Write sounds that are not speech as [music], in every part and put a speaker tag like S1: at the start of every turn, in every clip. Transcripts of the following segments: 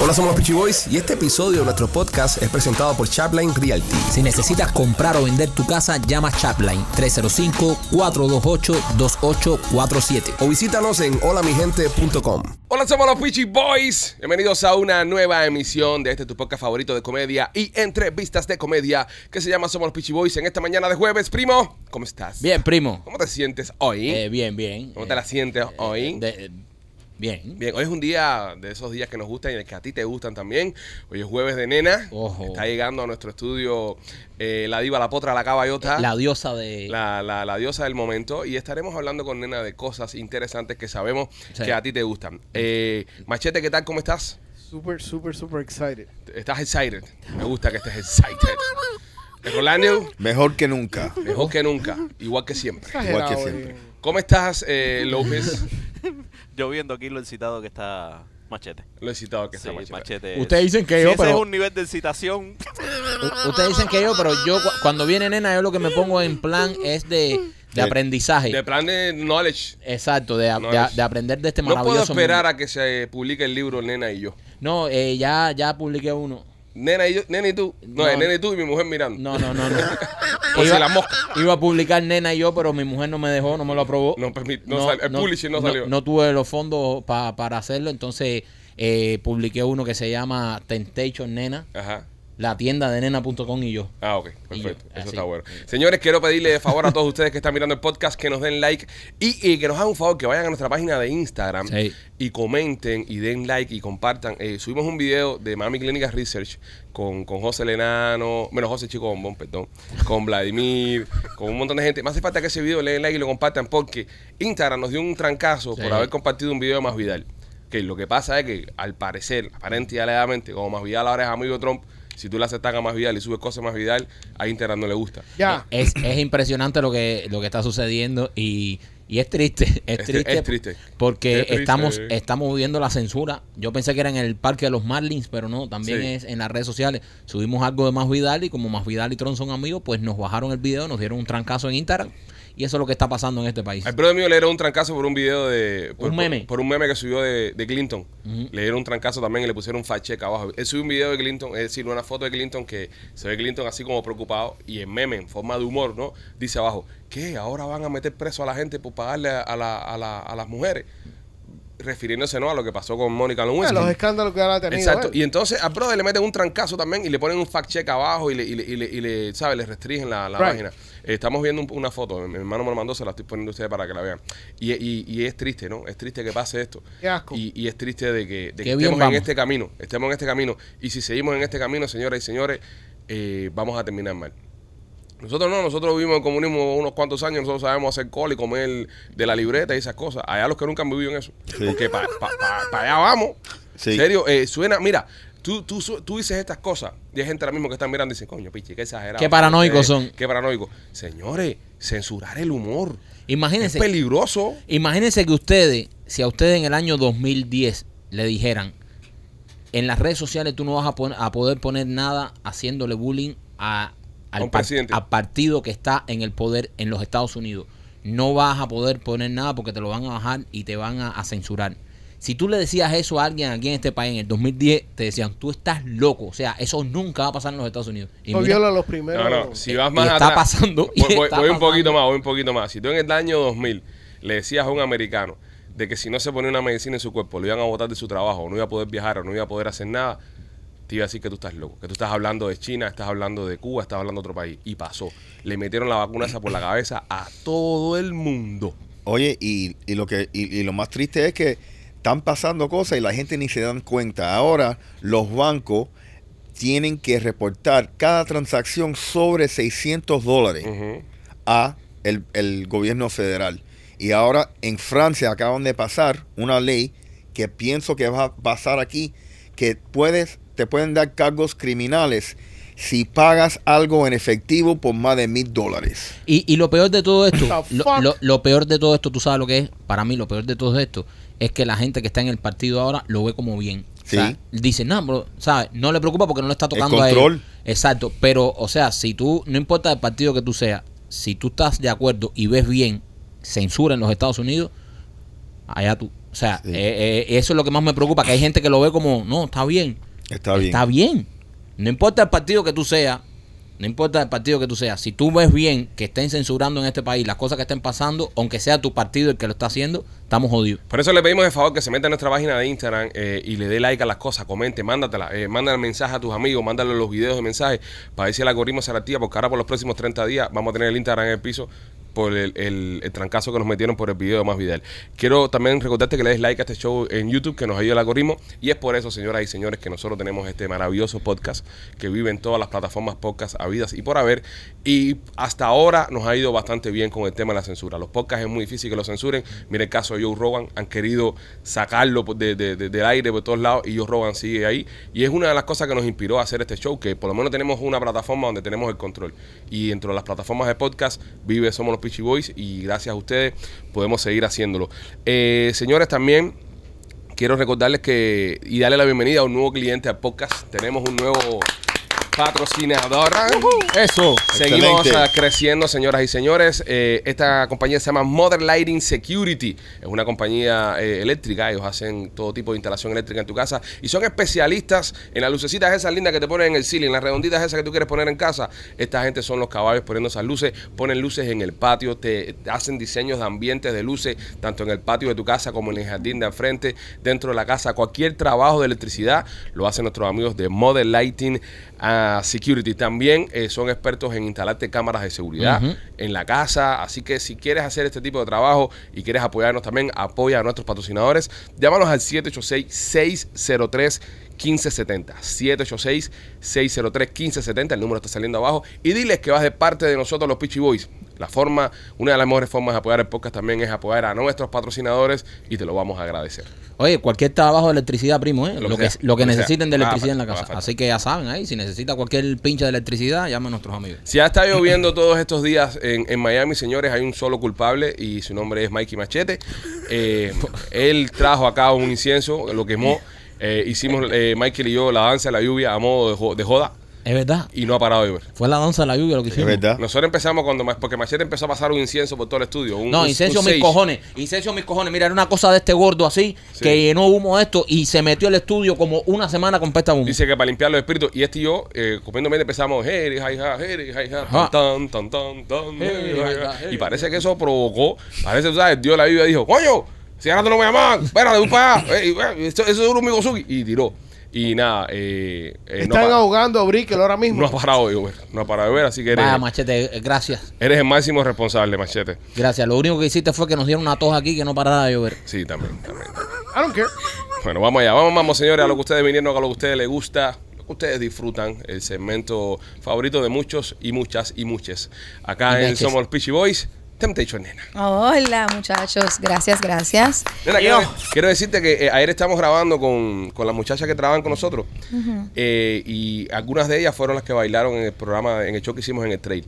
S1: Hola, somos los Peachy Boys y este episodio de nuestro podcast es presentado por Chapline Realty.
S2: Si necesitas comprar o vender tu casa, llama Chapline 305-428-2847.
S1: O visítanos en holamigente.com.
S3: Hola, somos los Peachy Boys. Bienvenidos a una nueva emisión de este tu podcast favorito de comedia y entrevistas de comedia que se llama Somos los Peachy Boys. En esta mañana de jueves, primo, ¿cómo estás?
S2: Bien, primo.
S3: ¿Cómo te sientes hoy?
S2: Eh, bien, bien.
S3: ¿Cómo te la sientes hoy?
S2: Eh, de- eh, bien.
S3: Bien, hoy es un día de esos días que nos gustan y que a ti te gustan también. Hoy es jueves de nena.
S2: Ojo.
S3: Está llegando a nuestro estudio eh, la diva, la potra, la caballota.
S2: Eh, La diosa de...
S3: la, la- la diosa del momento y estaremos hablando con Nena de cosas interesantes que sabemos
S2: Sí.
S3: que a ti te gustan. Eh, Machete, ¿qué tal? ¿Cómo estás?
S4: Super, super, super excited.
S3: ¿Estás excited? Me gusta que estés excited. Rolando,
S5: Mejor que nunca.
S3: mejor que nunca, igual que siempre.
S5: Igual que
S4: Exagerado,
S5: siempre.
S4: eh.
S3: ¿Cómo estás, eh, López?
S6: Yo viendo aquí lo excitado que está Machete.
S3: Lo he citado que
S6: Sí,
S3: está
S6: Machete.
S3: Machete.
S6: es-
S7: Ustedes dicen que
S6: si
S7: yo,
S6: ese
S7: pero-
S6: es un nivel de [laughs] excitación.
S2: U- Ustedes dicen que yo, pero yo cu- cuando viene nena, yo lo que me pongo en plan es de, de
S5: De-
S2: aprendizaje.
S3: De plan de knowledge.
S2: Exacto, de, a-
S3: No
S2: de a-
S3: es-
S2: de aprender de este
S3: No puedo
S2: maravilloso
S3: esperar a que se publique el libro Nena y yo.
S2: mundo. No, eh, ya, ya publiqué uno.
S3: Nena y yo, Nena y tú. No,
S2: No.
S3: es Nena y tú y mi mujer mirando.
S2: No, no,
S3: [laughs]
S2: no, no.
S3: Por Pues si la mosca.
S2: iba a publicar Nena y yo, pero mi mujer no me dejó, no me lo aprobó.
S3: No permit- no sal- el publishing no salió.
S2: No tuve los fondos pa- para hacerlo, entonces eh, publiqué uno que se llama Temptation Nena,
S3: Ajá.
S2: la tienda de nena.com y yo.
S3: Ah, ok,
S2: Y
S3: perfecto.
S2: yo,
S3: Eso
S2: así.
S3: está bueno. Señores, quiero pedirle de favor a todos ustedes que están mirando el podcast que nos den like y, y que nos hagan un favor que vayan a nuestra página de Instagram
S2: Sí.
S3: y comenten y den like y compartan. Eh, subimos un video de Mami Clínica Research con, con José Lenano, bueno, José Chico Bombón, perdón, con Vladimir, con un montón de gente. Me hace falta que ese video le den like y lo compartan porque Instagram nos dio un trancazo
S2: Sí.
S3: por haber compartido un video de Más Vidal. Que lo que pasa es que al parecer, aparente y alegadamente, como Más Vidal ahora es amigo de Trump, si tú le haces tag a Más Vidal y subes cosas a Más Vidal, a Instagram no le gusta.
S4: Ya.
S2: Es, es impresionante lo que, lo que está sucediendo y, y es triste, es
S3: Es-
S2: triste.
S3: es triste.
S2: Porque
S3: Es triste,
S2: estamos,
S3: eh.
S2: estamos viviendo la censura. Yo pensé que era en el parque de los Marlins, pero no, también
S3: Sí.
S2: es en las redes sociales. Subimos algo de Más Vidal y como Más Vidal y Tron son amigos, pues nos bajaron el video, nos dieron un trancazo en Instagram y eso es lo que está pasando en este país.
S3: Al brother mío le dieron un trancazo por un video de. Por,
S2: Un meme.
S3: Por, por un meme que subió de, de Clinton. Le dieron un trancazo también y le pusieron un fact check abajo. Él subió un video de Clinton, es decir, una foto de Clinton que se ve Clinton así como preocupado y en meme, en forma de humor, ¿no? Dice abajo, ¿qué? Ahora van a meter preso a la gente por pagarle a, la- a la- a las mujeres. Refiriéndose, ¿no? A lo que pasó con Mónica
S4: Ah,
S3: Lewinsky.
S4: los escándalos que ahora ha tenido.
S3: Exacto.
S4: eh.
S3: Y entonces al brother le meten un trancazo también y le ponen un fact check abajo y le, y le, y le- y le, ¿sabes? le restringen la, la
S4: Right.
S3: página. Eh, Estamos viendo un- una foto, mi mi hermano me la mandó, se la estoy poniendo a ustedes para que la vean. Y, y- y es triste, ¿no? Es triste que pase esto.
S4: Qué asco.
S3: Y, y es triste de que,
S2: Qué
S3: de que
S2: bien
S3: estemos en
S2: vamos.
S3: este camino, estemos en este camino. Y si seguimos en este camino, señoras y señores, eh, vamos a terminar mal. Nosotros no, nosotros vivimos en comunismo unos cuantos años, nosotros sabemos hacer col y comer de la libreta y esas cosas. Allá los que nunca han vivido en eso.
S5: Sí.
S3: Porque para allá vamos.
S5: Sí.
S3: En serio, eh, suena, mira, tú, tú, su- tú dices estas cosas y hay gente ahora mismo que están mirando y dicen, coño, pichi, qué exagerado. eh,
S2: Qué paranoicos son.
S3: Qué paranoicos. Señores, censurar el humor es
S2: Imagínense.
S3: peligroso.
S2: Imagínense que ustedes, si a ustedes en el año 2010 le dijeran, en las redes sociales tú no vas a, pon- a poder poner nada haciéndole bullying a,
S3: A
S2: al
S3: un
S2: par-
S3: presidente.
S2: al partido que está en el poder en los Estados Unidos. No vas a poder poner nada porque te lo van a bajar y te van a, a censurar. Si tú le decías eso a alguien aquí en este país en el 2010, te decían, tú estás loco. O sea, eso nunca va a pasar en los Estados Unidos. Y
S4: No
S2: mira,
S4: viola los
S3: No,
S4: primeros.
S3: no, si
S2: Eh,
S3: vas
S2: y
S3: más
S2: está
S3: atrás-
S2: pasando, y
S3: Voy, voy-
S2: está
S3: voy un poquito
S2: pasando.
S3: más, voy un poquito más. Si tú en el año 2000 le decías a un americano de que si no se ponía una medicina en su cuerpo, lo iban a botar de su trabajo, o no iba a poder viajar, o no iba a poder hacer nada, te iba a decir que tú estás loco, que tú estás hablando de China, estás hablando de Cuba, estás hablando de otro país. Y pasó. Le metieron la vacuna esa por la cabeza a todo el mundo.
S5: Oye, y, y lo que y, y lo más triste es que están pasando cosas y la gente ni se dan cuenta. Ahora los bancos tienen que reportar cada transacción sobre 600 dólares
S3: Ujú.
S5: a el, el gobierno federal. Y ahora en Francia acaban de pasar una ley que pienso que va a pasar aquí, que puedes, te pueden dar cargos criminales si pagas algo en efectivo por más de mil dólares.
S2: Y, y lo peor de todo esto,
S4: The
S2: lo,
S4: fuck?
S2: lo- lo peor de todo esto, tú sabes lo que es, para mí lo peor de todo esto es que la gente que está en el partido ahora lo ve como bien. O sea,
S5: Sí.
S2: dice, no, bro, ¿sabes? No le preocupa porque no le está tocando
S5: El
S2: a él.
S5: control.
S2: Exacto, pero, o sea, si tú, no importa el partido que tú seas, si tú estás de acuerdo y ves bien censura en los Estados Unidos, allá tú. O O sea,
S5: Sí.
S2: eh, eh, eso es lo que más me preocupa, que hay gente que lo ve como, no, está bien.
S5: Está bien.
S2: Está bien. No importa el partido que tú seas, no importa el partido que tú seas, si tú ves bien que estén censurando en este país las cosas que estén pasando, aunque sea tu partido el que lo está haciendo, estamos jodidos.
S3: Por eso le pedimos de favor que se meta en nuestra página de Instagram eh, y le dé like a las cosas, comente, mándatela, eh, mándale mensaje a tus amigos, mándale los videos de mensaje para ver si el algoritmo se la tía, porque ahora por los próximos 30 días vamos a tener el Instagram en el piso por el, el- el trancazo que nos metieron por el video de Más Vidal. Quiero también recordarte que le des like a este show en YouTube, que nos ayuda el algoritmo, y es por eso, señoras y señores, que nosotros tenemos este maravilloso podcast que vive en todas las plataformas podcast habidas y por haber, y hasta ahora nos ha ido bastante bien con el tema de la censura. Los podcasts es muy difícil que lo censuren. Mira el caso de Joe Rogan, han querido sacarlo por- de- de- de- del aire por todos lados y Joe Rogan sigue ahí. Y es una de las cosas que nos inspiró a hacer este show, que por lo menos tenemos una plataforma donde tenemos el control. Y dentro de las plataformas de podcast vive Somos los Pitchy Boys y gracias a ustedes podemos seguir haciéndolo. Eh, señores, también quiero recordarles que y darle la bienvenida a un nuevo cliente al podcast. Tenemos un nuevo patrocinador. Eso. Seguimos
S5: Excelente.
S3: ah, creciendo, señoras y señores. Eh, esta compañía se llama Modern Lighting Security. Es una compañía eh, eléctrica. Ellos hacen todo tipo de instalación eléctrica en tu casa y son especialistas en las lucecitas esas lindas que te ponen en el ceiling, las redonditas esas que tú quieres poner en casa. Esta gente son los caballos poniendo esas luces, ponen luces en el patio, te, te hacen diseños de ambientes de luces, tanto en el patio de tu casa como en el jardín de al frente, dentro de la casa. Cualquier trabajo de electricidad lo hacen nuestros amigos de Modern Lighting ah, Security. También eh, son expertos en instalarte cámaras de seguridad
S2: Ujú.
S3: en la casa. Así que si quieres hacer este tipo de trabajo y quieres apoyarnos también, apoya a nuestros patrocinadores. Llámanos al 786-603. 1570 786 603 1570 el número está saliendo abajo y diles que vas de parte de nosotros los Pitchy Boys la forma una de las mejores formas de apoyar el podcast también es apoyar a nuestros patrocinadores y te lo vamos a agradecer
S2: Oye, cualquier trabajo de electricidad, primo, ¿eh?
S3: Lo
S2: lo,
S3: que
S2: que,
S3: sea,
S2: lo que
S3: lo que sea.
S2: necesiten de
S3: Nada
S2: electricidad en la
S3: falta, nada
S2: casa.
S3: falta.
S2: Así que ya saben ahí, si necesita cualquier pinche de electricidad, llama a nuestros amigos.
S3: Si ha estado lloviendo todos estos días en, en Miami, señores, hay un solo culpable y su nombre es Mikey Machete. Eh, él trajo acá un incienso, lo quemó. Eh, hicimos eh, Michael y yo la danza de la lluvia a modo de, jo- de joda
S2: Es verdad.
S3: y no ha parado de llover.
S2: Fue la danza de la lluvia lo que
S5: Es
S2: hicimos.
S5: verdad.
S3: Nosotros empezamos cuando, ma- porque Machete empezó a pasar un incienso por todo el estudio. Un,
S2: No,
S3: un-
S2: incencio
S3: un
S2: mis
S3: sage.
S2: cojones, incencio mis cojones. Mira, era una cosa de este gordo así,
S3: Sí.
S2: que llenó humo de esto y se metió al estudio como una semana con pesta humo.
S3: Dice que para limpiar los espíritus. Y este y yo, eh, comiendo miel, empezamos. "Hey, hi, ha, hey, hi, ha,
S2: Ajá.
S3: tan, tan, tan, tan,
S2: Hey,
S3: hey,
S2: hi,
S3: hi,
S2: ha,
S3: ha".
S2: hey,
S3: Y parece que eso provocó. Parece, tú sabes, Dios la Biblia dijo: ¡Coño! Si ahora tú no me llamas, espérate, tú para allá. Ey, ey, eso, eso es un Migosuki. Y tiró. Y nada, eh, eh, no,
S4: Están
S3: pa-
S4: ahogando a Brickell ahora mismo.
S3: no ha parado de llover. No ha parado de llover, así que eres,
S2: Vaya, machete, eh, gracias.
S3: eres el máximo responsable, Machete.
S2: Gracias. Lo único que hiciste fue que nos dieron una tos aquí que no parara de llover.
S3: Sí, también, también.
S4: I don't care.
S3: Bueno, vamos allá, vamos, vamos, señores, a lo que ustedes vinieron, a lo que a ustedes les gusta, lo que ustedes disfrutan, el segmento favorito de muchos y muchas y muches. Acá
S2: Y
S3: en
S2: muches.
S3: Somos los Peachy Boys, Temptation Nena.
S7: Hola muchachos, gracias, gracias.
S3: Nena, quiero, quiero decirte que eh, ayer estamos grabando con, con las muchachas que trabajan con nosotros eh, y algunas de ellas fueron las que bailaron en el programa, en el show que hicimos en el trail.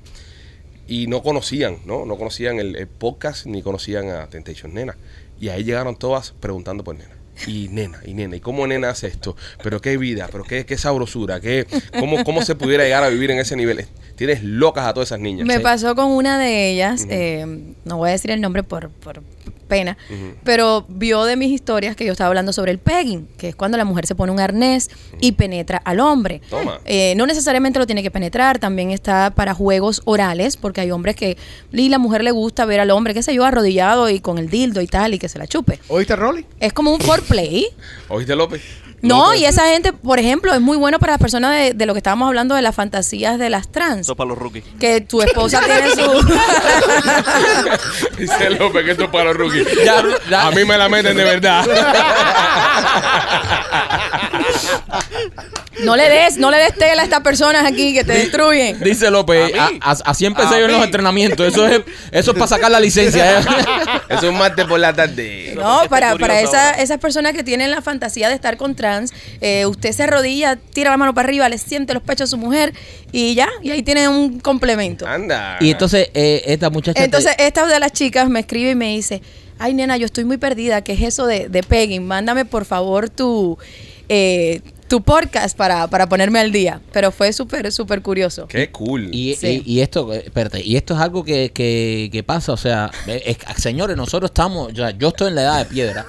S3: Y no conocían, ¿no? No conocían el, el podcast ni conocían a Temptation Nena. Y ahí llegaron todas preguntando por Nena. Y nena, y nena, ¿y cómo nena hace esto? Pero qué vida, pero qué, qué sabrosura, qué, cómo, cómo se pudiera llegar a vivir en ese nivel. Tienes locas a todas esas niñas. ¿eh?
S7: Me
S3: Sí.
S7: pasó con una de ellas, eh, no voy a decir el nombre por, por pena, pero vio de mis historias que yo estaba hablando sobre el pegging, que es cuando la mujer se pone un arnés y penetra al hombre.
S3: Toma.
S7: Eh, no necesariamente lo tiene que penetrar, también está para juegos orales, porque hay hombres que, y la mujer le gusta ver al hombre, qué sé yo, arrodillado y con el dildo y tal, y que se la chupe.
S4: ¿Oíste, Rolly?
S7: Es como un foreplay.
S3: ¿Oíste, López? [laughs]
S7: No,
S3: Nunca.
S7: y esa gente, por ejemplo, es muy bueno para las personas de, de lo que estábamos hablando de las fantasías de las trans.
S6: Eso es para los rookies.
S7: Que tu esposa tiene su...
S3: Dice López que esto es para los rookies.
S2: [laughs] Ya, ya.
S3: A mí me la meten de verdad.
S7: [laughs] no le des, no le des tela a estas personas aquí que te destruyen.
S2: Dice López,
S3: A mí.
S2: a- a- así empecé
S3: A
S2: yo en los
S3: mí.
S2: entrenamientos. Eso es, eso es para sacar la licencia. ¿eh?
S3: [laughs] es un martes por la tarde.
S7: No,
S6: Estoy
S7: para,
S6: curioso
S7: para esa-
S6: ahora.
S7: esas personas que tienen la fantasía de estar con trans, eh, usted se arrodilla, tira la mano para arriba, le siente los pechos a su mujer y ya, y ahí tiene un complemento.
S3: Anda.
S2: [laughs] y entonces, eh, esta muchacha. te-
S7: Entonces, esta de las chicas me escribe y me dice, ay nena, yo estoy muy perdida, ¿qué es eso de, de pegging? Mándame por favor tu, eh, tu podcast para, para ponerme al día. Pero fue súper, súper curioso.
S3: Qué cool.
S2: Y,
S7: Sí.
S2: y- y esto, eh, espérate, y esto es algo que, que- que pasa, o sea, eh, es- señores, nosotros estamos, ya, yo estoy en la edad de piedra.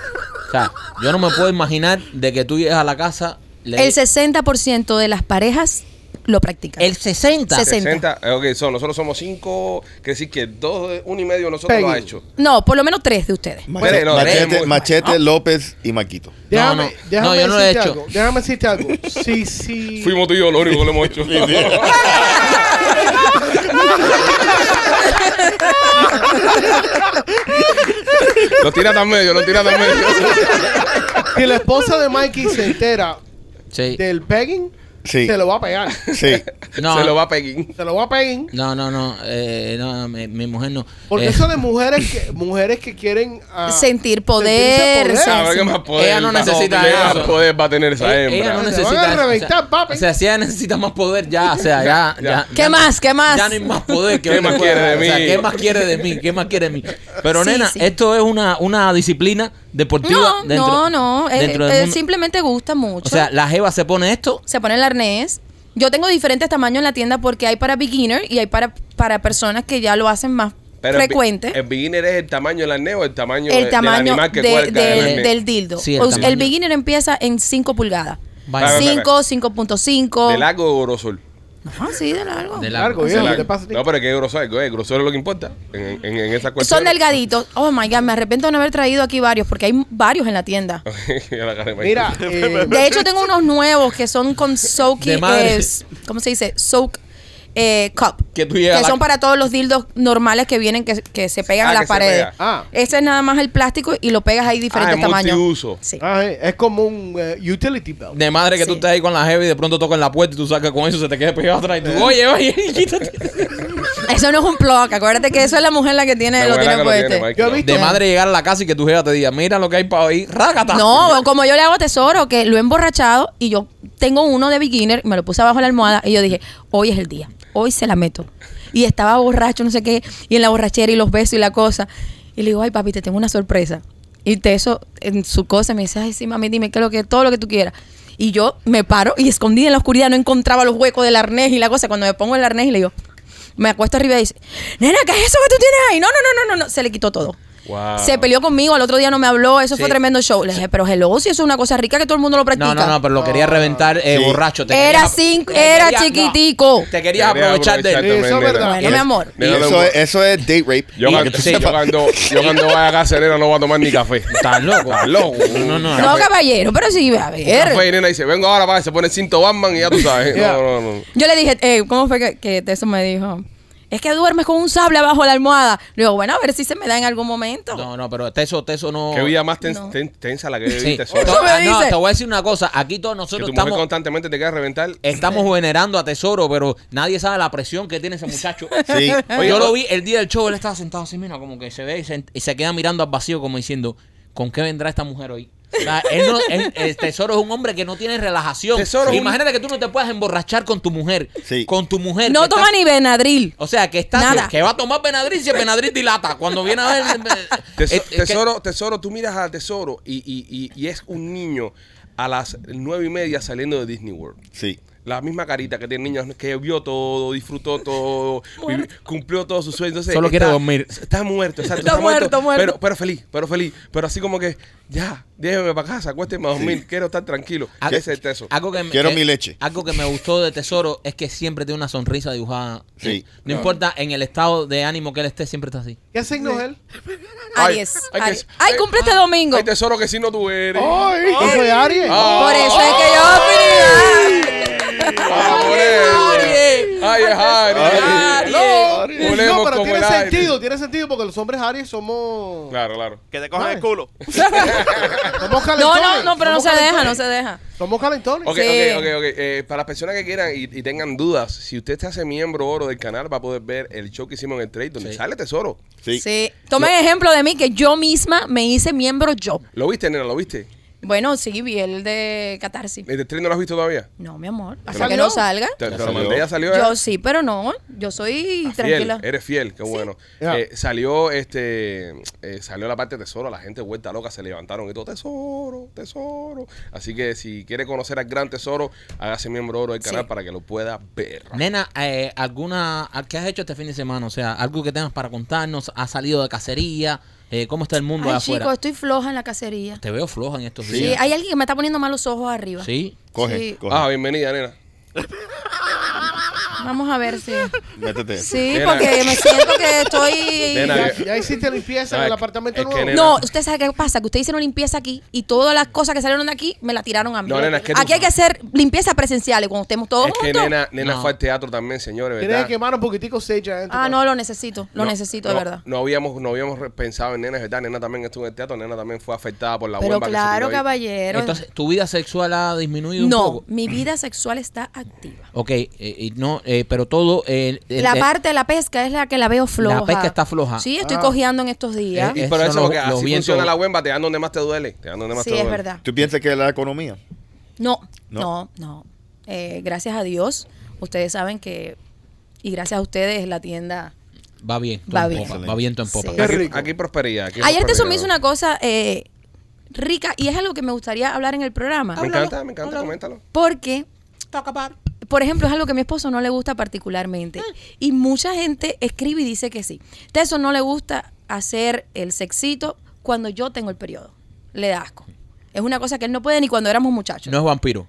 S2: O sea, yo no me puedo imaginar de que tú llegues a la casa. le-
S7: El 60% de las parejas lo practican.
S2: el 60.
S7: 60.
S3: 60. eh, Ok, so, nosotros somos 5, que decir que 2, 1 y medio de nosotros lo ha
S4: Peggy.
S3: hecho.
S7: no, por lo menos tres de ustedes.
S5: Machete,
S3: Bueno,
S5: Machete,
S3: no,
S5: Machete, López y Maquito.
S2: No,
S4: Déjame,
S2: no.
S4: déjame
S2: No, yo no lo he
S4: decirte
S2: hecho.
S4: algo. Déjame decirte algo. Sí, sí.
S3: Fuimos tú y yo, lo único que lo hemos hecho. [laughs] lo tira tan medio, lo tira tan medio.
S4: Si la esposa de Mikey se entera
S2: Sí.
S4: del pegging,
S5: Sí.
S4: se lo va a pegar.
S5: Sí.
S2: No,
S3: Se lo va a pegar.
S4: Se lo va a pegar.
S2: no, no, no, eh, no, mi, mi mujer no.
S4: Porque
S2: Eh,
S4: eso de mujeres que, mujeres que quieren ah, sentirse
S7: Sentir poder.
S4: poder.
S3: A ver qué más poder.
S2: Ella no
S3: va-
S2: necesita
S3: ¿Qué más
S2: eso.
S3: poder va a tener esa
S2: ella-
S3: hembra?
S2: ella no
S4: Se
S2: necesita.
S4: van a
S2: o sea,
S4: reventar, papi.
S2: O sea, si ella necesita más poder, ya, o sea, ya. ya,
S7: ¿Qué
S2: ya no-
S7: más? ¿Qué más?
S2: Ya no hay más poder. que lo
S3: ¿Qué
S2: que
S3: más
S2: pueda
S3: quiere de
S2: dar. O sea,
S3: mí?
S2: ¿Qué más quiere de mí? ¿Qué más quiere de mí? Pero,
S7: Sí,
S2: nena,
S7: sí.
S2: esto es una, una disciplina deportiva.
S7: No,
S2: dentro-
S7: no, no. eh,
S2: dentro del
S7: eh,
S2: mundo.
S7: simplemente gusta mucho.
S2: O sea, la Jeva se pone esto.
S7: se pone el arnés. Yo tengo diferentes tamaños en la tienda porque hay para beginner y hay para, para personas que ya lo hacen más
S3: Pero el bi-
S7: frecuente.
S3: El, beginner es el tamaño del arneo o el tamaño, de-
S7: el tamaño
S3: del animal que
S7: de-
S3: cuelga
S7: del-
S3: en el arnés?
S7: del dildo.
S2: Sí, el
S7: O- el,
S2: tamaño.
S7: beginner empieza en 5 pulgadas.
S2: Vaya.
S3: Claro,
S7: 5,
S3: ¿De
S7: 5.5.
S3: largo o grosor?
S7: Ajá, sí, de largo.
S2: De largo.
S4: largo,
S3: De
S4: viejo,
S3: largo.
S4: te pasa a ti?
S3: No, pero es que grosor, es que el grosor es lo que importa en, en, en esa cuestión.
S7: Son delgaditos. Oh my God, me arrepiento de no haber traído aquí varios porque hay varios en la tienda.
S3: [laughs] La cara de Michael.
S4: Mira, eh,
S7: De hecho, tengo unos nuevos que son con soak eh,
S2: De madre.
S7: ¿Cómo se dice? Soak eh, cup.
S2: Que tú llegas a la-
S7: son para todos los dildos normales que vienen que, que se pegan
S3: Ah,
S7: a
S3: que
S7: las
S3: se
S7: paredes.
S3: pega.
S4: Ah.
S7: Este es nada más el plástico y lo pegas ahí diferentes
S3: es
S7: tamaños.
S3: multiuso.
S7: Sí.
S4: ah, eh, es como un eh, utility belt.
S2: De madre que tú
S7: Sí.
S2: estás ahí con la Jeva y de pronto tocan la puerta y tú sacas con eso se te queda pegado atrás. Y tú, oye, oye, [laughs]
S7: [laughs]
S2: quítate.
S7: Eso no es un plug. Acuérdate que eso es la mujer la que tiene,
S3: La
S7: lo
S3: mujer
S7: tiene
S3: que lo tiene, pues.
S7: puesto.
S3: Michael.
S4: Yo he visto-
S2: De madre llegar a la casa y que tu Jeva te diga, mira lo que hay para hoy. Rácata.
S7: No, como yo le hago a tesoro, que lo he emborrachado y yo tengo uno de beginner, me lo puse abajo de la almohada y yo dije, hoy es el día, hoy se la meto. Y estaba borracho, no sé qué, y en la borrachera y los besos y la cosa. Y le digo, ay papi, te tengo una sorpresa. Y Teso en su cosa me dice, ay sí, mami, dime que lo que, todo lo que tú quieras. Y yo me paro y escondida en la oscuridad no encontraba los huecos del arnés y la cosa. Cuando me pongo el arnés y le digo, me acuesto arriba y dice, nena, ¿qué es eso que tú tienes ahí? No, no, no, no, no, no. Se le quitó todo.
S3: Wow.
S7: Se peleó conmigo, al otro día no me habló, eso
S2: Sí.
S7: fue tremendo show. Le dije, pero hello, si eso es una cosa rica que todo el mundo lo
S2: No,
S7: practica.
S2: no, no, pero lo quería reventar eh,
S5: Sí.
S2: borracho. Te
S7: Era
S2: querías-
S7: cinco-
S2: te
S7: era
S2: querías- no,
S7: chiquitico.
S2: te querías
S3: Quería
S2: aprovechar de él.
S3: aprovechar
S4: Eso es
S3: también,
S4: verdad.
S3: nena.
S7: Bueno, mi amor.
S5: Y
S3: Mira,
S5: eso,
S3: luego-
S5: es, eso es date rape.
S3: Yo,
S2: Y
S3: cuando,
S2: que tú sepas.
S3: yo cuando- yo cuando vaya a Cacerena no voy a tomar ni café.
S2: Estás loco.
S3: Estás loco.
S2: No, no, no.
S7: No, caballero, pero sí, a
S3: Café
S7: ver.
S3: y nena dice, vengo ahora, va, se pone el cinto Batman y ya tú
S4: [laughs]
S3: sabes. No, no, no.
S7: Yo le dije, eh, ¿cómo fue que, que eso me dijo? Es que duermes con un sable abajo de la almohada. Le digo, bueno, a ver si se me da en algún momento.
S2: No, no, pero Teso, Teso no.
S3: Qué vida más ten-
S7: No.
S3: ten- tensa la que
S2: Sí.
S3: viviste.
S2: To-
S3: Sora.
S7: Eso me
S2: ah, no,
S7: dice.
S2: te voy a decir una cosa. Aquí todos
S3: Que tu
S2: nosotros
S3: mujer
S2: estamos,
S3: constantemente te queda a reventar.
S2: estamos venerando a Tesoro, pero nadie sabe la presión que tiene ese muchacho.
S3: [laughs]
S5: Sí.
S2: Oye, yo lo vi el día del show, él estaba sentado así, mira, como que se ve y se, y se queda mirando al vacío como diciendo, ¿con qué vendrá esta mujer hoy? O sea, él no- él- el tesoro es un hombre que no tiene relajación.
S3: Tesoro es un-
S2: Imagínate que tú no te puedas emborrachar con tu mujer.
S5: Sí.
S2: Con tu mujer.
S7: No
S2: que
S7: toma
S2: estás-
S7: ni Benadryl.
S2: O sea, que está
S7: Nada.
S2: que va a tomar Benadryl si el Benadryl dilata. Cuando viene a
S7: [laughs]
S2: ver.
S3: Teso-
S2: eh, eh,
S3: tesoro, tesoro, tú miras a Tesoro y, y- y- y es un niño a las nueve y media saliendo de Disney World.
S5: Sí.
S3: La misma carita que tiene el niño que vio todo, disfrutó
S7: [laughs]
S3: todo, vivi- cumplió todos sus sueños. Entonces,
S2: Solo quiere dormir.
S3: Está muerto, exacto,
S7: Está muerto, muerto.
S3: Pero, pero feliz, pero feliz. Pero así como que, ya, lléveme para casa, acuésteme a dormir, quiero estar tranquilo.
S2: Algo-
S3: Ese es Teso.
S2: algo que me-
S5: Quiero
S2: que-
S5: mi leche.
S2: Algo que me gustó de Tesoro es que siempre tiene una sonrisa dibujada. Eh,
S5: Sí.
S2: No importa en el estado de ánimo que él esté, siempre está así.
S4: ¿Qué signo es él?
S7: Aries.
S3: ay,
S7: Aries.
S3: que-
S7: Ay, cumple
S2: Ah,
S7: este domingo.
S3: Ay, tesoro que si no tú eres.
S4: ¡Ay! Yo soy Aries.
S3: Ah.
S7: Por eso es que yo
S3: Ah, por eso. Ay, es Ari.
S4: No,
S3: Volemos
S4: no, pero
S3: como
S4: tiene
S3: el aire.
S4: sentido, tiene sentido porque los hombres Aries somos.
S3: Claro, claro.
S6: Que te cojan
S4: Ay.
S6: el culo.
S4: Somos
S7: No,
S4: calentones.
S7: no, no, pero no
S4: somos
S7: se deja, no
S4: calentones.
S7: se deja.
S4: Somos calentones.
S3: Ok,
S7: Sí.
S3: ok, ok, ok. Eh, para las personas que quieran y, y tengan dudas, si usted se hace miembro oro del canal, va a poder ver el show que hicimos en el trade donde
S2: Sí.
S3: sale tesoro.
S5: Sí.
S7: Sí. Tomen ejemplo de mí que yo misma me hice miembro yo.
S3: ¿Lo viste, nena? ¿Lo viste?
S7: Bueno, sí, vi el de Catarsis.
S3: ¿El de Tren no lo has visto todavía?
S7: No, mi amor. Hasta
S4: ¿Salió?
S7: que no salga.
S3: Te,
S5: Ya
S3: te lo
S5: salió.
S3: mandé, ya salió. ¿eh?
S7: Yo sí, pero no. Yo soy
S3: Ah, Fiel,
S7: tranquila.
S3: eres fiel, qué bueno.
S4: Ya.
S3: Eh, salió este eh, salió la parte de tesoro, la gente vuelta loca, se levantaron y todo, tesoro, tesoro. Así que si quiere conocer al gran tesoro, hágase miembro oro del canal
S7: Sí.
S3: para que lo pueda ver.
S2: Nena, eh, ¿alguna, al- ¿qué has hecho este fin de semana? O sea, algo que tengas para contarnos. ¿Has salido de cacería? Eh, ¿Cómo está el mundo
S7: Ay,
S2: allá afuera?
S7: chicos, estoy floja en la cacería.
S2: Te veo floja en estos
S7: Sí,
S2: días.
S7: hay alguien que me está poniendo malos ojos arriba.
S2: Sí.
S5: Coge,
S7: Sí.
S5: coge.
S3: Ah, bienvenida, nena.
S7: Vamos a ver si.
S5: Métete.
S7: Sí,
S3: Nena.
S7: porque me siento que estoy.
S3: Nena,
S4: Ya,
S3: que-
S4: ya hiciste limpieza
S3: No,
S4: en el
S3: es-
S4: apartamento
S3: es que
S4: nuevo.
S3: nena-
S7: No, usted sabe qué pasa, que ustedes hicieron limpieza aquí y todas las cosas que salieron de aquí me la tiraron a mí.
S3: No, nena, es que tú-
S7: aquí hay que hacer limpieza presenciales cuando estemos todos
S3: es que
S7: juntos.
S3: nena, nena
S2: No.
S3: fue al teatro también, señores,
S4: Tienes
S3: ¿verdad?
S4: que quemar un poquitico sage adentro. pues.
S7: ah,
S4: para-
S7: no, lo necesito, lo necesito de
S3: no-
S7: verdad.
S3: No habíamos, no habíamos re- pensado en nena, es ¿verdad? Nena también estuvo en el teatro, nena también fue afectada por la
S7: Pero
S3: bomba.
S7: claro,
S3: que se tiró ahí.
S7: caballero.
S2: Entonces, ¿tu vida sexual ha disminuido un
S7: no,
S2: poco?
S7: mi vida sexual está activa.
S2: Ok, eh, eh, no, eh, pero todo... eh, el-
S7: la
S2: el-
S7: parte de la pesca es la que la veo floja.
S2: La pesca está floja.
S7: Sí, estoy
S4: Ah.
S7: cojeando en estos días.
S2: Eh,
S3: Y
S2: Eso
S3: pero eso, es
S2: no,
S3: lo que
S2: los
S3: así
S2: vientos-
S3: funciona la huemba, te dan donde más te duele. Te dan donde más
S7: sí,
S3: te
S7: es
S3: duele.
S7: verdad.
S5: ¿Tú piensas que es la economía?
S7: No,
S5: No.
S7: no, no. Eh, gracias a Dios, ustedes saben que y gracias a ustedes la tienda
S2: Va bien. tú
S7: Va
S2: en
S7: bien.
S2: popa, va bien tú en popa.
S7: Sí.
S4: Qué
S3: Aquí,
S4: rico.
S3: aquí prosperidad. aquí
S7: Ayer te
S3: prosperidad.
S7: sumís una cosa eh, rica y es algo que me gustaría hablar en el programa.
S3: Me encanta, me encanta, coméntalo.
S7: Porque, por ejemplo, es algo que a mi esposo no le gusta particularmente. Y mucha gente escribe y dice que sí. Teso no le gusta hacer el sexito cuando yo tengo el periodo. Le da asco. Es una cosa que él no puede ni cuando éramos muchachos.
S2: No es vampiro.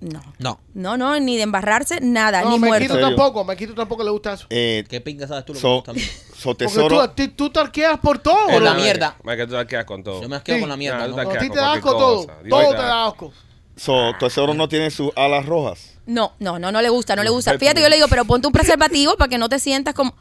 S7: No.
S2: No.
S7: No, no, ni de embarrarse, nada,
S4: No,
S7: ni
S4: Maquito
S7: muerto.
S5: ¿En serio?
S4: tampoco, Maquito tampoco le gusta eso.
S5: Eh,
S2: ¿Qué pinga sabes tú lo que
S5: so,
S2: gusta a mí?
S5: so
S4: Porque tú,
S5: tesoro,
S4: a ti- tú tarqueas por todo.
S2: Con la
S4: bro.
S2: mierda.
S3: Más que tú te quedas con todo.
S2: Yo me quedo
S4: Sí.
S2: con la mierda.
S3: Nah,
S2: ¿no?
S3: tú te
S4: A ti te
S3: Con
S4: da asco todo.
S3: cualquier cosa.
S4: Todo te
S3: Dios te
S4: da asco.
S5: so, tesoro no tiene sus alas rojas.
S7: No, no, no, no le gusta, no le gusta.
S3: Pero-
S7: Fíjate, yo le digo, pero ponte un preservativo para que no te sientas como...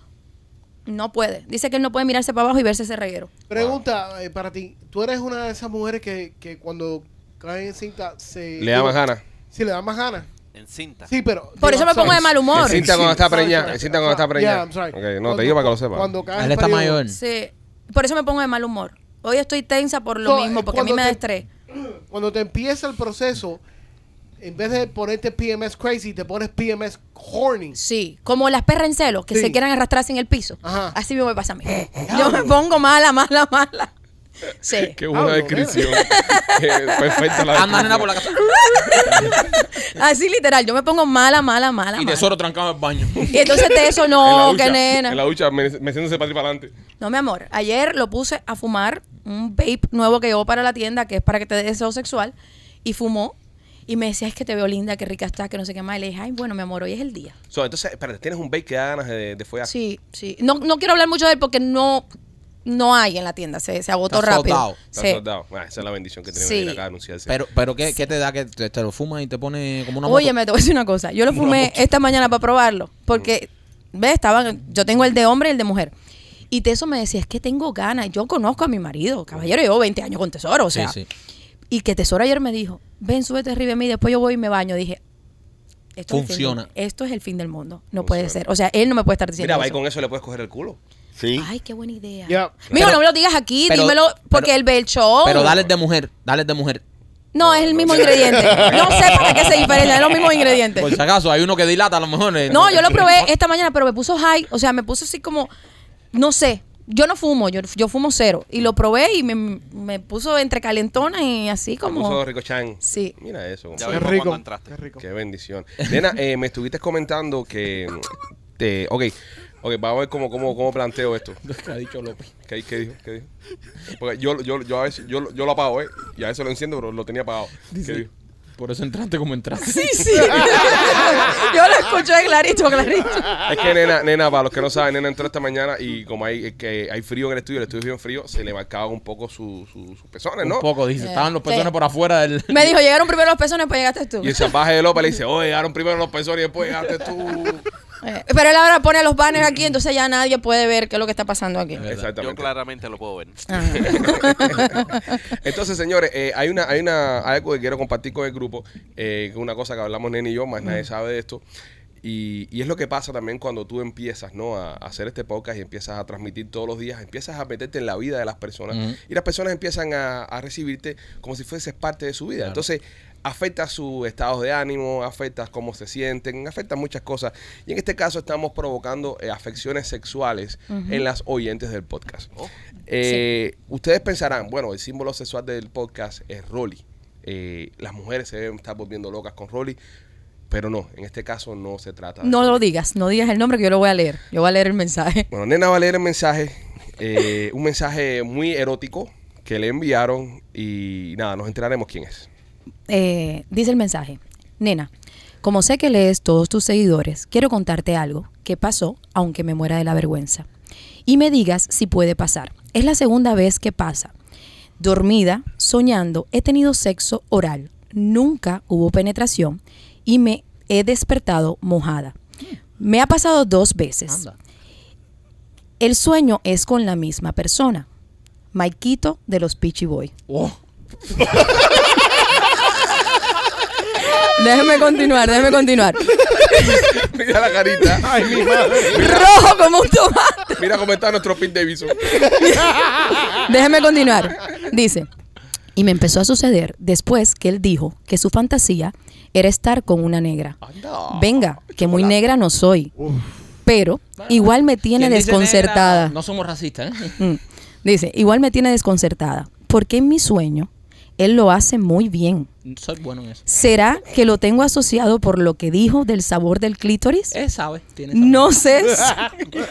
S7: No puede. Dice que él no puede mirarse para abajo y verse ese reguero.
S4: Pregunta eh, para ti. Tú eres una de esas mujeres que, que cuando caen en cinta se...
S3: Le da más ganas.
S4: Sí, le da más ganas.
S6: En cinta.
S4: Sí, pero...
S7: Por eso me pongo de mal humor.
S3: Cinta cuando está preñada.
S4: Sorry, sorry,
S3: Cinta cuando está
S4: sorry.
S3: preñada.
S4: Yeah, I'm sorry.
S3: Ok, no,
S4: Cuando-
S3: te digo para que lo sepas.
S4: Cuando caes
S2: Él está
S4: periodo.
S2: mayor.
S7: Sí. Por eso me pongo de mal humor. Hoy estoy tensa por lo
S4: No,
S7: mismo, porque a mí
S4: cuando
S7: me da
S4: te-
S7: estrés.
S4: Cuando te empieza el proceso, en vez de ponerte PMS crazy, te pones PMS horny.
S7: Sí, como las perras en celo que
S4: Sí.
S7: se quieran arrastrar en el piso.
S4: Ajá. Eh,
S7: Así mismo me pasa a mí. Yo me pongo mala, mala, mala. Sí.
S3: [laughs] Qué buena
S4: Hablo,
S3: descripción. [laughs] Qué Perfecta la
S2: Anda, nena, por la casa.
S7: Así literal, yo me pongo mala, mala, mala.
S2: Y
S7: mala.
S2: tesoro trancado en el baño.
S7: Y entonces
S3: [laughs]
S7: te eso
S3: En la
S7: no,
S3: ducha,
S7: que
S3: En la
S7: nena.
S3: ducha, me- meciéndose para ti para adelante.
S7: No, mi amor, ayer lo puse a fumar un vape nuevo que llevo para la tienda, que es para que te dé deseo sexual, y fumó. Y me decía, es que te veo linda, que rica estás, que no sé qué más. Y le dije, ay, bueno, mi amor, hoy es el día.
S3: So, entonces, espérate, tienes un bake que da ganas de, de follar.
S7: Sí, sí. No, no quiero hablar mucho de él porque no, no hay en la tienda. Se, se agotó
S2: Está
S7: rápido.
S2: sold out.
S3: Está
S7: Sí.
S3: soldado. Ah, esa es la bendición que tenemos
S7: Sí.
S3: que ir acá a
S2: [laughs]
S3: anunciarse.
S2: Pero, pero ¿qué, qué te da que te, te lo fumas y te pone como una moto?
S7: Oye, me te voy a decir una cosa. Yo lo fumé esta mañana para probarlo. Porque,
S2: Mm.
S7: ¿ves? Estaban, yo tengo el de hombre y el de mujer. Y Teso me decía, es que tengo ganas. Yo conozco a mi marido, caballero. Llevo 20 años con Tesoro, o
S2: Sí,
S7: sea.
S2: sí.
S7: Y que Tesoro ayer me dijo, ven, súbete arriba de mí, después yo voy y me baño. Dije, esto es el fin
S2: Funciona.
S7: del- esto es el fin del mundo. No
S3: Funciona.
S7: puede ser. O sea, él no me puede estar diciendo
S3: Mira, va y
S7: eso.
S3: con eso le puedes coger el culo.
S5: Sí.
S7: Ay, qué buena idea.
S4: Ya.
S7: Mijo,
S2: Pero-
S7: no me lo digas aquí,
S2: pero-
S7: dímelo porque
S2: pero-
S7: él ve el show.
S2: Pero dale de mujer, dale de mujer.
S7: No, es el mismo ingrediente. No sé para qué se diferencia, es los mismos ingredientes.
S2: Por si acaso, hay uno que dilata a lo mejor. eh,
S7: No, yo lo probé esta mañana, pero me puso high, o sea, me puso así como, no sé, yo no fumo, yo, yo fumo cero. Y lo probé y me, me puso entre calentona y así
S3: Como puso
S7: como...
S3: Rico Chan.
S7: Sí.
S3: Mira eso.
S6: Ya
S4: Qué
S6: vimos
S4: rico.
S6: cuando entraste.
S4: Qué rico.
S3: Qué bendición. Nena, eh, me estuviste comentando que. Te, ok, ok, vamos a ver cómo, cómo, cómo
S2: [laughs]
S3: planteo esto.
S2: ¿Qué ha dicho López?
S3: ¿Qué, qué dijo? ¿Qué dijo? Porque yo, yo, yo a veces yo, lo- yo lo apago, ¿eh? Y a veces lo enciendo, pero lo tenía apagado. ¿Qué dijo?
S2: Por eso entraste como entraste.
S7: Sí, sí. [laughs] yo lo escuché clarito, clarito.
S3: Es que nena, nena, para los que no saben, nena entró esta mañana y como hay, es que hay frío en el estudio, el estudio es bien frío, se le marcaba un poco su- su- sus pezones, ¿no?
S2: Un poco, dice. Estaban los pezones
S7: Eh, Sí.
S2: por afuera del...
S7: Me dijo, llegaron primero los pezones, pues llegaste tú.
S3: Y el salvaje de López le dice, oye, llegaron primero los pezones y después llegaste tú.
S7: Eh, Pero él ahora pone los banners aquí, entonces ya nadie puede ver qué es lo que está pasando aquí.
S2: Eh,
S6: Yo
S3: Exactamente.
S6: claramente lo puedo ver.
S3: Entonces, señores, eh, hay una, hay una, algo que quiero compartir con el grupo, eh, que es una cosa que hablamos Nene y yo, más nadie sabe de esto. Y, y es lo que pasa también cuando tú empiezas ¿no? a, a hacer este podcast y empiezas a transmitir todos los días, empiezas a meterte en la vida de las personas
S2: Ujú.
S3: y las personas empiezan a, a recibirte como si fueses parte de su vida.
S2: Claro.
S3: Entonces afecta su estado de ánimo, afecta cómo se sienten, afecta muchas cosas. Y en este caso estamos provocando eh, afecciones sexuales en las oyentes del podcast.
S7: Oh,
S3: Eh, Ustedes pensarán, bueno, el símbolo sexual del podcast es Rolly. Eh, las mujeres se deben estar volviendo locas con Rolly. Pero no, en este caso no se trata de
S7: No lo digas, no digas el nombre que yo lo voy a leer. Yo voy a leer el mensaje.
S3: bueno, Nena va a leer el mensaje, eh, un mensaje muy erótico que le enviaron y nada, nos enteraremos quién es. [laughs]
S7: Eh, dice el mensaje, nena, como sé que lees todos tus seguidores, quiero contarte algo que pasó, aunque me muera de la vergüenza. Y me digas si puede pasar. Es la segunda vez que pasa. Dormida, soñando, he tenido sexo oral. Nunca hubo penetración y me he despertado mojada. Me ha pasado dos veces.
S2: Anda.
S7: El sueño es con la misma persona. Maikito de los Peachy Boy.
S2: Oh,
S7: Déjeme continuar, déjeme continuar.
S3: Mira la carita. Ay, mi madre.
S7: Rojo como un tomate.
S3: Mira cómo está nuestro Pete Davidson.
S7: Déjeme continuar. Dice, y me empezó a suceder después que él dijo que su fantasía era estar con una negra. Venga, que muy negra no soy. Pero igual me tiene
S2: ¿quién dice
S7: desconcertada.
S2: negra? No somos racistas, ¿eh?
S7: Mm. Dice, igual me tiene desconcertada. Porque en mi sueño, él lo hace muy bien.
S2: Soy bueno en eso.
S7: ¿Será que lo tengo asociado por lo que dijo del sabor del clítoris?
S2: Él sabe, tiene sabor.
S7: Eh, No sé.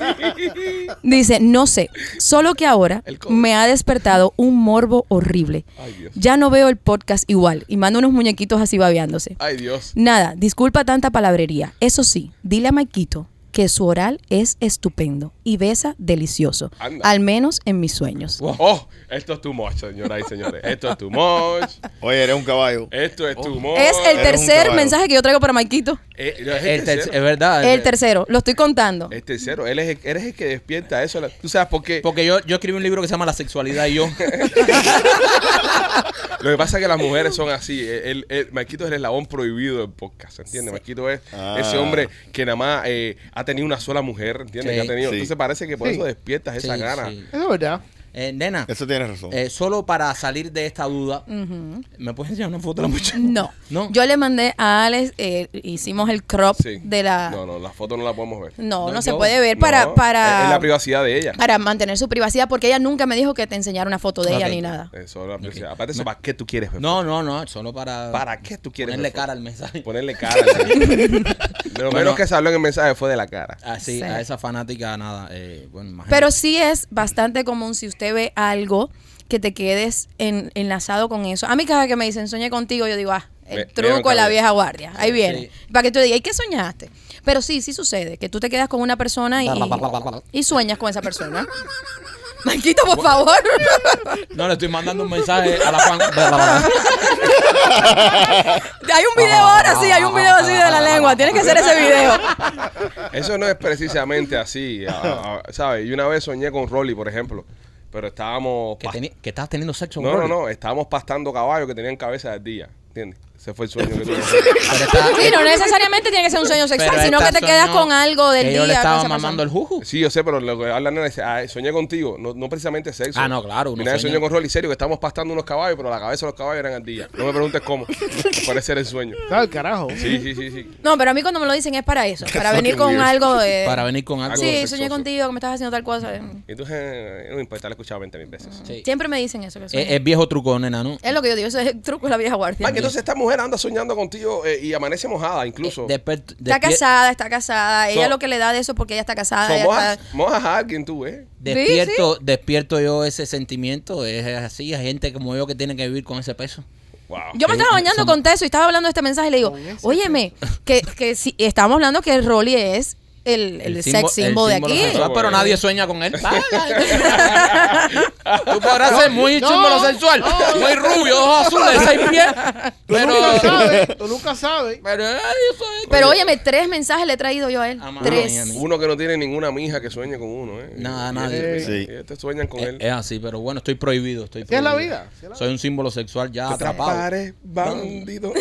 S7: [laughs] Dice, no sé. Solo que ahora
S3: El cobre.
S7: me ha despertado un morbo horrible.
S3: Ay, Dios.
S7: Ya no veo el podcast igual y mando unos muñequitos así babeándose.
S3: Ay, Dios.
S7: Nada, disculpa tanta palabrería. Eso sí, dile a Maquito que su oral es estupendo y besa delicioso.
S3: Anda.
S7: Al menos en mis sueños.
S3: Oh, esto es too much, señoras y señores. Esto es too much.
S5: Oye, eres un caballo.
S3: Esto es too much.
S7: Oh. Es el
S5: un
S7: tercer
S5: caballo.
S7: mensaje que yo traigo para Maquito.
S3: Eh, es
S2: El ter-
S3: el tercero.
S2: Este,
S3: Este
S2: es verdad. eh.
S7: El tercero, lo estoy contando.
S3: Es tercero. Él es el, eres el que despierta eso. La- Tú sabes por qué.
S2: Porque yo, yo escribí un libro que se llama La sexualidad y yo.
S3: Lo que pasa es que las mujeres son así. Eh, El, el, el- Marquito es el eslabón prohibido del podcast, ¿entiendes? Marquito es
S5: Ah.
S3: ese hombre que nada más eh, ha tenido una sola mujer, ¿entiendes?
S2: Sí.
S3: Que ha tenido.
S5: Sí.
S3: Entonces parece que por
S4: Sí.
S3: eso despiertas [laughs] esa
S2: Sí,
S3: gana.
S2: sí.
S4: Eso es verdad.
S2: Eh, nena,
S5: Eso tienes razón.
S2: eh, solo para salir de esta duda, ¿me puedes enseñar una foto de la muchacha?
S7: No.
S2: No.
S7: Yo le mandé a Alex, eh, hicimos el crop
S3: Sí.
S7: de la...
S3: No, no, la foto no la podemos ver.
S7: No,
S2: No,
S7: no, se
S2: yo-
S7: puede ver para
S3: No,
S7: para
S3: Es, es la privacidad de ella.
S7: para mantener su privacidad porque ella nunca me dijo que te enseñara una foto de ella
S2: Ok.
S7: ni nada.
S3: Eso es la privacidad. Aparte, eso, ¿para qué tú quieres ver?
S2: No, no, no, solo para.
S3: ¿Para qué tú quieres
S2: Ponerle
S3: Pues, ver
S2: cara
S3: fotos?
S2: al mensaje.
S3: Ponerle
S2: [laughs]
S3: cara. ¿sí? De lo
S2: Bueno.
S3: menos que se habló en el mensaje fue de la cara.
S2: Así,
S7: Sí.
S2: a esa fanática, nada. eh, bueno, imagínate.
S7: Pero sí es bastante común si usted ve algo que te quedes en- enlazado con eso. A mí cada que me dicen soñé contigo, yo digo, ah, el
S3: Ve- vieron
S7: truco de la
S3: cabeza.
S7: vieja guardia. Ahí viene.
S2: sí.
S7: Para que tú digas, ¿y qué soñaste? Pero sí, sí sucede, que tú te quedas con una persona y, y sueñas con esa persona. [laughs] Marquito, por favor. [laughs]
S2: No, le estoy mandando un mensaje a la fan.
S7: hay un video ahora, sí, hay un video así de la lengua. Tienes que hacer ese video.
S3: Eso no es precisamente así, a- a- ¿sabes? Y una vez soñé con Rolly, por ejemplo. Pero estábamos
S2: que, teni- que estás teniendo sexo
S3: No, no,
S2: brother.
S3: no. Estábamos pastando caballos que tenían cabeza de día. ¿Entiendes? Ese fue el sueño que
S2: [laughs]
S3: tuve.
S2: Pero está- eh,
S7: Sí, no necesariamente tiene que ser un sueño
S2: pero
S7: sexual, sino
S2: esta
S7: que te quedas
S2: soñó
S7: con algo del
S2: que
S7: día.
S2: Yo le
S7: con
S2: estaba
S7: esa
S2: mamando el
S7: persona.
S2: juju.
S3: Sí, yo sé, pero lo que habla la nena dice, "Ah, soñé contigo. No, no precisamente sexo.
S2: Ah, no, claro, uno
S3: Una vez soñé
S2: sueña.
S3: con Rolly, serio, que estábamos pastando unos caballos, pero la cabeza de los caballos eran al día. No me preguntes cómo. [laughs] Parece ser
S2: [laughs]
S3: el sueño.
S4: ¿Sabes, carajo?
S3: Sí, sí, sí, sí.
S7: No, pero a mí cuando me lo dicen es para eso, para venir
S3: fucking
S7: con
S3: weird.
S7: algo de...
S2: Para venir con algo.
S7: Sí,
S3: sexoso.
S7: soñé contigo, que me estás haciendo tal cosa.
S3: Y Entonces, eh, no importa, lo he escuchado 20 mil veces.
S2: Sí. Eh,
S7: Siempre me dicen eso. Que
S2: Es,
S7: sueño.
S2: es viejo truco, nena, ¿no?
S7: es lo que yo digo, eso es el truco de la vieja guardia.
S3: Ah, que entonces esta mujer anda soñando contigo eh, y amanece mojada incluso.
S2: Desper-
S7: Está
S2: despie-
S7: casada, está casada. Ella
S3: So-
S7: lo que le da de eso es porque ella está casada.
S3: So,
S7: ella
S3: mojas,
S7: está-
S3: mojas a alguien tú, ¿eh?
S2: Despierto, despierto yo ese sentimiento. Es así, hay gente como yo que tiene que vivir con ese peso.
S3: Wow.
S7: Yo me
S2: Sí,
S7: estaba bañando
S2: somos-
S7: con Teso y estaba hablando de este mensaje y le digo,
S4: Con ese
S7: óyeme, que, que si estábamos hablando que el Rolly es el, el,
S2: símbolo-
S7: sex symbol de
S2: símbolo
S7: aquí.
S2: sexual, pero
S3: Bueno.
S2: nadie sueña con él. [laughs] Tú podrás ser muy
S4: no,
S2: símbolo sexual, muy rubio, ojos azules, seis pies.
S4: Tú
S2: Pero,
S4: nunca sabes. Tú nunca sabes.
S2: pero eh, yo soy.
S7: Pero óyeme, tres mensajes le he traído yo a él.
S2: Ah, madre mía,
S7: tres.
S2: mía.
S3: Uno que no tiene ninguna mija que sueñe con uno, ¿eh?
S2: Nada,
S3: Y-
S2: nadie.
S3: y-
S5: Sí.
S3: y te sueñan con
S2: Es,
S3: él.
S2: es así, pero bueno, estoy prohibido. Estoy
S4: Sí, es la
S2: prohibido.
S4: vida, sí, es
S2: [laughs]
S4: la
S2: Soy un símbolo sexual ya atrapado.
S3: Atrapares, bandido.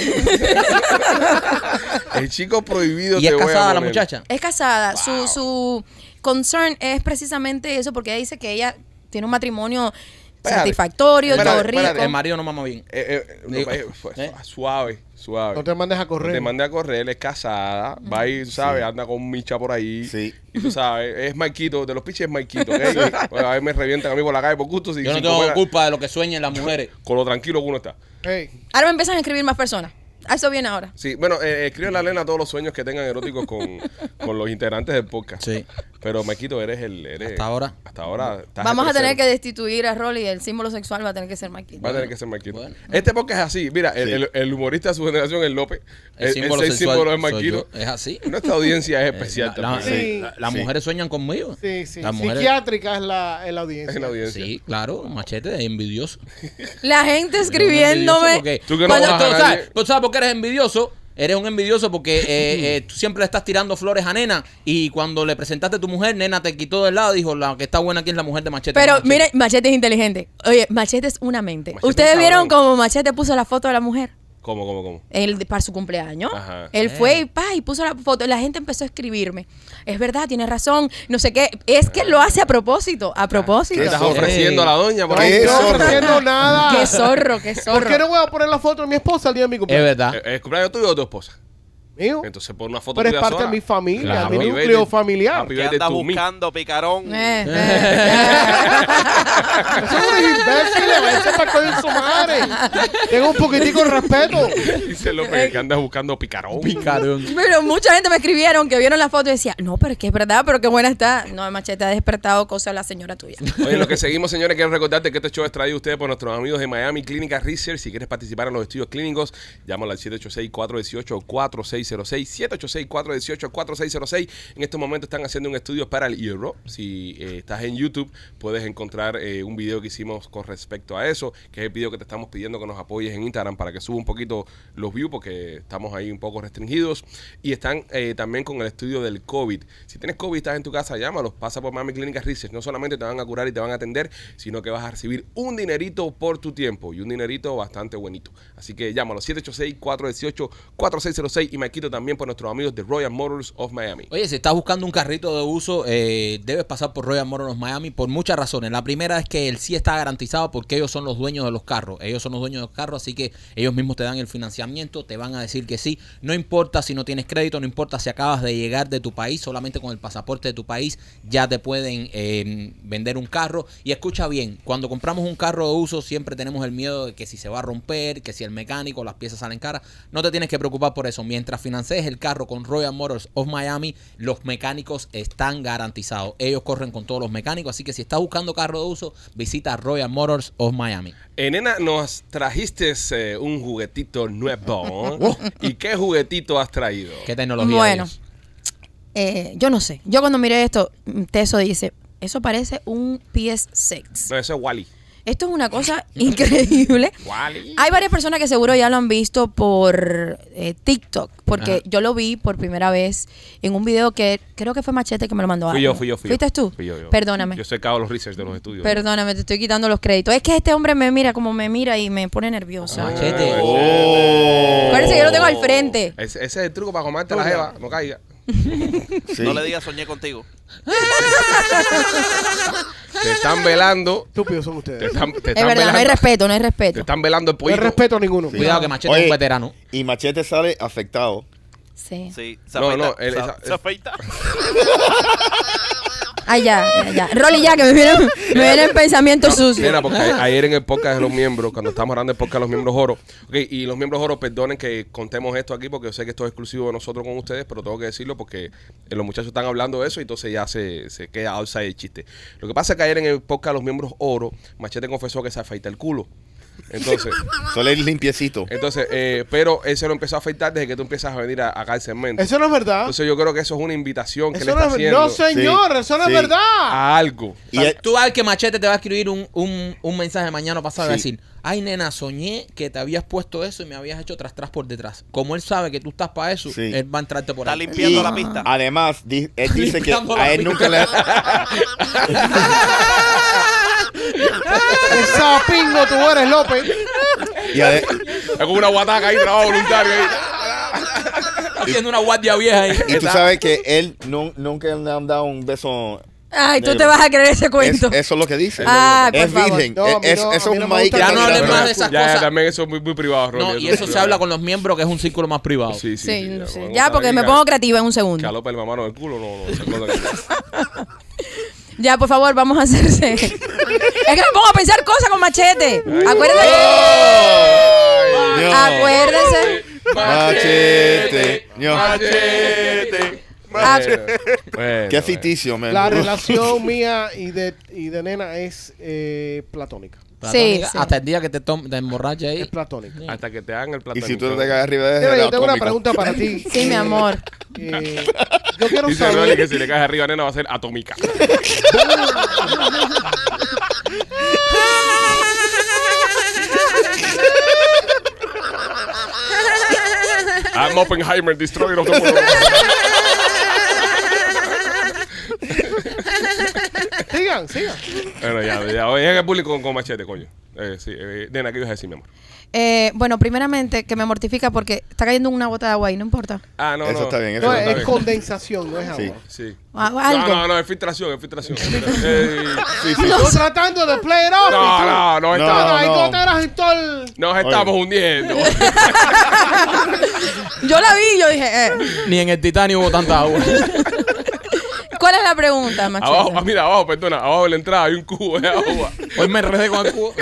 S3: El chico prohibido
S2: ¿Y es
S3: te voy a
S2: casada la
S3: poner.
S2: muchacha?
S7: Es casada. Su, su concern es precisamente eso, porque ella dice que ella tiene un matrimonio
S3: Espérate.
S7: satisfactorio,
S3: Espérate,
S7: todo rico.
S3: espérate,
S2: El marido no mama bien.
S3: Eh, eh, no,
S2: Digo,
S3: eh, fue-
S2: ¿eh?
S3: Suave, suave.
S4: No te mandes a correr.
S3: Te mandé a correr, es casada, va y, ¿sabes? Anda con Micha por ahí.
S5: Sí.
S3: Y tú sabes, es Marquito, de los piches es
S2: [laughs]
S3: Marquito, ¿ok? Bueno, a ver, me revientan a mí por la calle por gusto. Si,
S2: Yo no
S3: si
S2: tengo
S3: comer-
S2: culpa de lo que sueñen las mujeres.
S3: Con lo tranquilo que uno está.
S4: Ey,
S7: Ahora me empiezan a escribir más personas. A eso viene ahora.
S3: Sí, bueno, eh, escribe a Lena todos los sueños que tengan eróticos
S2: [laughs]
S3: con, con los integrantes del podcast.
S2: Sí.
S3: Pero Marquito, eres el... Eres,
S2: Hasta ahora.
S3: Hasta ahora. estás
S7: Vamos a
S3: entre
S7: tener que
S3: cero.
S7: destituir a Rolly. El símbolo sexual va a tener que ser Marquito.
S3: Va a tener que ser Marquito.
S2: Bueno.
S3: Este podcast es así. Mira, el,
S5: Sí.
S3: el- el humorista de su generación, el López,
S2: El, símbolo
S3: seis
S2: sexual
S3: símbolos de
S2: soy
S3: Marquito.
S2: yo. Es así.
S3: Nuestra audiencia es
S2: Eh,
S3: especial
S2: la- la-
S3: también.
S4: Sí.
S2: eh, la- las
S5: Sí.
S2: mujeres sueñan conmigo.
S4: sí, sí.
S2: Las mujeres-
S4: Psiquiátrica es la, es la audiencia.
S3: Es la audiencia.
S2: Sí, claro, machete, envidioso.
S7: La gente
S2: Envidioso
S7: [laughs] escribiéndome.
S2: porque-
S3: Tú que no
S2: Cuando
S3: vas
S2: tú
S3: a nadie.
S2: sabes, tú sabes por qué eres envidioso. Eres un envidioso porque
S3: [laughs]
S2: eh, eh, tú siempre le estás tirando flores a nena y cuando le presentaste a tu mujer, nena te quitó del lado y dijo, la que está buena aquí es la mujer de machete. no,
S7: Pero
S2: Machete".
S7: mire, Machete es inteligente. Oye, Machete es una mente.
S3: Machete es
S7: ¿Ustedes
S3: un
S7: vieron
S3: cabrón.
S7: cómo Machete puso la foto de la mujer?
S3: ¿Cómo, cómo, cómo?
S7: Él, para su cumpleaños.
S3: Ajá. Eh.
S7: Él fue y, pa, y puso la foto. La gente empezó a escribirme. Es verdad, tiene razón. No sé qué. Es que lo hace a propósito. A propósito.
S3: Ah. ¿Qué estás
S5: zorro.
S3: ofreciendo a la doña? por
S4: No,
S5: ¿Qué
S3: ahí?
S5: es
S4: no
S5: zorro?
S4: estoy haciendo nada.
S7: Qué zorro, qué zorro.
S4: ¿Por qué no voy a poner la foto de mi esposa el día de mi
S2: Es
S4: cumpleaños?
S2: verdad.
S3: Eh, ¿El cumpleaños tuyo o de tu esposa?
S4: Mío.
S3: Entonces pon una foto
S4: Pero es
S3: tuya
S4: parte de
S3: sola.
S4: mi familia,
S2: Claro.
S4: mi
S2: Happy
S4: núcleo
S3: birthday-
S4: familiar.
S3: happy
S6: ¿Qué
S3: birthday
S6: andas
S3: to me.
S6: buscando, picarón?
S7: Eh, eh. [laughs]
S4: Son unos imbéciles, váyanse para coño en su madre. Tengo un poquitico de respeto.
S3: [laughs] Dice López que andas buscando picarón.
S2: Picarón.
S7: Pero mucha gente me escribieron que vieron la foto y decía, no, pero es que es verdad, pero qué buena está. No, Machete ha despertado cosas la señora tuya.
S3: [laughs] Oye, lo que seguimos, señores, quiero recordarte que este show es traído a ustedes por nuestros amigos de Miami Clínica Research. Si quieres participar en los estudios clínicos, llámala al 786-418-4606. 786-418-4606. En estos momentos están haciendo un estudio para el euro. Si eh, estás en YouTube, puedes encontrar eh, un video que hicimos con respecto a eso, que es el video que te estamos pidiendo que nos apoyes en Instagram para que suba un poquito los views, porque estamos ahí un poco restringidos. Y están eh, también con el estudio del COVID. Si tienes COVID, estás en tu casa, llámalos, pasa por Miami Clínica Research. No solamente te van a curar y te van a atender, sino que vas a recibir un dinerito por tu tiempo y un dinerito bastante buenito. Así que llámalos 786-418-4606 y Maquito también por nuestros amigos de Royal Motors of Miami.
S2: Oye, si estás buscando un carrito de uso, eh, debes pasar por Royal Motors Miami por muchas razones. La primera es que el sí está garantizado porque ellos son los dueños de los carros. Ellos son los dueños de los carros, así que ellos mismos te dan el financiamiento, te van a decir que sí. No importa si no tienes crédito, no importa si acabas de llegar de tu país, solamente con el pasaporte de tu país ya te pueden eh, vender un carro. Y escucha bien, cuando compramos un carro de uso siempre tenemos el miedo de que si se va a romper, que si el mecánico, las piezas salen caras. No te tienes que preocupar por eso. Mientras financies el carro con Royal Motors of Miami, los mecánicos están garantizados. Ellos corren con todos los mecánicos. Así que si estás buscando carro de uso, visita Royal Motors of Miami.
S3: Eh, nena, nos trajiste eh, un juguetito nuevo. ¿Y qué juguetito has traído?
S2: ¿Qué tecnología?
S7: Bueno.
S2: es?
S7: Eh, yo no sé. Yo cuando miré esto, mm, Teso dice, eso parece un PS6.
S3: No, eso es Wally.
S7: Esto es una cosa increíble.
S3: Wally.
S7: Hay varias personas que seguro ya lo han visto por eh, TikTok, porque
S2: Ajá.
S7: yo lo vi por primera vez en un video que creo que fue Machete que me lo mandó.
S3: Fui
S7: alguien.
S3: yo, fui yo, fui yo.
S7: Ah, ¿Fuiste tú?
S3: Fui yo, yo.
S7: Perdóname.
S3: Yo soy Cabo de los Research de los estudios.
S7: Perdóname, te estoy quitando los créditos. Es que este hombre me mira como me mira y me pone nerviosa.
S2: Machete.
S4: Oh.
S5: Oh,
S7: Parece que yo lo tengo
S3: Oh.
S7: al frente.
S3: Ah, Ese, ese es el truco para comerte la jeva, no caiga.
S5: Sí.
S6: No le digas soñé contigo.
S3: Te están velando.
S4: Estúpidos son
S3: Te
S4: ustedes.
S3: están, te
S7: Es
S3: están
S7: verdad, no hay
S3: velando.
S7: respeto, no hay
S3: te
S7: respeto.
S3: están velando el
S4: No hay
S3: pollito.
S4: respeto ninguno.
S5: Sí.
S2: Cuidado que Machete
S5: Oye,
S2: es un veterano.
S5: Y Machete sale afectado.
S7: Sí.
S6: Sí. Se
S3: No,
S6: afeita.
S3: no, él-
S6: se,
S3: esa-
S6: se afeita.
S7: Ay, ya, ya, ya. Rolly, ya, que me vienen, me vienen pensamientos sucios.
S3: Mira, porque a- ayer en
S4: [laughs]
S3: el podcast de los miembros, cuando estábamos hablando del podcast de los miembros oro, ok, y los miembros oro, perdonen que contemos esto aquí porque yo sé que esto es exclusivo de nosotros con ustedes, pero tengo que decirlo porque eh, los muchachos están hablando de eso y entonces ya se, se queda outside el chiste. Lo que pasa es que ayer en el podcast de los miembros oro, Machete confesó que se afeita el culo. Entonces,
S5: Sale limpiecito.
S3: entonces eh, pero eso lo empezó a afeitar desde que tú empiezas a venir a, a caer cemento.
S4: Eso no es verdad.
S3: Entonces yo creo que eso es una invitación que le
S4: Eso
S3: está
S4: no es
S3: haciendo Ah.
S4: No, señor,
S5: Sí,
S4: eso no
S5: sí.
S4: es verdad.
S3: a algo.
S5: Y él-
S2: Tú sabes que Machete te va a escribir un, un, un mensaje mañana pasado y va a
S5: Sí.
S2: decir, ay nena, soñé que te habías puesto eso y me habías hecho tras tras por detrás. Como él sabe que tú estás para eso,
S5: Sí.
S2: él va a entrarte por
S6: Está
S2: ahí.
S6: limpiando
S5: y
S6: la pista.
S5: Además, di- él dice que
S2: Limpiando la
S5: a él
S2: pista.
S5: nunca le
S2: [laughs]
S4: Qué sapingo tú eres, López.
S5: y, ade-
S2: [laughs]
S3: Es como una guataca ahí, trabajo voluntario. ahí.
S2: Haciendo una guardia vieja ahí.
S5: [laughs] Y tú sabes que él nu- nunca le han dado un beso.
S7: Ay, tú
S5: negro.
S7: te vas a creer ese cuento.
S5: Es- eso es lo que dice.
S7: Ay, por
S5: es
S7: favor.
S5: virgen.
S4: No, a mí
S5: es,
S4: no- a mí
S5: eso es
S4: no
S5: un
S4: me
S5: maíz
S4: gusta
S5: que
S2: Ya no
S5: tiene la
S2: hables
S5: verdad.
S2: más de esas
S3: ya,
S2: cosas.
S3: ya, también eso es muy, muy privado, Rolly.
S2: No, y eso se habla con los miembros, que es un círculo más privado.
S3: Sí, sí.
S7: Sí,
S3: sí,
S7: no sé.
S3: vamos a
S7: Ya,
S3: estar
S7: porque
S3: aquí,
S7: me
S3: que-
S7: pongo creativa en un
S3: Que a
S7: segundo.
S3: López le mamaron el culo, no, no. esa cosa
S4: [laughs]
S3: que-
S7: Ya, por favor, vamos a [laughs] hacerse. es que me pongo a pensar cosas con machete. Acuérdense.
S5: Ño,
S7: Ah, Acuérdense.
S5: Machete. Ño.
S7: Ah,
S3: Bueno,
S5: Qué
S3: bueno.
S5: ficticio, man.
S4: La relación mía y de, y de nena es eh, platónica.
S2: Platónica,
S7: Sí, sí.
S2: Hasta el día que te, tom- te emborracha ahí.
S4: Es platónica.
S3: Hasta que te hagan el plato.
S5: Y si tú te caes arriba de
S4: Mira,
S5: era
S4: yo tengo una
S5: atómico.
S4: pregunta para ti.
S7: [laughs] Sí, mi amor.
S4: Eh, yo quiero
S3: Dice Rolly que
S4: saber.
S3: si le caes arriba, nena, va a ser atómica. I'm Oppenheimer, destroyer of the world.
S4: Sigan, sigan.
S3: bueno, ya, ya, oye, en el público con, con machete, coño. Eh, sí, eh, nena, ¿qué ibas a decir, mi amor?
S7: Eh, bueno, primeramente, que me mortifica porque está cayendo una gota de agua ahí, no importa.
S3: Ah, no,
S5: Eso
S3: no.
S5: está bien, eso
S4: No,
S5: está
S4: es
S5: bien.
S4: condensación, no es agua.
S5: Sí.
S3: Sí.
S7: Ah,
S3: No,
S7: algo.
S3: no, no, es filtración, es filtración. Eh,
S5: Sí, sí.
S4: Estoy tratando de play it off.
S3: no, no, no,
S5: No,
S3: estamos.
S5: no.
S4: hay goteras en todo el.
S3: Nos estamos hundiendo.
S7: Yo la vi y yo dije, eh,
S2: Ni en el Titanic hubo tanta
S7: [laughs]
S2: agua.
S7: ¿cuál es la pregunta, machete?
S3: abajo, ah, mira, abajo, perdona, abajo de la entrada hay un cubo de agua.
S2: Hoy me enredé con el cubo.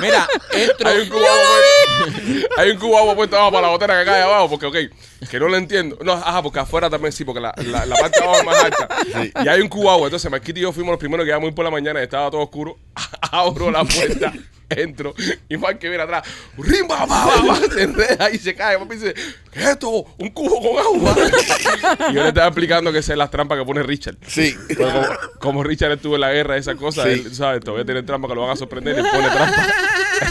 S2: Mira, eh, entro.
S3: Hay un cubo de agua puesto- Hay un cubo de agua puesto abajo para la botella que cae abajo, porque, ok, que no lo entiendo. No, ajá, porque afuera también sí, porque la, la, la parte de abajo es más alta. Y hay un cubo de agua. Entonces, Marquito y yo fuimos los primeros que llegamos por la mañana, estaba todo oscuro. [laughs] Abro la puerta, entro, y Marquito viene atrás. ¡Rimba, va, va, va! Se enreda y se cae. Papi dice, ¿qué es esto? ¿Un cubo con agua? [laughs] Y yo le estaba explicando que esas son las trampas que pone Richard.
S5: Sí.
S3: Pero como, como Richard estuvo en la guerra, esa cosa,
S5: Sí.
S3: él, ¿sabes? Todavía tiene trampa que lo van a sorprender y pone trampa.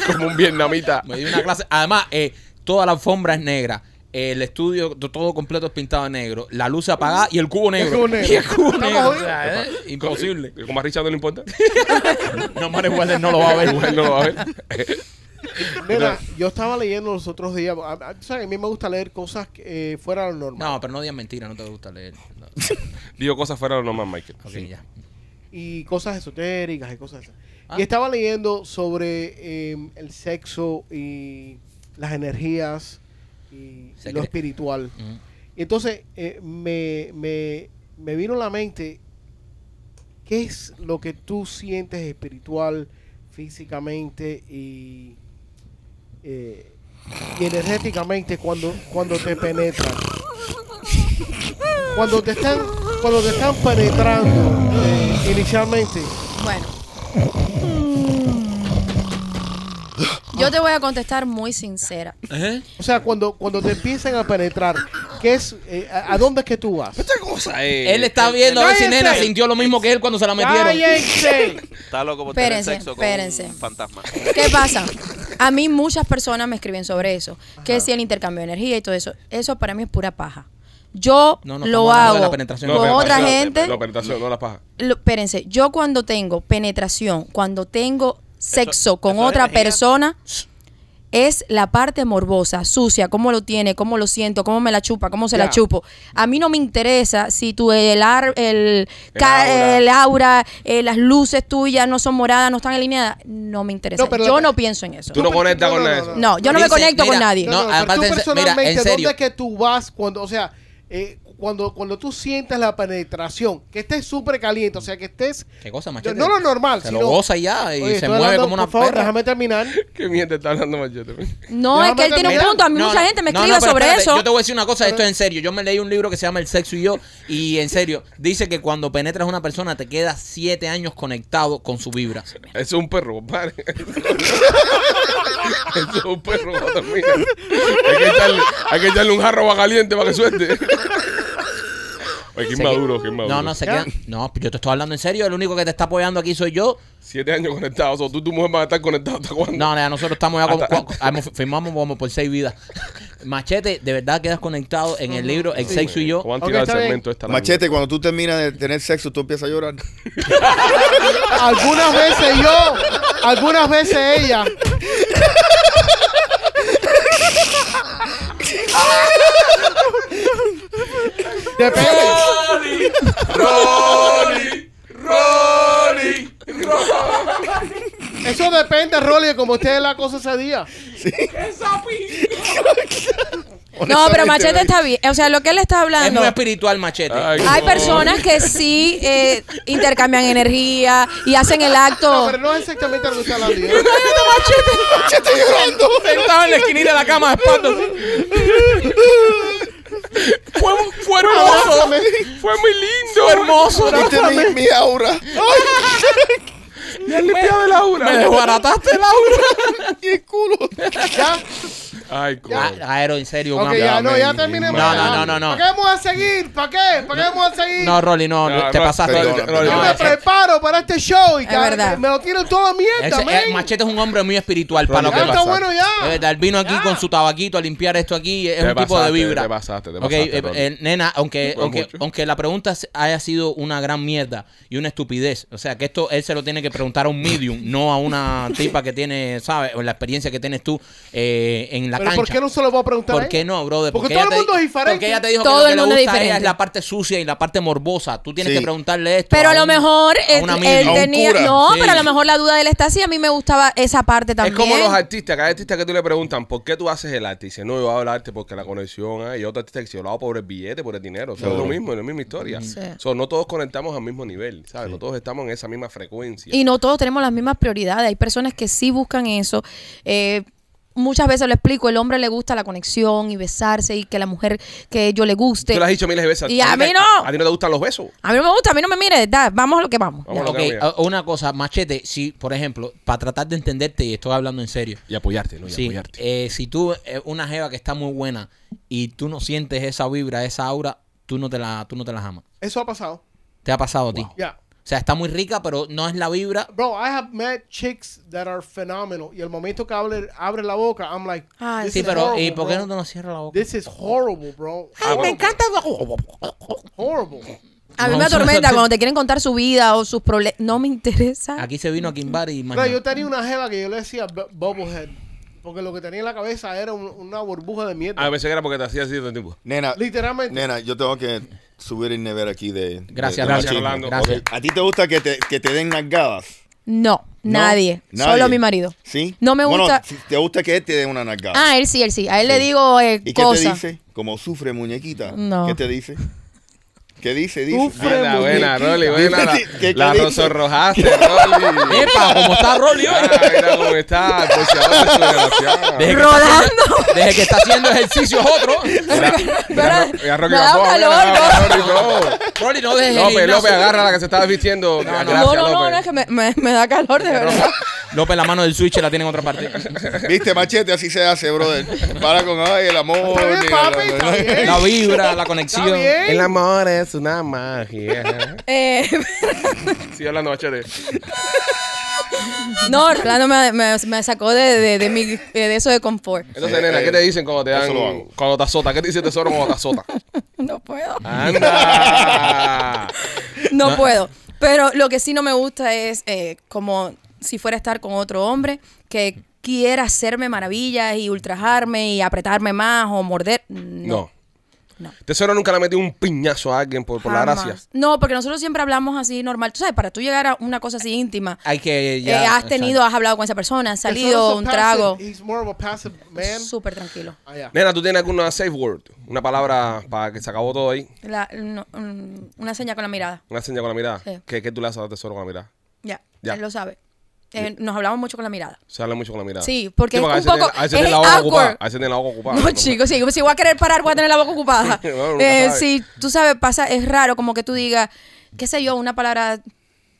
S3: Es como un vietnamita.
S2: Me di una clase. Además, eh, toda la alfombra es negra. El estudio to- todo completo es pintado de negro. La luz apagada y el cubo negro.
S4: cubo negro.
S2: Y el cubo
S4: Estamos
S2: negro. O
S4: jodidos.
S2: sea, eh, [laughs] imposible.
S3: Como a Richard no le importa,
S2: No, Mario Weller no lo va a ver.
S3: él no lo va a ver.
S4: Mira, yo estaba leyendo los otros días. A, a- tú sabes, a mí me gusta leer cosas que, eh, fuera de lo normal.
S2: No, pero no digas mentira, no te gusta leer. No.
S3: [laughs]
S2: [laughs]
S3: Digo cosas fuera de lo normal, Michael.
S2: Ok, ya.
S4: Y cosas esotéricas y cosas así.
S2: Ah.
S4: Y estaba leyendo sobre eh, el sexo y las energías y
S2: Se
S4: lo
S2: cree-
S4: espiritual.
S2: Mm.
S4: Y entonces eh, me, me, me vino a la mente qué es lo que tú sientes espiritual, físicamente y, eh, y energéticamente cuando, cuando te penetran. Cuando te están, cuando te están penetrando eh, inicialmente.
S7: Bueno. Yo te voy a contestar muy sincera.
S2: ¿Eh?
S4: O sea, cuando, cuando te empiezan a penetrar, ¿qué es, eh, a, a dónde es que tú vas?
S2: Él está viendo a ver si
S4: Cállense.
S2: Nena sintió lo mismo que él cuando se la metieron.
S4: ¡Cállense!
S6: Está loco por
S7: Espérense,
S6: tener sexo con
S7: espérense.
S6: un fantasma.
S7: ¿Qué pasa? A mí muchas personas me escriben sobre eso. Que si el intercambio de energía y todo eso. Eso para mí es pura paja. Yo
S2: No, no,
S7: lo
S2: estamos hablando de la
S7: hago
S2: penetración.
S7: con
S2: No,
S7: otra
S3: penetración,
S7: gente.
S3: No, penetración, no la paja.
S7: Lo- espérense, yo cuando tengo penetración, cuando tengo sexo con
S6: eso es
S7: otra
S6: energía.
S7: persona, es la parte morbosa, sucia, cómo lo tiene, cómo lo siento, cómo me la chupa, cómo se la
S4: Ya.
S7: chupo. A mí no me interesa si tu el, ar- el, ca-
S3: aura.
S7: el aura, eh, las luces tuyas no son moradas, no están alineadas, no me interesa.
S4: No, pero
S7: yo
S4: la-
S7: no pienso en eso.
S3: Tú no conectas con eso.
S7: No, yo no me
S2: Dice,
S7: conecto con
S2: mira,
S7: nadie.
S2: No,
S4: No, no,
S2: aparte,
S4: pero tú
S2: en se- mira, en
S4: personalmente,
S2: serio.
S4: ¿dónde es que tú vas cuando, o sea, eh, cuando, cuando tú sientes la penetración, que estés súper caliente, o sea, que estés...
S2: ¿Qué cosa, machete?
S4: No lo normal,
S2: Se
S4: sino-
S2: lo goza y ya y
S4: Oye,
S2: se
S4: estoy
S2: mueve
S4: hablando,
S2: como una
S4: Por favor,
S2: perra.
S4: déjame terminar.
S3: ¿Qué mierda está hablando Machete?
S7: No,
S4: Déjame
S7: es que él tiene un
S4: terminar.
S7: punto. A mí
S2: No,
S7: mucha
S2: no,
S7: gente me
S2: no,
S7: escribe
S2: no, pero
S7: sobre
S2: espérate,
S7: eso.
S2: Yo te voy a decir una cosa, esto es en serio. Yo me leí un libro que se llama El sexo y yo, y en serio, dice que cuando penetras a una persona te quedas siete años conectado con su vibra.
S3: Eso es un perro, compadre. [laughs] Eso es un perro cuando termina. Hay que echarle, hay que echarle un jarro agua caliente para que suelte. Ay, qué
S2: Se
S3: inmaduro,
S2: que-
S3: qué inmaduro.
S2: No, no, se quedan. No, yo te estoy hablando en serio. El único que te está apoyando aquí soy yo.
S3: Siete años conectados. O sea, tú y tu mujer van a estar conectados hasta cuándo.
S2: No, ya nosotros estamos ya como,
S3: Hasta-
S2: cua- hemos- firmamos como por seis vidas. Machete, de verdad quedas conectado en el libro El sexo y yo.
S3: ¿Cómo han
S4: Ok,
S3: tirado
S4: está
S3: el
S4: bien.
S3: segmento esta lámina?
S5: Machete, cuando tú terminas de tener sexo, tú empiezas a llorar.
S4: Algunas veces yo, algunas veces ella. Depende.
S3: Rolly, Rolly,
S4: Eso depende, Rolly, de cómo esté la cosa ese día.
S7: No, pero Machete está bien. O sea, lo que él está
S2: Es
S7: hablando.
S2: muy espiritual, machete. [laughs]
S3: Ay,
S7: Hay
S3: no.
S7: personas que sí eh, intercambian energía y hacen el
S4: No,
S7: acto.
S4: pero no es exactamente lo que está hablando. yo.
S2: [laughs]
S5: Estoy llorando.
S2: Él estaba en la esquinita de la cama de espaldas. Fue, un- fue hermoso.
S3: Fue muy lindo.
S2: Fue hermoso.
S5: Viste mi, mi aura.
S3: Me has limpiado el aura.
S2: Me desbarataste el aura.
S5: Y el culo.
S4: ¿Ya?
S3: Ay, coño.
S2: Aero, Ah, en serio,
S4: Ok,
S2: mami.
S4: ya, no, ya
S5: man.
S4: terminemos.
S2: No,
S4: ya.
S2: no, no, no, no.
S4: ¿Para qué vamos a seguir? ¿Para qué? ¿Para qué vamos a seguir?
S2: No, Rolly, no,
S3: No,
S2: te
S3: no,
S2: pasaste.
S5: perdona,
S2: Rolly,
S4: Yo
S5: no,
S4: me
S5: es-
S4: preparo para este show y
S7: Es
S4: cada-
S7: verdad.
S4: me lo tienen todo
S2: Ese-
S4: mierda,
S2: eh,
S4: man.
S2: machete es un hombre muy espiritual para lo
S4: Ya
S2: que
S4: está
S2: pasa.
S4: bueno ya.
S2: De verdad, él vino Eh, aquí con su tabaquito a limpiar esto aquí. Es
S3: Te
S2: un tipo de
S3: pasaste,
S2: vibra.
S3: te pasaste, te
S2: Ok,
S3: pasaste,
S2: eh,
S3: Rolly.
S2: eh, nena, aunque,
S3: Fue
S2: aunque,
S3: mucho.
S2: aunque la pregunta se- haya sido una gran mierda y una estupidez, o sea, que esto él se lo tiene que preguntar a un medium, no a una tipa que tiene, ¿sabes? O la experiencia que tienes tú eh, en la
S4: Pero
S2: cancha.
S4: ¿por qué no se lo voy a preguntar a
S2: ¿Por
S4: él?
S2: qué no, brother?
S4: Porque
S2: ella
S4: todo el
S2: te-
S4: mundo es diferente.
S2: Porque ella te dijo
S7: Todo
S2: que lo
S7: el
S2: que le
S7: mundo es
S2: gusta a ella es
S7: diferente.
S2: la parte sucia y la parte morbosa. Tú tienes
S5: Sí.
S2: que preguntarle esto.
S7: Pero a
S2: un-
S7: lo mejor eh,
S2: una
S7: él
S2: medium.
S5: A un
S7: tenía.
S5: cura.
S7: No,
S2: Sí.
S7: pero a lo mejor la duda de él está así. A mí me gustaba esa parte
S3: Es
S7: también.
S3: como los artistas, que hay artistas que tú le preguntan, ¿por qué tú haces el arte? Y dice, no, yo hago el arte porque la conexión hay. Y otro artista que dice, yo lo hago por el billete, por el dinero. O sea, es lo
S5: Seguro.
S3: mismo, es la misma historia.
S7: Sí.
S3: O sea, no todos conectamos al mismo nivel, ¿sabes? No todos estamos en esa misma frecuencia.
S7: Y no todos tenemos las mismas prioridades. Hay personas que sí buscan eso. Eh, muchas veces lo explico. El hombre le gusta la conexión y besarse y que la mujer que yo le guste.
S3: Tú lo has dicho miles de veces.
S7: Y a
S3: ti te-
S7: mí no.
S3: A ti no te gustan los besos.
S7: A mí no me gusta, a mí no me mire. Da, vamos a lo que vamos.
S3: Vamos a lo
S2: Ok,
S3: que voy a-
S2: a- una cosa, machete, si, por ejemplo, para tratar de entenderte, y estoy hablando en serio,
S3: Y apoyarte, ¿no? Y
S2: sí,
S3: apoyarte.
S2: eh, si tú, eh, una jeva que está muy buena y tú no sientes esa vibra, esa aura, tú no te la, tú no te la amas.
S4: Eso ha pasado.
S2: Te ha pasado a ti.
S4: Ya.
S2: O sea, está muy rica, pero no es la vibra.
S4: Bro, I have met chicks that are phenomenal. Y el momento que abre, abre la boca, I'm like,
S7: Ah,
S4: this
S2: Sí,
S4: is
S2: pero
S4: horrible,
S2: ¿y por qué
S4: bro.
S2: no te lo cierra la boca?
S4: This is horrible, bro.
S3: Ah, bueno,
S4: Horrible.
S7: A mí
S2: No,
S7: me
S2: eso-
S7: atormenta cuando te quieren contar su vida o sus problemas. No me interesa.
S2: Aquí se vino a Kimbar y más
S4: Bro,
S2: nada.
S4: yo tenía una jeva que yo le decía bu- bubblehead. Porque lo que tenía en la cabeza era un- una burbuja de mierda.
S3: Ah, pensé que era porque te hacía así todo el tiempo.
S5: Nena,
S4: Literalmente.
S5: nena, yo tengo que subir el nivel aquí de.
S2: Gracias,
S5: de- de
S2: Rolando.
S5: machismo.
S3: Rolando.
S2: Gracias.
S5: ¿A ti te gusta que te, que te den nalgadas?
S7: No,
S5: ¿No?
S7: nadie.
S5: Nadie.
S7: Solo mi marido.
S5: ¿Sí?
S7: No me
S5: Bueno,
S7: gusta.
S5: si ¿Te gusta que él te dé una nalgada?
S7: Ah, él sí, él sí. A él le
S5: Sí.
S7: digo eh,
S5: ¿Y qué te
S7: cosas.
S5: dice? Como sufre muñequita.
S7: No.
S5: ¿Qué te dice? ¿Qué dice? dice
S4: Sufre,
S3: Buena,
S5: Buena,
S3: buena, Rolly,
S5: Dime,
S3: buena.
S5: ¿qué- qué
S3: La, la
S5: dice?
S3: rosorrojaste, Rolly.
S2: ¡Epa! ¿Cómo está Rolly hoy?
S3: Ah, mira cómo
S7: [laughs]
S3: está. Por si ahora es tu desgraciado.
S2: Deje que-
S7: Rodando.
S2: Desde que está haciendo ejercicio es otro.
S7: Pero-
S3: Mira, Rocky
S7: me da
S3: Gamboa,
S7: calor,
S3: mira, Rolly,
S7: ¿no? [laughs]
S3: no.
S2: Rolly, no dejes el
S3: López,
S2: gimnasio.
S3: López, agarra la que se estaba vistiendo. Ah, Gracias,
S7: no, no, no,
S3: López.
S7: no, es que me, me- me da calor
S3: [laughs]
S7: de verdad.
S2: López, la mano del switch la tiene en otra parte.
S5: Viste, machete, así se hace, brother. Para con, ay, el amor.
S4: Está bien,
S5: ni-
S4: papi,
S5: la-
S4: está
S5: la-
S4: bien.
S7: [laughs]
S2: La vibra, la
S4: ¿Está
S2: conexión.
S4: bien?
S3: El amor es una magia.
S7: Eh,
S3: [laughs]
S7: [laughs]
S3: Sigue hablando, machete.
S7: no, Rolando me, me- me sacó de, de, de mi, eh, de eso de confort. [laughs]
S3: Entonces,
S5: Sí,
S3: nena,
S5: eh,
S3: ¿qué te dicen cuando te
S5: eso
S3: dan.
S5: lo hago.
S3: Cuando te azota? ¿Qué te dice el tesoro cuando te azota?
S7: No puedo.
S3: Ah. ¡Anda!
S7: No puedo. Pero lo que sí no me gusta es eh, como si fuera a estar con otro hombre que quiera hacerme maravillas y ultrajarme y apretarme más o morder.
S3: No.
S7: No. No.
S3: Tesoro nunca le metió un piñazo a alguien por, por la
S7: Jamás.
S3: gracia.
S7: No, porque nosotros siempre hablamos así normal. Tú sabes, para tú llegar a una cosa así íntima,
S3: Ah,
S2: Hay que
S7: eh,
S2: ya.
S7: has tenido, has hablado con esa persona, has
S4: Eso
S7: salido,
S4: es
S7: un
S4: passive.
S7: trago.
S4: He's more of a passive man.
S7: Súper tranquilo.
S4: Ah, ya.
S3: Nena, ¿tú tienes alguna safe word? Una palabra para que se acabó todo ahí.
S7: La- no, mm, una seña con la mirada.
S3: Una seña con la mirada.
S7: Sí.
S3: ¿Qué, qué tú le haces al tesoro con la mirada?
S7: Ya,
S3: Ya.
S7: él lo sabe. Eh, nos hablamos mucho con la mirada.
S3: Se habla mucho con la mirada.
S7: Sí, porque es
S3: a
S7: un
S3: veces tiene-
S7: poco-
S3: A veces
S7: es
S3: tiene la boca
S7: awkward.
S3: ocupada. A veces tiene la boca ocupada.
S7: No, [laughs] chicos, sí, si voy a querer parar, voy a tener la boca ocupada.
S3: [laughs] Bueno, nunca
S7: Eh,
S3: sabe.
S7: sí, tú sabes, pasa, es raro como que tú digas, qué sé yo, una palabra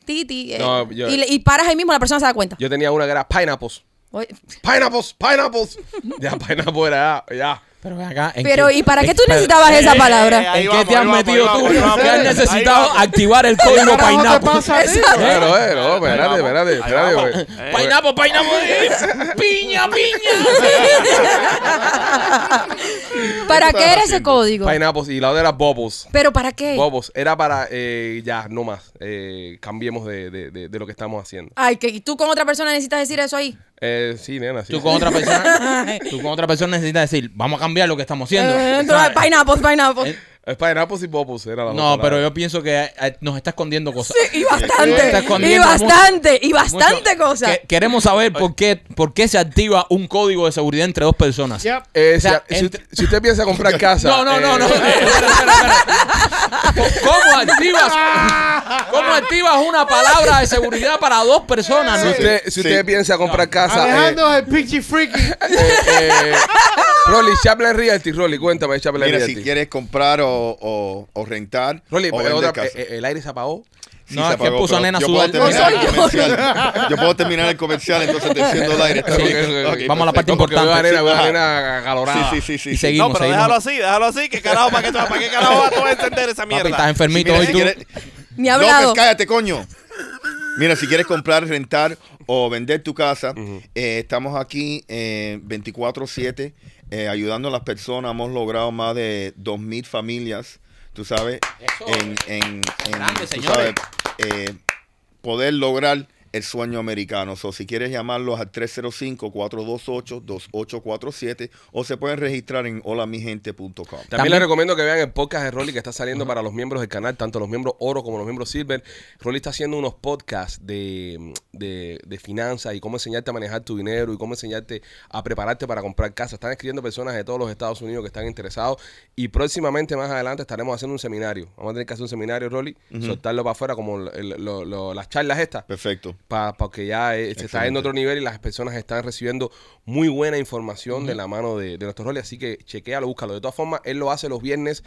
S7: titi, eh,
S3: No, yo-
S7: y, le- y paras ahí mismo, la persona se da cuenta.
S3: Yo tenía una que era pineapples.
S7: Oye,
S3: Pineapples, pineapples. ya, pineapple era ya. ya.
S2: Pero ven acá. ¿en
S7: Pero,
S2: qué-
S7: ¿y para
S2: en-
S7: qué tú
S2: pero-
S7: necesitabas esa
S6: Eh,
S7: palabra?
S2: ¿En
S6: ahí
S2: qué
S6: vamos,
S2: te has
S6: ahí vamos,
S2: metido
S6: ahí
S2: tú?
S6: vamos, ahí vamos.
S2: Que has
S6: Ahí
S2: necesitado
S6: vamos.
S2: activar el
S4: ¿Qué
S2: código
S4: carajo te
S2: Pineapple.
S4: pasa a ti, bro?
S3: Pero, eh, no, espérate, espérate,
S6: Ahí vamos,
S3: espérate.
S6: ahí
S3: porque-
S2: Eh, Pineapple, pineapple. pues. Piña, piña.
S7: ¿Para qué
S3: estás
S7: era ese
S3: haciendo?
S7: código?
S3: Pineapples y la otra era bubbles.
S7: ¿Pero para qué?
S3: Bobos, era para eh, ya, no más. Eh, cambiemos de, de, de, de lo que estamos haciendo.
S7: Ay, que ¿y tú con otra persona necesitas decir eso ahí.
S3: Eh, sí, nena, sí.
S2: Tú con otra persona, tú con otra persona necesitas decir, vamos a cambiar lo que estamos haciendo.
S7: Eh, dentro de
S2: ¿Sabes?
S7: pineapple, pineapple.
S3: [laughs] Es Pineapples y Bubbles, era la
S2: No,
S3: otra,
S2: pero
S3: la-
S2: yo pienso que eh, eh, nos está escondiendo cosas.
S7: Sí, y
S2: Nos eh, está
S7: bastante. Y
S2: escondiendo mucho-
S7: bastante. Y bastante
S2: mucho.
S7: cosas.
S2: Que- queremos saber por qué, por qué se activa un código de seguridad entre dos personas.
S4: Yep.
S3: Eh,
S2: O sea,
S3: si, si
S2: entre-
S3: usted- si usted piensa
S2: [laughs]
S3: comprar casa.
S2: No, no, no,
S3: eh,
S2: no. espera, espera, espera. ¿Cómo activas, ¿Cómo activas una palabra de seguridad para dos personas?
S3: Si
S2: no?
S3: usted, si usted
S5: Sí.
S3: piensa comprar casa. eh,
S4: Alejandro es el pinche freaky.
S3: eh, eh, Rolly, Chaplin Realty, Rolly, cuéntame, de Chaplin
S5: Mira,
S3: Realty.
S5: si quieres comprar o, o- o rentar.
S3: Rolly,
S5: o
S3: eh,
S5: vender
S3: otra-
S5: casa.
S3: eh, eh, el aire se apagó.
S5: Sí,
S2: No,
S5: se
S2: es que
S5: apagó,
S2: puso
S5: pero
S2: nena
S5: yo
S2: su
S5: puedo
S2: alma. [laughs]
S5: terminar
S7: No
S5: el
S7: soy yo.
S5: comercial. Yo puedo terminar el comercial, entonces te enciendo el aire.
S3: Ok, ok, ok.
S2: Vamos a la parte
S3: Porque veo
S2: importante.
S3: arena, veo
S5: Ajá.
S3: arena calorada.
S5: Sí, sí, sí, sí.
S2: Y
S5: sí.
S2: seguimos,
S6: No, pero
S2: seguimos.
S6: déjalo así, déjalo así. ¿Qué carajo? ¿Para qué, tú- para qué carajo vas tú a entender esa
S2: Papi,
S6: mierda?
S2: estás enfermito
S5: Mira,
S2: hoy
S5: si
S2: tú.
S5: quieres-
S7: Ni he hablado.
S5: López, cállate, coño. Mira, si quieres comprar, rentar o vender tu casa, eh, estamos aquí eh, 24-7 eh, ayudando a las personas. Hemos logrado más de 2.000 familias, tú sabes, en, en- en,
S2: Grande,
S5: tú
S2: señores.
S5: eh, poder lograr el sueño americano. So, si quieres llamarlos al 305-428-2847 o se pueden registrar en holamigente.com.
S3: También,
S2: También-
S3: les recomiendo que vean el podcast de Rolly que está saliendo para los miembros del canal, tanto los miembros oro como los miembros silver. Rolly está haciendo unos podcasts de, de, de finanzas y cómo enseñarte a manejar tu dinero y cómo enseñarte a prepararte para comprar casa. Están escribiendo personas de todos los Estados Unidos que están interesados y próximamente más adelante estaremos haciendo un seminario. Vamos a tener que hacer un seminario, Rolly, soltarlo para afuera como el- el- lo- lo- las charlas estas
S5: Perfecto.
S3: para que ya eh, se está en
S5: Excelente.
S3: otro nivel y las personas están recibiendo muy buena información de la mano de, de nuestro rol. Así que chequéalo, búscalo. De todas formas, él lo hace los viernes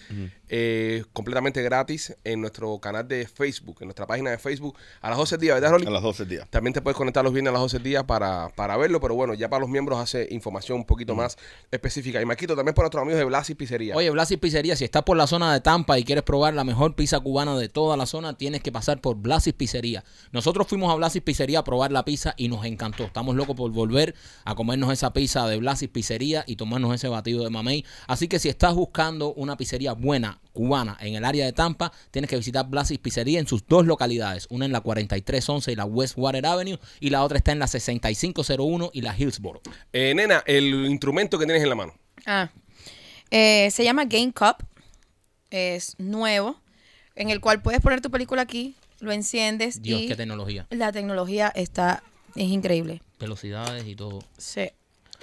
S3: eh, completamente gratis en nuestro canal de Facebook, en nuestra página de Facebook, a las 12 del día, ¿verdad, Rolly?
S5: A las 12 días.
S3: También te puedes conectar los viernes a las 12 del día para, para verlo, pero bueno, ya para los miembros hace información un poquito más específica. Y Maquito, también para nuestros amigos de Blas y Pizzería.
S2: Oye, Blasi Pizzería, si estás por la zona de Tampa y quieres probar la mejor pizza cubana de toda la zona, tienes que pasar por Blasi Pizzería. Nosotros fuimos a Blasi Pizzería a probar la pizza y nos encantó. Estamos locos por volver a comernos esa pizza de Blasi Pizzería y tomarnos ese batido de mamey. Así que si estás buscando una pizzería buena, cubana, en el área de Tampa, tienes que visitar Blasi Pizzería en sus dos localidades, una en la 4311 y la Westwater Avenue y la otra está en la 6501 y la Hillsboro.
S3: Eh, nena, el instrumento que tienes en la mano.
S7: Ah. Eh, se llama Game Cup. Es nuevo. En el cual puedes poner tu película aquí, lo enciendes
S2: Dios,
S7: y
S2: qué tecnología.
S7: la tecnología está es increíble.
S2: Velocidades y todo.
S7: Sí.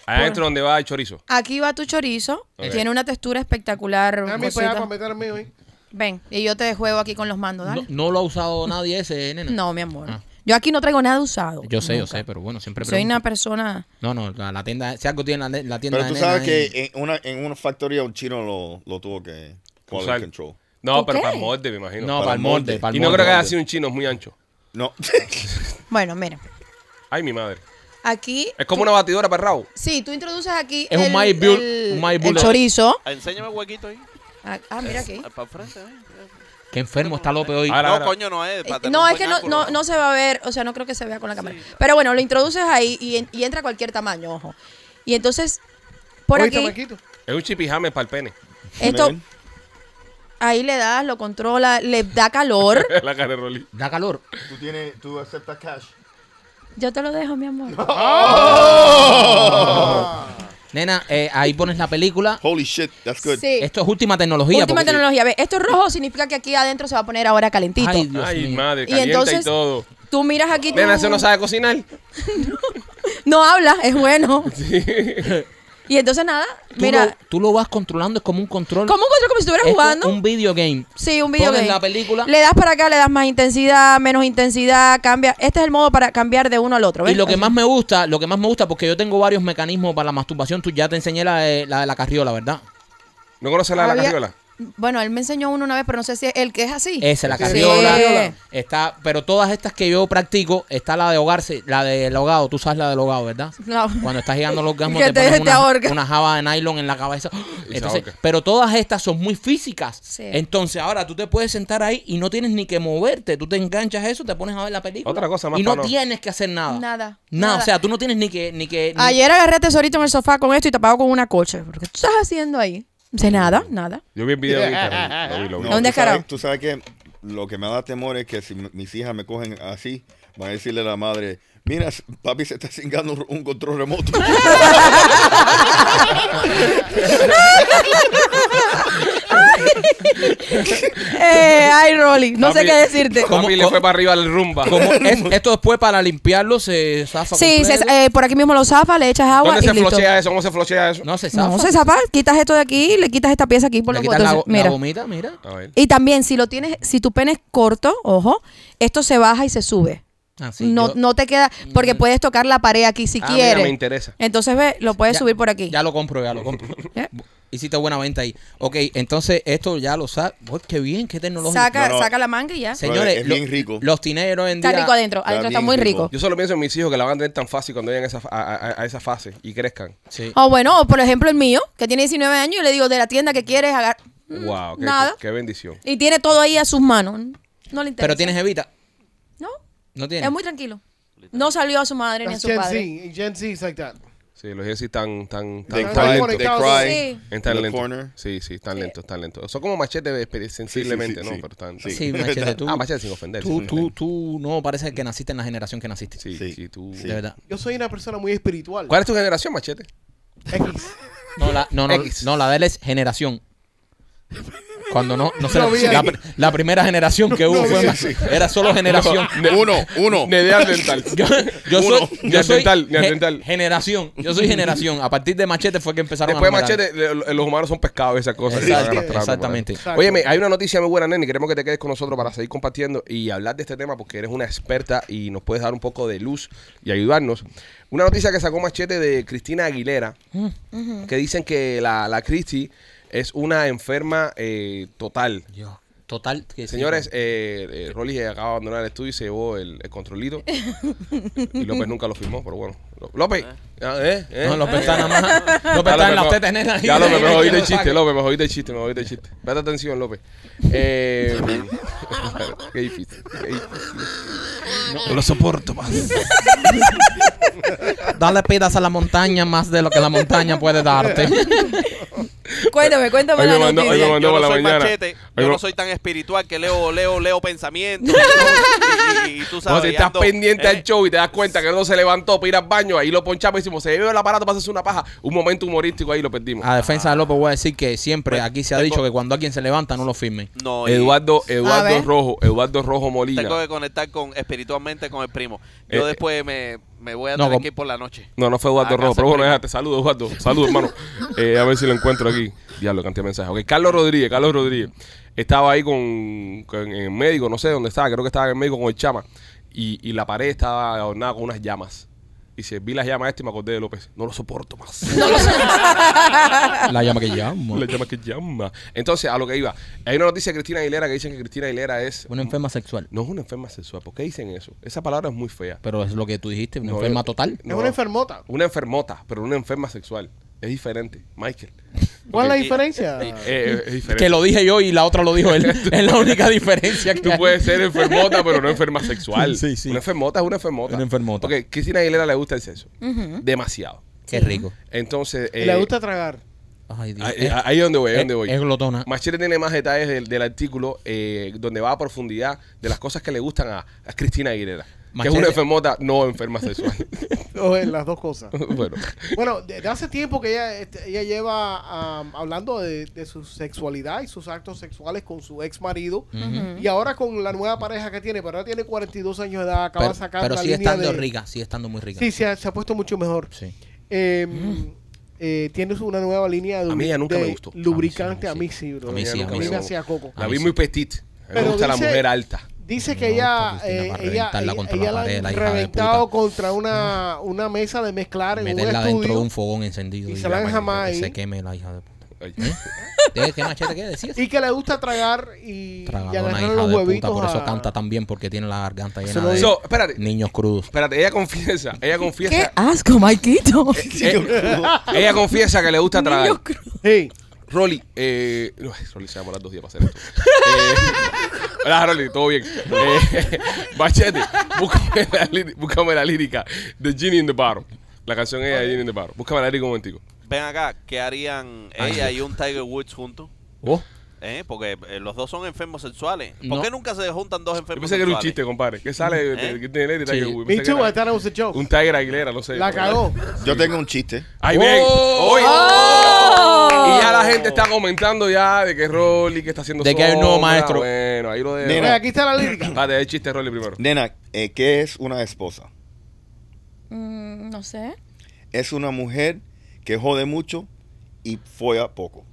S3: Ahí adentro donde va el chorizo.
S7: Aquí va tu chorizo.
S3: Ok.
S7: Tiene una textura espectacular.
S4: Dame para
S7: rosita.
S4: allá para meter el mío, ¿eh?
S7: Ven, y yo te juego aquí con los mandos,
S2: No,
S7: dale.
S2: no lo ha usado nadie ese, nena.
S7: No, mi amor.
S2: Ah.
S7: Yo aquí no traigo nada usado.
S2: Yo sé, yo
S7: nunca.
S2: sé, pero bueno, siempre
S7: Soy
S2: pregunto.
S7: una persona.
S2: No, no, la, la tienda, si algo tiene la, ne- la tienda
S5: Pero tú
S2: de
S5: sabes
S2: nena
S5: que
S2: es-
S5: en una, en una factoría un chino lo, lo tuvo que quality
S3: Usar.
S5: control.
S3: No,
S7: ¿Por
S3: pero
S7: qué?
S3: para el molde, me imagino.
S2: No,
S5: eh, para
S2: para
S5: el
S2: el molde,
S5: molde.
S2: para el
S3: y no
S2: molde.
S3: creo que haya sido un chino, es muy ancho.
S5: No.
S7: Bueno, mira.
S3: Ay, mi madre.
S7: Aquí.
S3: Es como una batidora para Raúl.
S7: Sí, tú introduces aquí.
S2: Es un
S7: el-
S2: Mike Bull-
S7: el-
S2: un Mike
S7: el
S2: Bullet.
S7: chorizo.
S6: Ah, Enséñame el huequito ahí.
S7: Ah, ah, mira aquí.
S6: Para frente. eh.
S2: Qué enfermo está López hoy.
S5: Ah.
S3: Ahora,
S6: no,
S3: ahora.
S6: coño, no es. para
S7: Eh,
S6: tener
S7: No,
S6: un
S7: es
S6: buen
S7: que no,
S6: ángulo.
S7: no, no se va a ver, o sea, no creo que se vea con la cámara. Pero bueno, lo introduces ahí y, en- y entra a cualquier tamaño, ojo. Y entonces, por
S4: Oíste,
S7: aquí,
S4: Marquito.
S3: Es un chipijame para el
S5: [laughs]
S3: pene.
S7: esto,
S5: ¿Me ven?
S7: ahí le das, lo controla, le da calor.
S3: la cara de Rolly.
S2: Da calor.
S5: ¿Tú, tienes, tú aceptas cash.
S7: Yo te lo dejo, mi amor.
S2: Nena, eh, ahí pones la película.
S5: Oh. Holy shit, that's good.
S7: Sí.
S2: Esto es última tecnología.
S7: Última
S2: porque-
S7: tecnología. Ve, esto rojo significa que aquí adentro se va a poner ahora calentito.
S2: Ay, Dios
S3: Ay,
S2: mío.
S3: madre,
S7: Y
S3: calienta y,
S7: entonces-
S3: todo.
S7: Tú miras aquí.
S3: Nena,
S7: tú-
S3: ¿eso no sabe cocinar?
S7: No habla,
S2: [laughs]
S7: es bueno. Y entonces nada,
S2: Tú
S7: mira,
S2: lo, tú lo vas controlando, es como un control.
S7: como un control como si estuvieras
S2: Es
S7: jugando.
S2: Un video game.
S7: Sí, un video
S2: Pones
S7: game.
S2: la película.
S7: Le das para acá, le das más intensidad, menos intensidad, cambia. Este es el modo para cambiar de uno al otro. ¿ves?
S2: Y lo que
S7: Así.
S2: más me gusta, lo que más me gusta, porque yo tengo varios mecanismos para la masturbación. Tú ya te enseñé la de la, de la carriola, ¿verdad?
S3: ¿No conoce la de la
S7: Había-
S3: carriola?
S7: Bueno, él me enseñó uno una vez, pero no sé si es el que es así.
S2: Esa, la
S7: Sí.
S2: carriola.
S7: Sí.
S2: Está, pero todas estas que yo practico, está la de ahogarse, la del ahogado. Tú sabes la del ahogado, ¿verdad?
S7: No. [laughs]
S2: Cuando estás llegando al orgasmo
S7: Que
S2: te,
S7: te-
S2: pones
S7: te ahorca.
S2: una, una java de nylon en la cabeza. [gasps]
S3: Y se
S2: Entonces,
S3: ahorca.
S2: pero todas estas son muy físicas.
S7: Sí.
S2: Entonces, ahora tú te puedes sentar ahí y no tienes ni que moverte. Tú te enganchas eso, te pones a ver la película.
S3: Otra cosa más
S2: Y no
S3: para no-
S2: tienes que hacer nada.
S7: Nada,
S2: Nada.
S7: nada. eh.
S2: O sea, tú no tienes ni que... Ni que ni-
S7: Ayer agarré a tesorito en el sofá con esto y tapado con una coche. ¿Qué tú estás haciendo ahí? Dice nada,
S2: [laughs]
S7: nada.
S3: Yo vi el video de
S7: [laughs]
S3: Instagram. Lo vi, lo vi.
S5: No,
S7: No, un
S5: tú,
S7: descarado.
S5: sabes, tú sabes que lo que me da temor es que si m- mis hijas me cogen así, van a decirle a la madre, mira, s- papi se está cingando un, un control remoto.
S7: Eh, ay, Rolly, no sé
S3: Papi-
S7: qué decirte.
S2: ¿Cómo-
S3: Papi le
S2: cómo-
S3: fue para arriba al rumba.
S2: Como es- esto después para limpiarlo se zafa.
S7: Sí, se-
S2: completo.
S7: eh, por aquí mismo lo zapa, le echas agua
S3: ¿Dónde
S7: y
S3: se
S7: listo.
S3: flochea eso? ¿Cómo se flochea eso?
S2: No se zafa.
S7: eh, No, se zapa, quitas esto de aquí, le quitas esta pieza aquí por
S2: Le
S7: los
S2: quitas la,
S7: botones,
S2: la
S7: Mira.
S2: gomita, mira.
S3: A ver.
S7: Y también, si lo tienes, si tu pene es corto, ojo, esto se baja y se sube.
S2: Así,
S7: no,
S2: yo- Mm.
S7: no te queda, porque puedes tocar la pared aquí si
S3: Ah, mira,
S7: quieres.
S3: me interesa.
S7: Entonces, ve, lo puedes
S2: ya-
S7: subir por aquí.
S2: Ya lo compro, ya lo compro.
S7: ¿Eh?
S2: Hiciste buena venta ahí. Ok, entonces esto ya lo sabes. qué bien, qué tecnología.
S7: Saca,
S5: No, no.
S7: saca la manga y ya.
S2: Señores,
S5: Es
S2: lo-
S5: bien rico.
S2: los tineros en
S7: Está
S2: día.
S7: rico adentro,
S5: Está
S7: adentro está
S5: bien
S7: muy
S5: rico.
S7: rico.
S3: Yo solo pienso en mis hijos que la van a tener tan fácil cuando lleguen a esa, fa- a, a- a esa fase y crezcan.
S2: Sí.
S7: O Oh, bueno, o por ejemplo el mío, que tiene 19 años, yo le digo de la tienda que quieres agar- Mm,
S3: Wow, qué,
S7: nada.
S3: qué bendición.
S7: Y tiene todo ahí a sus manos. No le interesa.
S2: Pero tienes evita.
S7: No,
S2: No tienes.
S7: es muy tranquilo. No salió a su madre ni a
S4: That's
S7: su
S4: Gen
S7: padre.
S4: Z. Gen Z is like that.
S3: Sí, los Jesse están tan,
S5: They
S3: tan,
S4: Están
S5: cry, they
S4: conectados.
S5: cry.
S7: Sí.
S3: están
S5: The
S3: lentos.
S5: corner.
S3: Sí, sí, están lentos, están lentos. Son como machete de- pero sensiblemente,
S5: sí,
S3: ¿no?
S5: sí.
S3: Pero están,
S5: Sí.
S2: Sí, machete, tú.
S3: Ah, machete sin ofender.
S2: Tú,
S3: sin
S2: tú,
S3: ofender.
S2: tú, no, parece que naciste en la generación que naciste.
S3: Sí, sí,
S5: Sí.
S3: tú.
S2: De verdad.
S4: Yo soy una persona muy espiritual.
S3: ¿Cuál es tu generación, machete?
S4: X.
S2: No, la, no, no,
S3: X.
S2: no, la de él es generación. Cuando no, no se
S4: No vi
S2: la,
S4: ahí.
S2: pr- la primera generación que hubo
S4: no
S2: fue
S4: vi.
S2: ma- era solo generación.
S5: Uno,
S3: [laughs]
S5: uno.
S3: Neandertal.
S2: [laughs] Yo, yo
S3: Uno.
S2: soy, yo soy
S3: Neandertal,
S2: ge-
S3: neandertal.
S2: generación. Yo soy generación. A partir de Machete fue que empezaron
S3: Después de
S2: a nombrar.
S3: machete, le- le- los humanos son pescados y esas cosas.
S2: Exacto,
S3: Y van arrastrando,
S2: exactamente.
S3: man. Óyeme, hay una noticia muy buena, Nene. Queremos que te quedes con nosotros para seguir compartiendo y hablar de este tema porque eres una experta y nos puedes dar un poco de luz y ayudarnos. Una noticia que sacó Machete de Cristina Aguilera,
S2: Mm.
S3: que dicen que la, la Cristi es una enferma eh, total.
S2: Dios, total. que sí.
S3: Señores, eh, eh, Rolly acaba de abandonar el estudio y se llevó el,
S2: [laughs]
S3: el controlito. y López nunca lo firmó, pero bueno. Lo- López. Ah, ¿eh? ¿eh?
S2: No, los
S3: ¿eh?
S2: pestanas más. Los pestanas
S3: Ya, López,
S2: en las
S3: me-
S2: tetas, nena.
S3: Ya, López,
S2: [laughs]
S3: me jodiste el chiste,
S2: López.
S3: López, me jodiste el chiste, me jodiste el chiste. Presta atención, López. Eh, [laughs] qué difícil, qué difícil.
S2: No lo soporto más. Dale pedas a la montaña más de lo que la montaña puede darte.
S7: Cuéntame, cuéntame
S3: Hoy me
S7: la
S3: mandó- hoy
S7: noticia.
S3: me mandó-
S6: yo
S3: por
S6: no
S3: la
S6: soy
S3: mañana.
S6: machete,
S3: Ahí
S6: yo
S3: va.
S6: no soy tan espiritual que leo, leo, leo
S7: [laughs]
S6: pensamientos. y- y, y- y tú
S3: No,
S6: sabes.
S3: si
S6: y
S3: estás
S6: ando,
S3: pendiente
S6: eh,
S3: al show y te das cuenta que no se levantó para ir al baño, ahí lo ponchamos y decimos, se llevó el aparato para hacerse una paja. Un momento humorístico ahí lo
S2: [laughs]
S3: perdimos.
S6: Ah,
S2: A defensa de López voy a decir que siempre
S6: Bueno,
S2: aquí
S3: Pues,
S2: se ha dicho que cuando alguien se levanta no lo firmen.
S6: No, y
S3: Eduardo,
S7: A
S3: Eduardo
S7: ver.
S3: Rojo, Eduardo Rojo Molina.
S6: tengo que conectar con espiritualmente con el primo. Yo
S3: Eh,
S6: después me, me voy a
S2: no,
S6: tener
S2: con-
S6: que ir por la noche.
S3: No, no fue Eduardo
S6: Ah,
S3: Rojo,
S6: Casa
S3: pero bueno,
S6: Prima.
S3: déjate. Saludos, Eduardo. Saludos, hermano. Eh, a ver si lo encuentro aquí. Diablo, cantidad de mensajes. Ok, Carlos Rodríguez, Carlos Rodríguez. Estaba ahí con, con- en el médico, no sé dónde estaba, creo que estaba en el médico con el chama. Y, y la pared estaba adornada con unas llamas. Y se vi las llamas este y me acordé de López. No lo soporto
S4: [laughs]
S3: más.
S2: La llama que llama.
S3: las llamas que llama. Entonces, a lo que iba. Hay una noticia de Cristina Aguilera que dicen que Cristina Aguilera es...
S2: Una enferma sexual.
S3: No es una enferma sexual. ¿Por qué dicen eso? Esa palabra es muy fea.
S2: Pero es lo que tú dijiste, una
S3: No, eh,
S2: enferma
S3: yo-
S2: total.
S4: Es una enfermota.
S3: Una enfermota, pero una enferma sexual. Es diferente. Michael.
S4: ¿Cuál es la
S6: Ok.
S4: diferencia?
S2: [laughs]
S3: Eh, eh, es diferente.
S2: Que lo dije yo y la otra lo
S3: [laughs]
S2: dijo él. es la única diferencia que
S3: Tú
S2: hay.
S3: puedes ser enfermota, pero no enferma sexual.
S2: Sí, sí.
S3: Una enfermota es una enfermota.
S2: Una enfermota.
S3: Ok, Cristina Aguilera le gusta el sexo. Demasiado.
S2: Qué rico.
S3: Entonces.
S4: Le
S3: eh,
S4: gusta tragar.
S2: Ay, Dios.
S3: ahí-
S2: Es-
S3: Ahí es donde voy, ahí es donde voy.
S2: Ah, eh, es- es glotona.
S3: Machete tiene más detalles del, del artículo eh, donde va a profundidad de las cosas que le gustan a, a Cristina Aguilera. Que es
S2: Machete-
S3: una enfermota, no
S2: [laughs]
S3: enferma sexual. [laughs]
S4: O en las dos cosas.
S3: bueno,
S4: Bueno, desde hace tiempo que ella, este, ella lleva am, hablando de, de su sexualidad y sus actos sexuales con su ex marido. Y ahora con la nueva pareja que tiene, pero ahora tiene 42 años de edad, acaba
S2: Pero,
S4: de sacar
S2: pero
S4: la
S2: sigue
S4: línea
S2: estando
S4: de-
S2: rica, sigue estando muy rica.
S4: Sí, se ha, se ha puesto mucho mejor.
S2: Sí.
S4: Eh,
S2: Mm.
S4: eh, tienes una nueva línea de,
S3: A mí ella nunca
S4: de
S3: me gustó.
S4: lubricante
S2: A
S4: a
S2: mí
S4: mí
S2: sí,
S4: sí, bro.
S2: A mí sí, a mí sí.
S4: me hacía coco.
S3: la
S2: Ay,
S3: vi
S2: sí.
S3: muy petit. A mí me
S4: Pero
S3: gusta la
S4: dice-
S3: mujer alta.
S4: Dice
S2: No,
S4: que ella,
S2: esta Cristina
S4: eh,
S2: va a
S4: ella,
S2: reventarla
S4: ella-
S2: contra la
S4: ella la
S2: pared,
S4: han
S2: la hija de
S4: reventado
S2: puta. Mm.
S4: contra una, una mesa de mezclar en un
S2: Meterla dentro de
S4: estudio
S2: un fogón encendido
S4: y
S2: y,
S4: se la han
S2: que-
S4: jamás
S2: que se
S4: ahí.
S2: queme la
S4: [laughs]
S2: hija de puta.
S3: Ay.
S2: ¿Eh? ¿Qué machete que decías?
S4: y que le gusta tragar y, y
S2: Tragadona
S4: agarrar
S2: hija
S4: los
S2: de puta,
S4: huevitos.
S2: por eso
S4: a-
S2: canta tan bien porque tiene la garganta llena
S4: lo
S2: de
S3: So, espérate,
S2: niños crudos.
S3: espérate, ella confiesa, ella
S7: Qué
S3: confiesa,
S7: asco, Maikito.
S3: Eh, ella confiesa que le gusta tragar.
S7: Niños cru-
S4: Sí.
S3: Rolly, eh, no, Rolly se va a morar dos días para hacer esto. Eh, [laughs] hola, Rolly, todo bien. Eh, [laughs] Machete, búscame la, lí- búscame la lírica de Ginny in the Bottle. La canción es de Ginny in the Bottle. Búscame la lírica un momentico.
S6: Ven acá, ¿qué harían
S3: Ah,
S2: Ay,
S6: ella
S2: Dios.
S6: y un Tiger Woods juntos?
S2: Oh,
S6: ¿Eh? Porque eh, los dos son enfermos sexuales. ¿Por
S2: No.
S6: qué nunca se juntan dos enfermos
S3: Yo pensé que era un
S6: sexuales?
S3: chiste, compadre. ¿Qué sale de- de
S6: ¿Eh?
S3: Cristina Aguilera y
S2: Sí.
S3: Tiger Woods?
S4: Me
S3: Pensé que
S4: too, I
S3: era
S4: thought it was a joke.
S3: Un Tiger Aguilera, no sé.
S4: La cagó.
S5: Yo tengo un chiste.
S3: ¡Ay, bien!
S2: Oh.
S3: ¡Oye! Y ya la gente está comentando ya de que Rolly que está haciendo
S2: De que hay un nuevo maestro.
S3: Bueno, ahí lo dejo.
S5: Mira.
S4: Mira, aquí está la lírica.
S3: Espérate, el chiste Ah, de Rolly primero.
S5: Nena, eh, ¿qué es una esposa?
S7: Mm, no sé.
S5: Es una mujer que jode mucho y folla poco.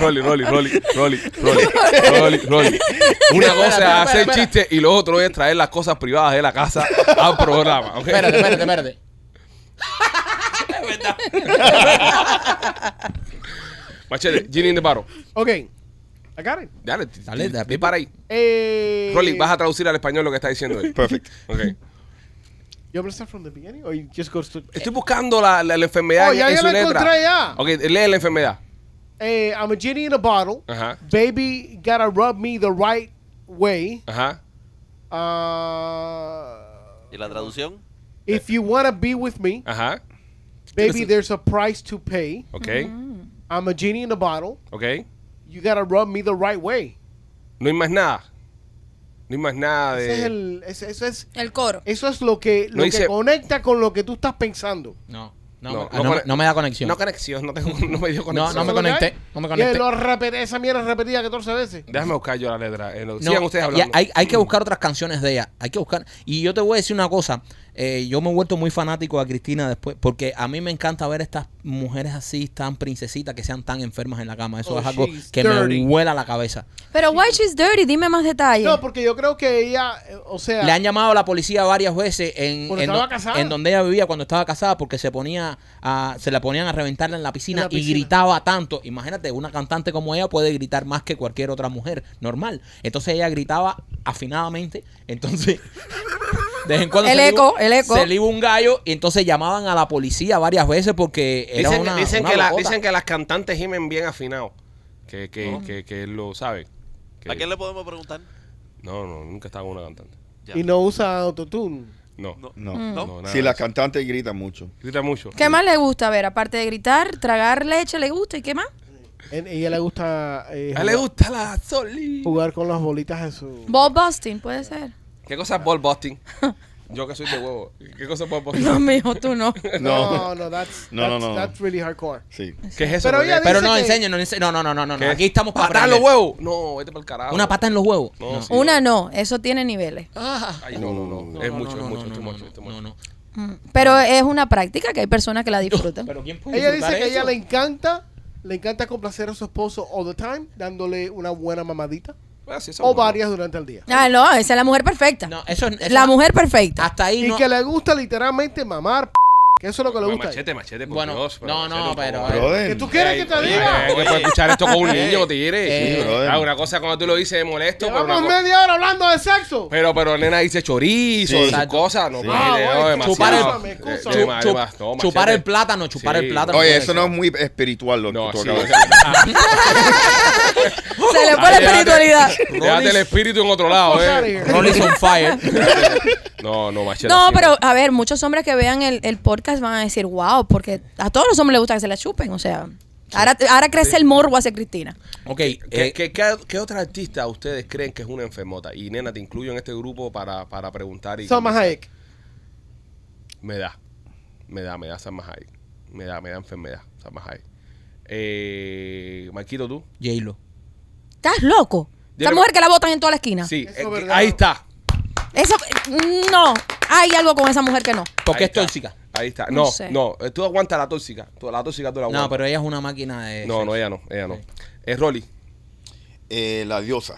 S3: Rolly, Rolly, Rolly, Rolly, Rolly, Rolly, Rolly. Una cosa es hacer chistes y lo otro es traer las cosas privadas de la casa al programa. ¿ok?
S2: Espérate, espérate, espérate.
S3: Machete, Ginny de paro.
S4: Ok. I got it.
S2: Dale,
S3: Dale, dale,
S2: dale,
S3: dale. para ahí.
S4: Eh,
S3: Rolly, vas a traducir al español lo que está diciendo él.
S5: Perfecto.
S3: Ok.
S4: You want me to start from the beginning or you just go to...
S3: Estoy buscando la, la, la enfermedad
S4: Oh,
S3: en,
S4: ya
S3: en
S4: yo
S3: su
S4: la
S3: letra.
S4: encontré ya.
S3: Ok, lee la enfermedad.
S4: Eh, I'm a genie in a bottle.
S3: Ajá.
S4: Baby gotta rub me the right way.
S3: Ajá.
S4: Uh,
S6: ¿Y la traducción?
S4: if you wanna be with me,
S3: Ajá.
S4: baby, there's a price to pay.
S3: Ok.
S4: I'm a genie in a bottle.
S3: Ok.
S4: You gotta rub me the right way.
S3: No hay más nada. No hay más nada
S4: Ese es
S3: de.
S4: el, ese- eso es,
S7: El coro.
S4: eso es lo que, lo
S3: No
S4: que
S3: hice-
S4: conecta con lo que tú estás pensando.
S2: No, no, no,
S3: No, no
S2: no me,
S3: con-
S2: no me da conexión.
S3: No conexión, no, tengo, [laughs] no me dio
S2: No,
S3: conexión.
S2: no me
S4: ¿Eso es lo que
S2: conecté.
S4: hay?
S2: No me
S4: Y él
S2: conecté.
S4: lo repete- esa mierda repetida 14 veces.
S3: Déjame buscar yo la letra. eh,
S2: No,
S3: lo- Sigan ustedes
S2: ya,
S3: hablando.
S2: hay, hay que buscar otras canciones de ella. Hay que buscar. Y yo te voy a decir una cosa. eh, yo me he vuelto muy fanático a Cristina después. Porque a mí me encanta ver estas mujeres así, tan princesitas, que sean tan enfermas en la cama. Eso
S4: Oh,
S2: es algo
S4: she's
S2: que
S4: dirty.
S2: me vuela la cabeza.
S7: Pero why she's dirty, dime más detalles.
S4: No, porque yo creo que ella, eh, o sea,
S2: Le han llamado a la policía varias veces en,
S4: Cuando
S2: en,
S4: estaba
S2: do-
S4: casada.
S2: en donde ella vivía cuando estaba casada porque se ponía a, se la ponían a reventarla en la, piscina
S4: En la piscina.
S2: y gritaba tanto. Imagínate, una cantante como ella puede gritar más que cualquier otra mujer normal. Entonces ella gritaba afinadamente. Entonces, de vez en
S4: [laughs]
S2: cuando
S7: El
S2: se le iba-
S7: eco, el eco.
S2: se le iba un gallo y entonces llamaban a la policía varias veces porque era
S3: Dicen,
S2: una,
S3: que, dicen,
S2: una
S3: que la-
S2: locota.
S3: dicen que las cantantes gimen bien afinado. Que, que, que, que él lo sabe. Que-
S6: ¿A quién le podemos preguntar?
S3: No, no, nunca estaba con una cantante.
S6: Ya.
S4: y no usa autotune.
S3: No.
S6: No.
S5: No.
S6: ¿No?
S7: Mm.
S3: No, nada
S5: Si
S3: de
S5: la
S3: eso.
S5: cantante
S3: [laughs]
S5: grita mucho.
S3: Grita mucho.
S7: ¿Qué más le gusta? A ver, aparte de gritar, tragar leche, ¿le gusta? ¿Y qué más?
S4: En- ella le gusta eh,
S3: A él le gusta la soli.
S4: jugar con las bolitas de su...
S7: Ball busting, puede ser.
S3: ¿Qué cosa es
S2: [laughs]
S3: ball busting? Yo que soy de huevo. ¿Qué cosa es ball busting?
S7: No, mijo, tú no.
S5: No.
S3: [laughs]
S4: no, no, that's,
S5: No,
S4: that's-
S5: no, no.
S4: that's really hardcore.
S5: Sí.
S3: ¿Qué es eso?
S4: Pero
S3: ¿Qué
S4: ella
S3: es?
S2: Pero
S4: dice
S2: no,
S4: que-
S2: enseñen, no, ense- no, no, no, no, no.
S3: ¿Qué?
S2: Aquí estamos para
S3: ¿Patar los
S2: aprender.
S3: huevos? No, vete para el carajo.
S2: Una pata en los huevos.
S3: No, sí.
S7: Una no, eso tiene niveles.
S4: Ah.
S3: Ay, no, no, no. Es
S2: No, no,
S3: mucho, es
S2: no,
S3: mucho,
S2: no,
S3: es too
S2: no,
S3: much,
S2: no,
S3: es too
S2: no,
S3: much.
S2: no.
S7: Mm, Pero es una práctica que hay personas que la disfrutan.
S2: Pero ¿quién puede
S4: Ella dice
S2: disfrutar
S4: que a ella
S2: eso?
S4: le encanta, le encanta complacer a su esposo all the time, dándole una buena mamadita
S3: Ah, sí, eso es
S4: o
S3: bueno.
S4: varias durante el día.
S7: Ah, no, esa es la mujer perfecta.
S2: No, eso es- Ah,
S7: la
S2: eso-
S7: mujer perfecta.
S2: Hasta ahí
S4: Y
S2: no.
S4: que le gusta literalmente mamar, p- que eso es lo que le
S3: Bueno,
S4: gusta. a ella.
S3: Machete, machete, por
S2: Bueno,
S3: Dios.
S2: no, no,
S3: machete,
S2: pero- eh,
S3: por favor.
S5: Brother.
S4: ¿Que tú quieres que te
S3: Oye,
S4: diga?
S3: oye, puedes escuchar esto con un niño,
S2: Eh.
S3: tigre.
S5: Sí, brother.
S3: Ah, una cosa es cuando tú lo dices es molesto, pero, una
S4: Llevamos
S3: co-
S4: media hora hablando de sexo.
S3: pero pero nena dice chorizo,
S5: Sí.
S3: y
S2: Exacto.
S3: cosas, no,
S5: Sí.
S3: vale,
S4: Ah,
S3: no,
S4: oye,
S3: demasiado.
S2: chupar
S4: Excúsame,
S2: el,
S4: excusa.
S3: Eh,
S2: chu-
S3: demás,
S2: chu-
S3: demás, no,
S2: chupar
S3: machete.
S2: el plátano, chupar
S3: Sí.
S2: el plátano.
S5: Oye,
S2: puede
S5: eso
S2: ser.
S5: no es muy espiritual lo
S3: No,
S5: que tú
S3: sí,
S5: acabas de
S3: sí.
S5: decir.
S7: Se le fue la
S3: Déjate-
S7: espiritualidad.
S3: Déjate el espíritu en otro lado,
S4: Fuck outta
S3: eh.
S4: here.
S2: Rolling on fire.
S3: No, no, machete.
S7: No,
S3: así
S7: pero a ver, muchos hombres que vean el, el podcast van a decir, wow, porque a todos los hombres les gusta que se la chupen. O sea, ahora, ahora crece el morbo hacia Cristina.
S2: ok,
S3: ¿Qué,
S2: eh,
S3: qué, qué- qué otra artista ustedes creen que es una enfermota? Y nena, te incluyo en este grupo para, para preguntar y...
S4: Salma
S3: [laughs]
S4: Hayek.
S3: Me da. Me da, me da Salma Hayek. Me da, me da enfermedad Salma Hayek. Eh, Marquito, ¿tú?
S2: J-Lo.
S7: ¿Estás loco?
S3: Yo
S7: Esa
S3: no-
S7: mujer que la botan en toda la esquina.
S3: Sí,
S4: Eso
S3: eh,
S4: es verdad.
S3: ahí está.
S7: Eso, no, hay algo con esa mujer que no.
S2: Porque
S3: Ahí
S2: es
S3: está.
S2: tóxica.
S3: Ahí está.
S7: No
S3: No,
S7: sé.
S3: no, eh, tú aguantas la tóxica. Tú- la tóxica tú la aguantas.
S2: No, pero ella es una máquina de.
S3: No, no, ella no, ella no. Es Rolly.
S5: Eh, la diosa.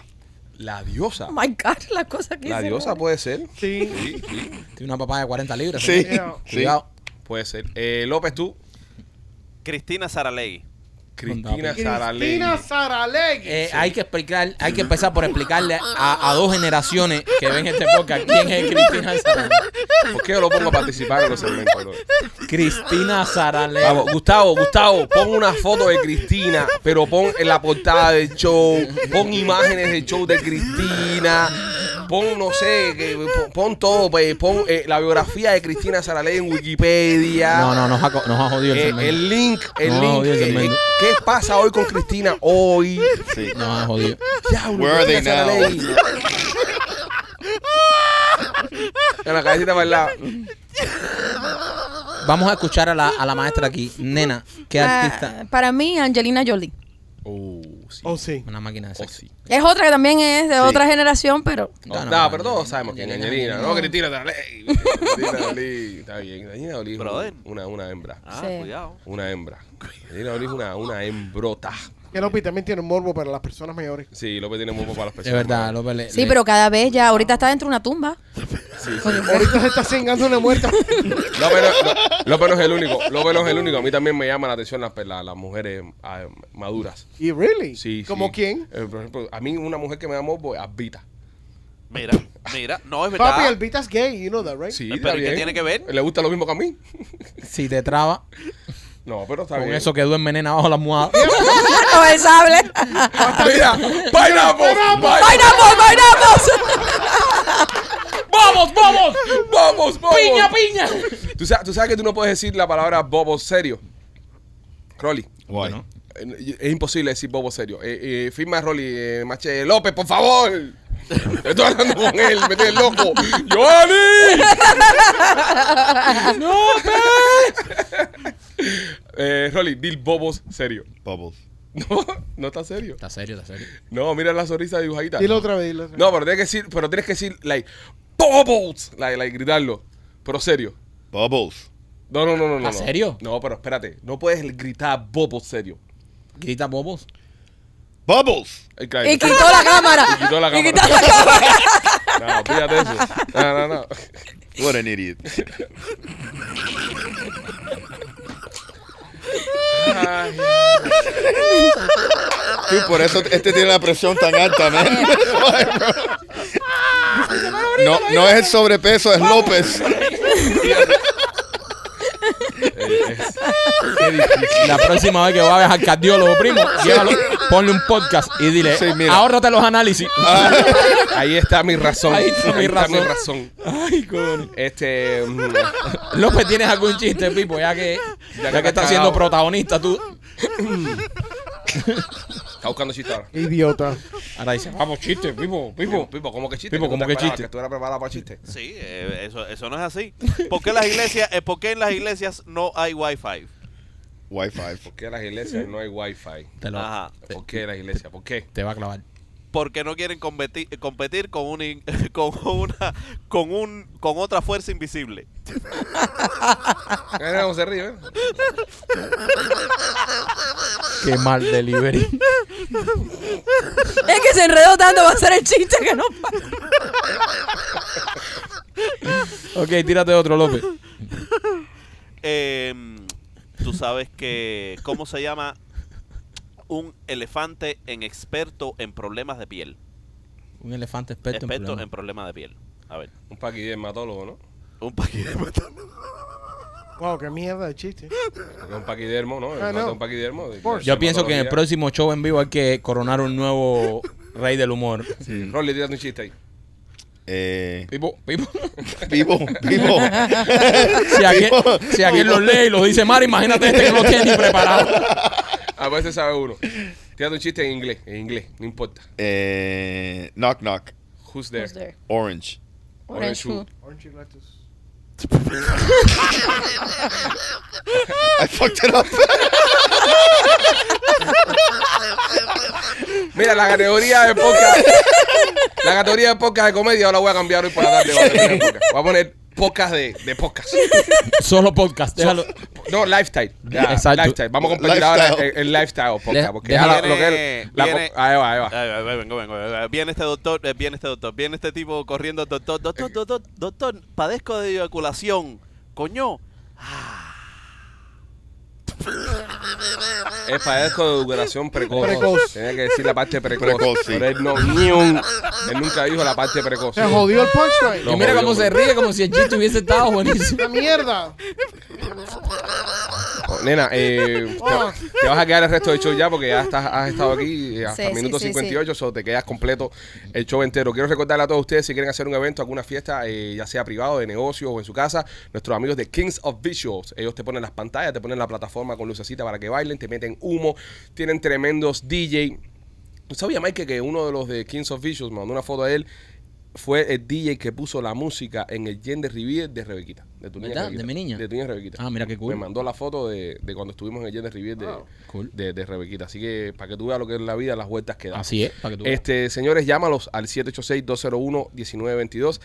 S3: La diosa.
S7: Oh my God, la cosa que
S3: La
S7: hice.
S3: diosa pues. puede ser.
S4: Sí.
S3: Sí, sí,
S2: Tiene una papá de 40 libras.
S5: Sí.
S2: señor.
S5: Sí.
S2: Cuidado.
S3: puede ser. Eh, López, tú.
S6: Cristina Saralegui.
S3: Cristina Saralegui.
S4: Cristina Saralegui.
S2: Eh, Hay que explicar, hay que empezar por explicarle a, a dos generaciones que ven este podcast quién es Cristina Saralegui.
S3: ¿Por qué yo lo pongo a participar en los segmentos? bro?
S2: Cristina Saralegui.
S3: Vamos, Gustavo, Gustavo, pon una foto de Cristina, pero pon en la portada del show, pon imágenes del show de Cristina, pon, no sé, que- pon, pon todo, pues, pon eh, la biografía de Cristina Saralegui en Wikipedia.
S2: No, no, nos ha, co- nos ha jodido el
S3: Eh,
S2: segmento.
S3: el link, el
S2: No,
S3: link.
S2: oye,
S3: eh,
S2: tremendo.
S3: ¿Qué pasa hoy con Cristina? Hoy.
S5: Sí.
S2: Nos ha jodido.
S3: Diablo,
S5: Where are they
S3: Cristina
S5: now?
S3: Saralegui. En la cabecita para el lado.
S2: Vamos a escuchar a la, a la maestra aquí. Nena, ¿qué
S7: Ah,
S2: artista?
S7: para mí, Angelina Jolie.
S3: Oh, sí.
S4: Oh, sí.
S2: Una máquina de
S3: Oh,
S2: sexo.
S3: sí.
S7: Es otra que también es de
S3: Sí.
S7: otra generación, pero
S3: No,
S2: No, no,
S3: nah, pero
S2: Angelina,
S3: todos sabemos que
S2: Angelina,
S3: Angelina,
S2: Angelina.
S3: no, Cristina Daley.
S2: [laughs]
S3: Cristina Daley, está bien. Angelina Daley es
S6: Brother.
S3: una, una hembra.
S6: Ah,
S7: Sí.
S6: cuidado.
S3: Una hembra. Angelina Daley es una, una hembrota.
S4: Que López también tiene un morbo para las personas mayores.
S3: Sí, López tiene muy poco para las
S2: Es
S3: personas.
S2: verdad, López. le-
S7: sí,
S2: le-
S7: pero cada vez ya ahorita está dentro de
S3: [laughs]
S7: una tumba.
S4: Ahorita se está cingando una muerta.
S3: López no, no- López no es el único. López no es el único. A mí también me llama la atención las, las, las mujeres ah, maduras.
S4: ¿Y really?
S3: Sí,
S4: ¿Como
S3: sí.
S4: quién?
S3: Eh, por ejemplo, a mí una mujer que me da morbo es Albita.
S6: Mira, mira. No, es verdad.
S4: Papi, el Vita's gay, you know that, right?
S3: Sí,
S6: Pero,
S3: está
S6: ¿y qué
S3: bien.
S6: tiene que ver?
S3: ¿Le gusta lo mismo que a mí? [laughs]
S2: Si te traba,
S3: No, pero está
S2: con
S3: bien.
S2: eso que duerme nena bajo la
S7: [laughs]
S2: almohada.
S7: Con el sable.
S3: Ah,
S2: [laughs]
S3: Mira, pineapple, pineapple.
S7: ¡Bailamos, bailamos!
S2: ¡Vamos, vamos!
S3: [laughs] Vamos, vamos.
S2: ¡Piña, piña!
S3: ¿Tú sabes, tú sabes que tú no puedes decir la palabra bobo serio. Rolly.
S5: Guay.
S3: eh, Es imposible decir bobo serio. Eh, eh, firma Rolly, eh, Mache López, por favor. Estoy hablando con él, me tienes loco.
S2: [laughs]
S3: ¡Johnny! ¡No, eh, Rolly, dil bobos serio. [laughs]
S5: Bubbles.
S3: No, no está serio.
S2: Está serio, está serio.
S3: No, mira la sonrisa dibujadita.
S4: Dilo otra vez, dilo otra vez.
S3: No, pero tienes que decir, pero tienes que decir, like, bobos. Like, like, gritarlo. Pero serio.
S5: Bubbles.
S3: No, no, no, no, no.
S2: ¿Ah,
S3: no.
S2: serio?
S3: No, pero espérate. No puedes gritar bobo serio.
S2: Grita bobos.
S5: Bubbles.
S3: Ay, cállate.
S7: Y quitó la cámara.
S3: Y quitó la
S7: Y
S3: cámara.
S7: quitó la cámara.
S3: No, fíjate eso. No, no, no.
S5: What an idiot.
S3: Ay,
S5: Sí, por eso este tiene la presión tan alta, man. [laughs] No, no es el sobrepeso, es López.
S3: es- qué difícil.
S2: La próxima vez que vayas al cardiólogo, primo, llévalo, ponle un podcast y dile,
S5: Sí, mira.
S2: ahórrate los análisis.
S5: Ah.
S3: Ahí está mi razón.
S2: Ahí está mi razón.
S3: razón.
S2: [laughs] Ay, cojones.
S3: Este. mm,
S2: López, ¿tienes algún chiste, Pipo? Ya que, ya
S3: que
S2: que estás
S3: cagao.
S2: siendo protagonista tú.
S3: Está buscando chiste ahora.
S4: Idiota.
S2: Ahora dice, vamos, chiste, Pipo, Pipo.
S3: Pipo, Pipo, ¿cómo que chiste?
S2: Pipo,
S3: ¿Tú
S2: ¿cómo
S3: te
S2: que
S3: esperabas
S2: chiste?
S3: Que tú eras preparado para chiste.
S6: Sí, eh, eso, eso no es así. ¿Por qué las iglesias, eh, por qué en las iglesias no hay wifi?
S5: Wi-Fi.
S3: ¿Por qué en las iglesias no hay wifi?
S2: Te, lo-
S6: Ajá.
S3: ¿Por qué en las iglesias? ¿Por qué?
S2: te va a clavar.
S6: Porque no quieren competir, competir con un in- [laughs] con una con un con otra fuerza invisible.
S3: Mira cómo se ríe, ¿eh?
S2: Qué mal delivery.
S7: Es que se enredó tanto va a ser el chiste que no para.
S2: [laughs] ok, tírate otro, López.
S6: Eh, Tú sabes que cómo se llama un elefante en experto en problemas de piel.
S2: Un elefante experto, en
S6: experto en
S2: problemas.
S6: problemas de piel. A ver,
S3: Un paquidermatólogo, ¿no?
S6: un paquidermo.
S4: [laughs] Wow, qué mierda de chiste.
S3: Porque Un paquidermo, ¿no?
S4: Ah, no.
S3: Un paquidermo.
S4: Por-
S2: Yo pienso que en el
S3: dermatología.
S2: próximo show en vivo hay que coronar un nuevo rey del humor.
S3: Rolly, tírate un chiste ahí.
S5: Eh,
S2: Pipo, Pipo.
S5: vivo, vivo.
S2: Si aquí, si aquí los lee y los dice Mara, imagínate este que no lo tiene ni preparado.
S3: A veces sabe uno. Tírate un chiste en inglés, en inglés, no importa.
S5: Eh, knock, knock.
S3: Who's there?
S5: Orange.
S3: Orange who?
S4: Orange Galactus.
S5: I fucked it up.
S3: Mira, la categoría de podcast. la categoría de podcast de comedia ahora la voy a cambiar hoy por la tarde. Voy a poner, podcast. Voy a poner podcast de, de podcast.
S2: [laughs] Solo podcast, déjalo.
S3: No, lifestyle. Ya,
S2: Exacto.
S3: Lifestyle. Vamos a competir ahora
S5: Lifestyle.
S3: el, el lifestyle podcast.
S2: Deja-
S3: Porque ya la-
S6: déjalo.
S3: lo que es la-
S6: Viene-
S3: ahí va, ahí
S5: Ah.
S3: va.
S6: Ay, ay, ay, vengo, vengo, vengo. Viene este doctor, eh, viene este doctor, viene este tipo corriendo, doctor,
S3: Eh.
S6: doctor, doctor, doctor, padezco de eyaculación. Coño,
S3: Es padezco de educación precoz.
S4: Precoz.
S3: Tenía que decir la parte precoz.
S5: Precoz, sí.
S3: Pero él no, ni un- él nunca dijo la parte precoz.
S4: Se jodió el punchline.
S3: No.
S2: y mira cómo se ríe, como si el chiste hubiese [laughs] estado buenísimo.
S4: La mierda.
S3: Oh, Nena,
S7: [laughs]
S3: eh,
S4: Oh.
S3: te, te vas a quedar el resto del show ya porque ya estás, has estado aquí eh, hasta
S7: Sí,
S3: el minuto
S7: sí, sí,
S3: 58, so te quedas completo el show entero. Quiero recordarle a todos ustedes si quieren hacer un evento, alguna fiesta, eh, ya sea privado, de negocio o en su casa, nuestros amigos de Kings of Visuals, ellos te ponen las pantallas, te ponen la plataforma con lucecita para que bailen, te meten humo, tienen tremendos DJ. ¿Tú sabías, Mike, que uno de los de Kings of Visuals, me mandó una foto a él, fue el DJ que puso la música en el Gender Reveal de Rebequita? De tu niña
S2: ¿Verdad?
S3: Rebequita.
S2: ¿De mi niña?
S3: De tu niña Rebequita.
S2: Ah, mira qué cool.
S3: Me mandó la foto de, de cuando estuvimos en el Jet de Rivier de,
S2: Cool.
S3: de, de Rebequita. Así que para que tú veas lo que es la vida, las vueltas que da.
S2: Así es, para que tú veas.
S3: Este, señores, llámalos al 786-201-1922.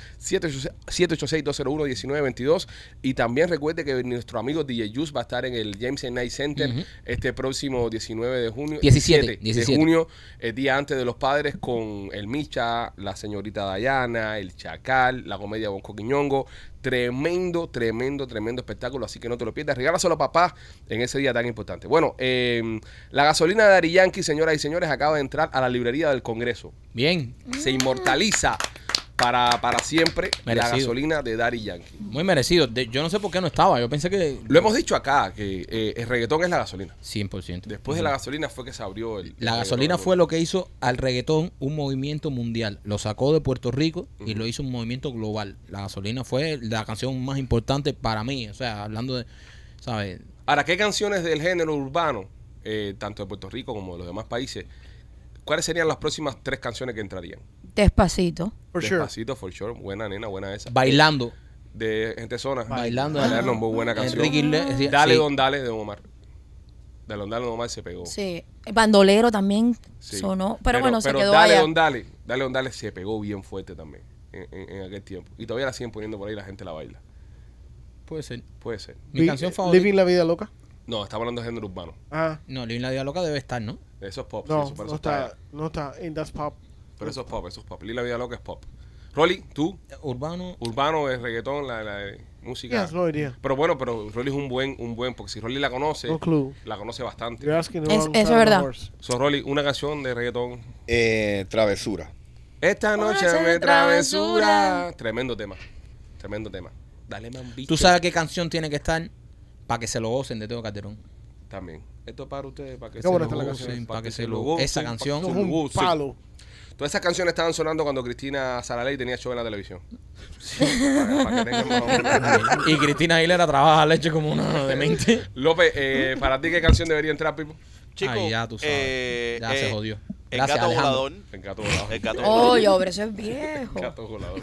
S3: 786-201-1922. Y también recuerde que nuestro amigo DJ Juice va a estar en el James Night Center este próximo 19 de junio.
S2: 17,
S3: 17
S2: 17.
S3: de junio, el día antes de los padres, con el Micha, la señorita Dayana, el Chacal, la comedia Bonco Quiñongo. Tremendo, tremendo, tremendo espectáculo. Así que no te lo pierdas. Regálaselo a papá en ese día tan importante. Bueno, eh, la gasolina de Ari Yankee, señoras y señores, acaba de entrar a la librería del Congreso
S2: Este- Bien,
S3: se inmortaliza para, para siempre
S2: Merecido.
S3: la gasolina de Daddy Yankee.
S2: muy merecido. De- yo no sé por qué no estaba. Yo pensé que.
S3: Lo hemos dicho acá, que eh, el reggaetón es la gasolina.
S2: 100%.
S3: Después de la gasolina fue que se abrió el...
S2: La gasolina fue lo que hizo al reggaetón un movimiento mundial. Lo sacó de Puerto Rico y lo hizo un movimiento global. La gasolina fue la canción más importante para mí. O sea, hablando de, ¿sabes?
S3: Ahora, ¿qué canciones del género urbano, eh, tanto de Puerto Rico como de los demás países, cuáles serían las próximas tres canciones que entrarían?
S7: Despacito.
S4: For sure.
S3: Despacito, For Sure, buena nena, buena esa.
S2: Bailando.
S3: de Gente Zona.
S2: Bailando.
S3: Dale, no, muy buena canción.
S2: Enrique Iglesias, sí.
S3: Dale, Don Dale, de Omar. Dale, Don Dale, de Omar se pegó.
S7: Sí. Bandolero también
S3: Oh. Sí.
S7: sonó. Pero, bueno,
S3: pero
S7: se quedó
S3: Dale,
S7: allá.
S3: Don Dale, Dale, Don Dale se pegó bien fuerte también en, en- en aquel tiempo. Y todavía la siguen poniendo por ahí, la gente la baila.
S2: Puede ser.
S3: Puede ser.
S2: Mi
S4: Vi- eh,
S2: canción favorita.
S4: Living la vida loca.
S3: No, estamos hablando de género urbano.
S4: Ah,
S2: No, Living la Vida Loca debe estar, ¿no?
S3: Eso es pop. sí,
S4: no,
S3: eso, para
S4: no
S3: eso está.
S4: está, no está. En That's Pop.
S3: Pero eso es pop, eso es pop. Lila Vida Loca es pop. Rolly, tú,
S2: Urbano.
S3: urbano es reggaetón, la, la de música.
S4: Yes, no idea.
S3: Pero bueno, pero Rolly es un buen, un buen, porque si Rolly la conoce,
S4: No clue.
S3: la conoce bastante.
S4: You're asking the
S7: Es-
S4: wrong
S7: eso es
S4: kind of
S7: verdad.
S4: horse.
S3: So, Rolly, una canción de reggaetón.
S5: Eh, travesura.
S3: Esta
S7: Una
S3: noche
S7: noche
S3: me
S7: de
S3: travesura.
S7: travesura.
S3: Tremendo tema. Tremendo tema. Dale, man, bicho.
S2: Tú sabes qué canción tiene que estar para que se lo gocen de Teo Calderón.
S3: También. Esto es para ustedes, para que
S4: Qué buena
S3: lo
S4: está la
S3: gocen,
S2: canción.
S3: para
S2: Para
S3: que
S2: que
S3: se
S2: se
S3: lo
S2: lo-
S3: gocen,
S2: esa
S3: para que
S2: canción.
S3: se
S4: Eso es
S3: lo
S4: un
S3: gocen.
S4: palo.
S3: Todas esas canciones estaban sonando cuando Cristina Saraley tenía show en la
S4: [laughs]
S3: televisión. Para- para que tengan más [laughs] o menos.
S2: Y Cristina Aguilera trabaja leche como una demente.
S3: López, eh, ¿para ti qué canción debería entrar, Pipo?
S6: Chico,
S2: Ay, ya tú sabes.
S6: eh,
S2: Ya se
S6: eh,
S2: jodió.
S6: El
S2: Gracias,
S6: gato
S2: Alejandro.
S6: volador.
S3: El gato volador.
S6: El gato volador.
S7: Oye, hombre, eso es viejo.
S3: El gato volador.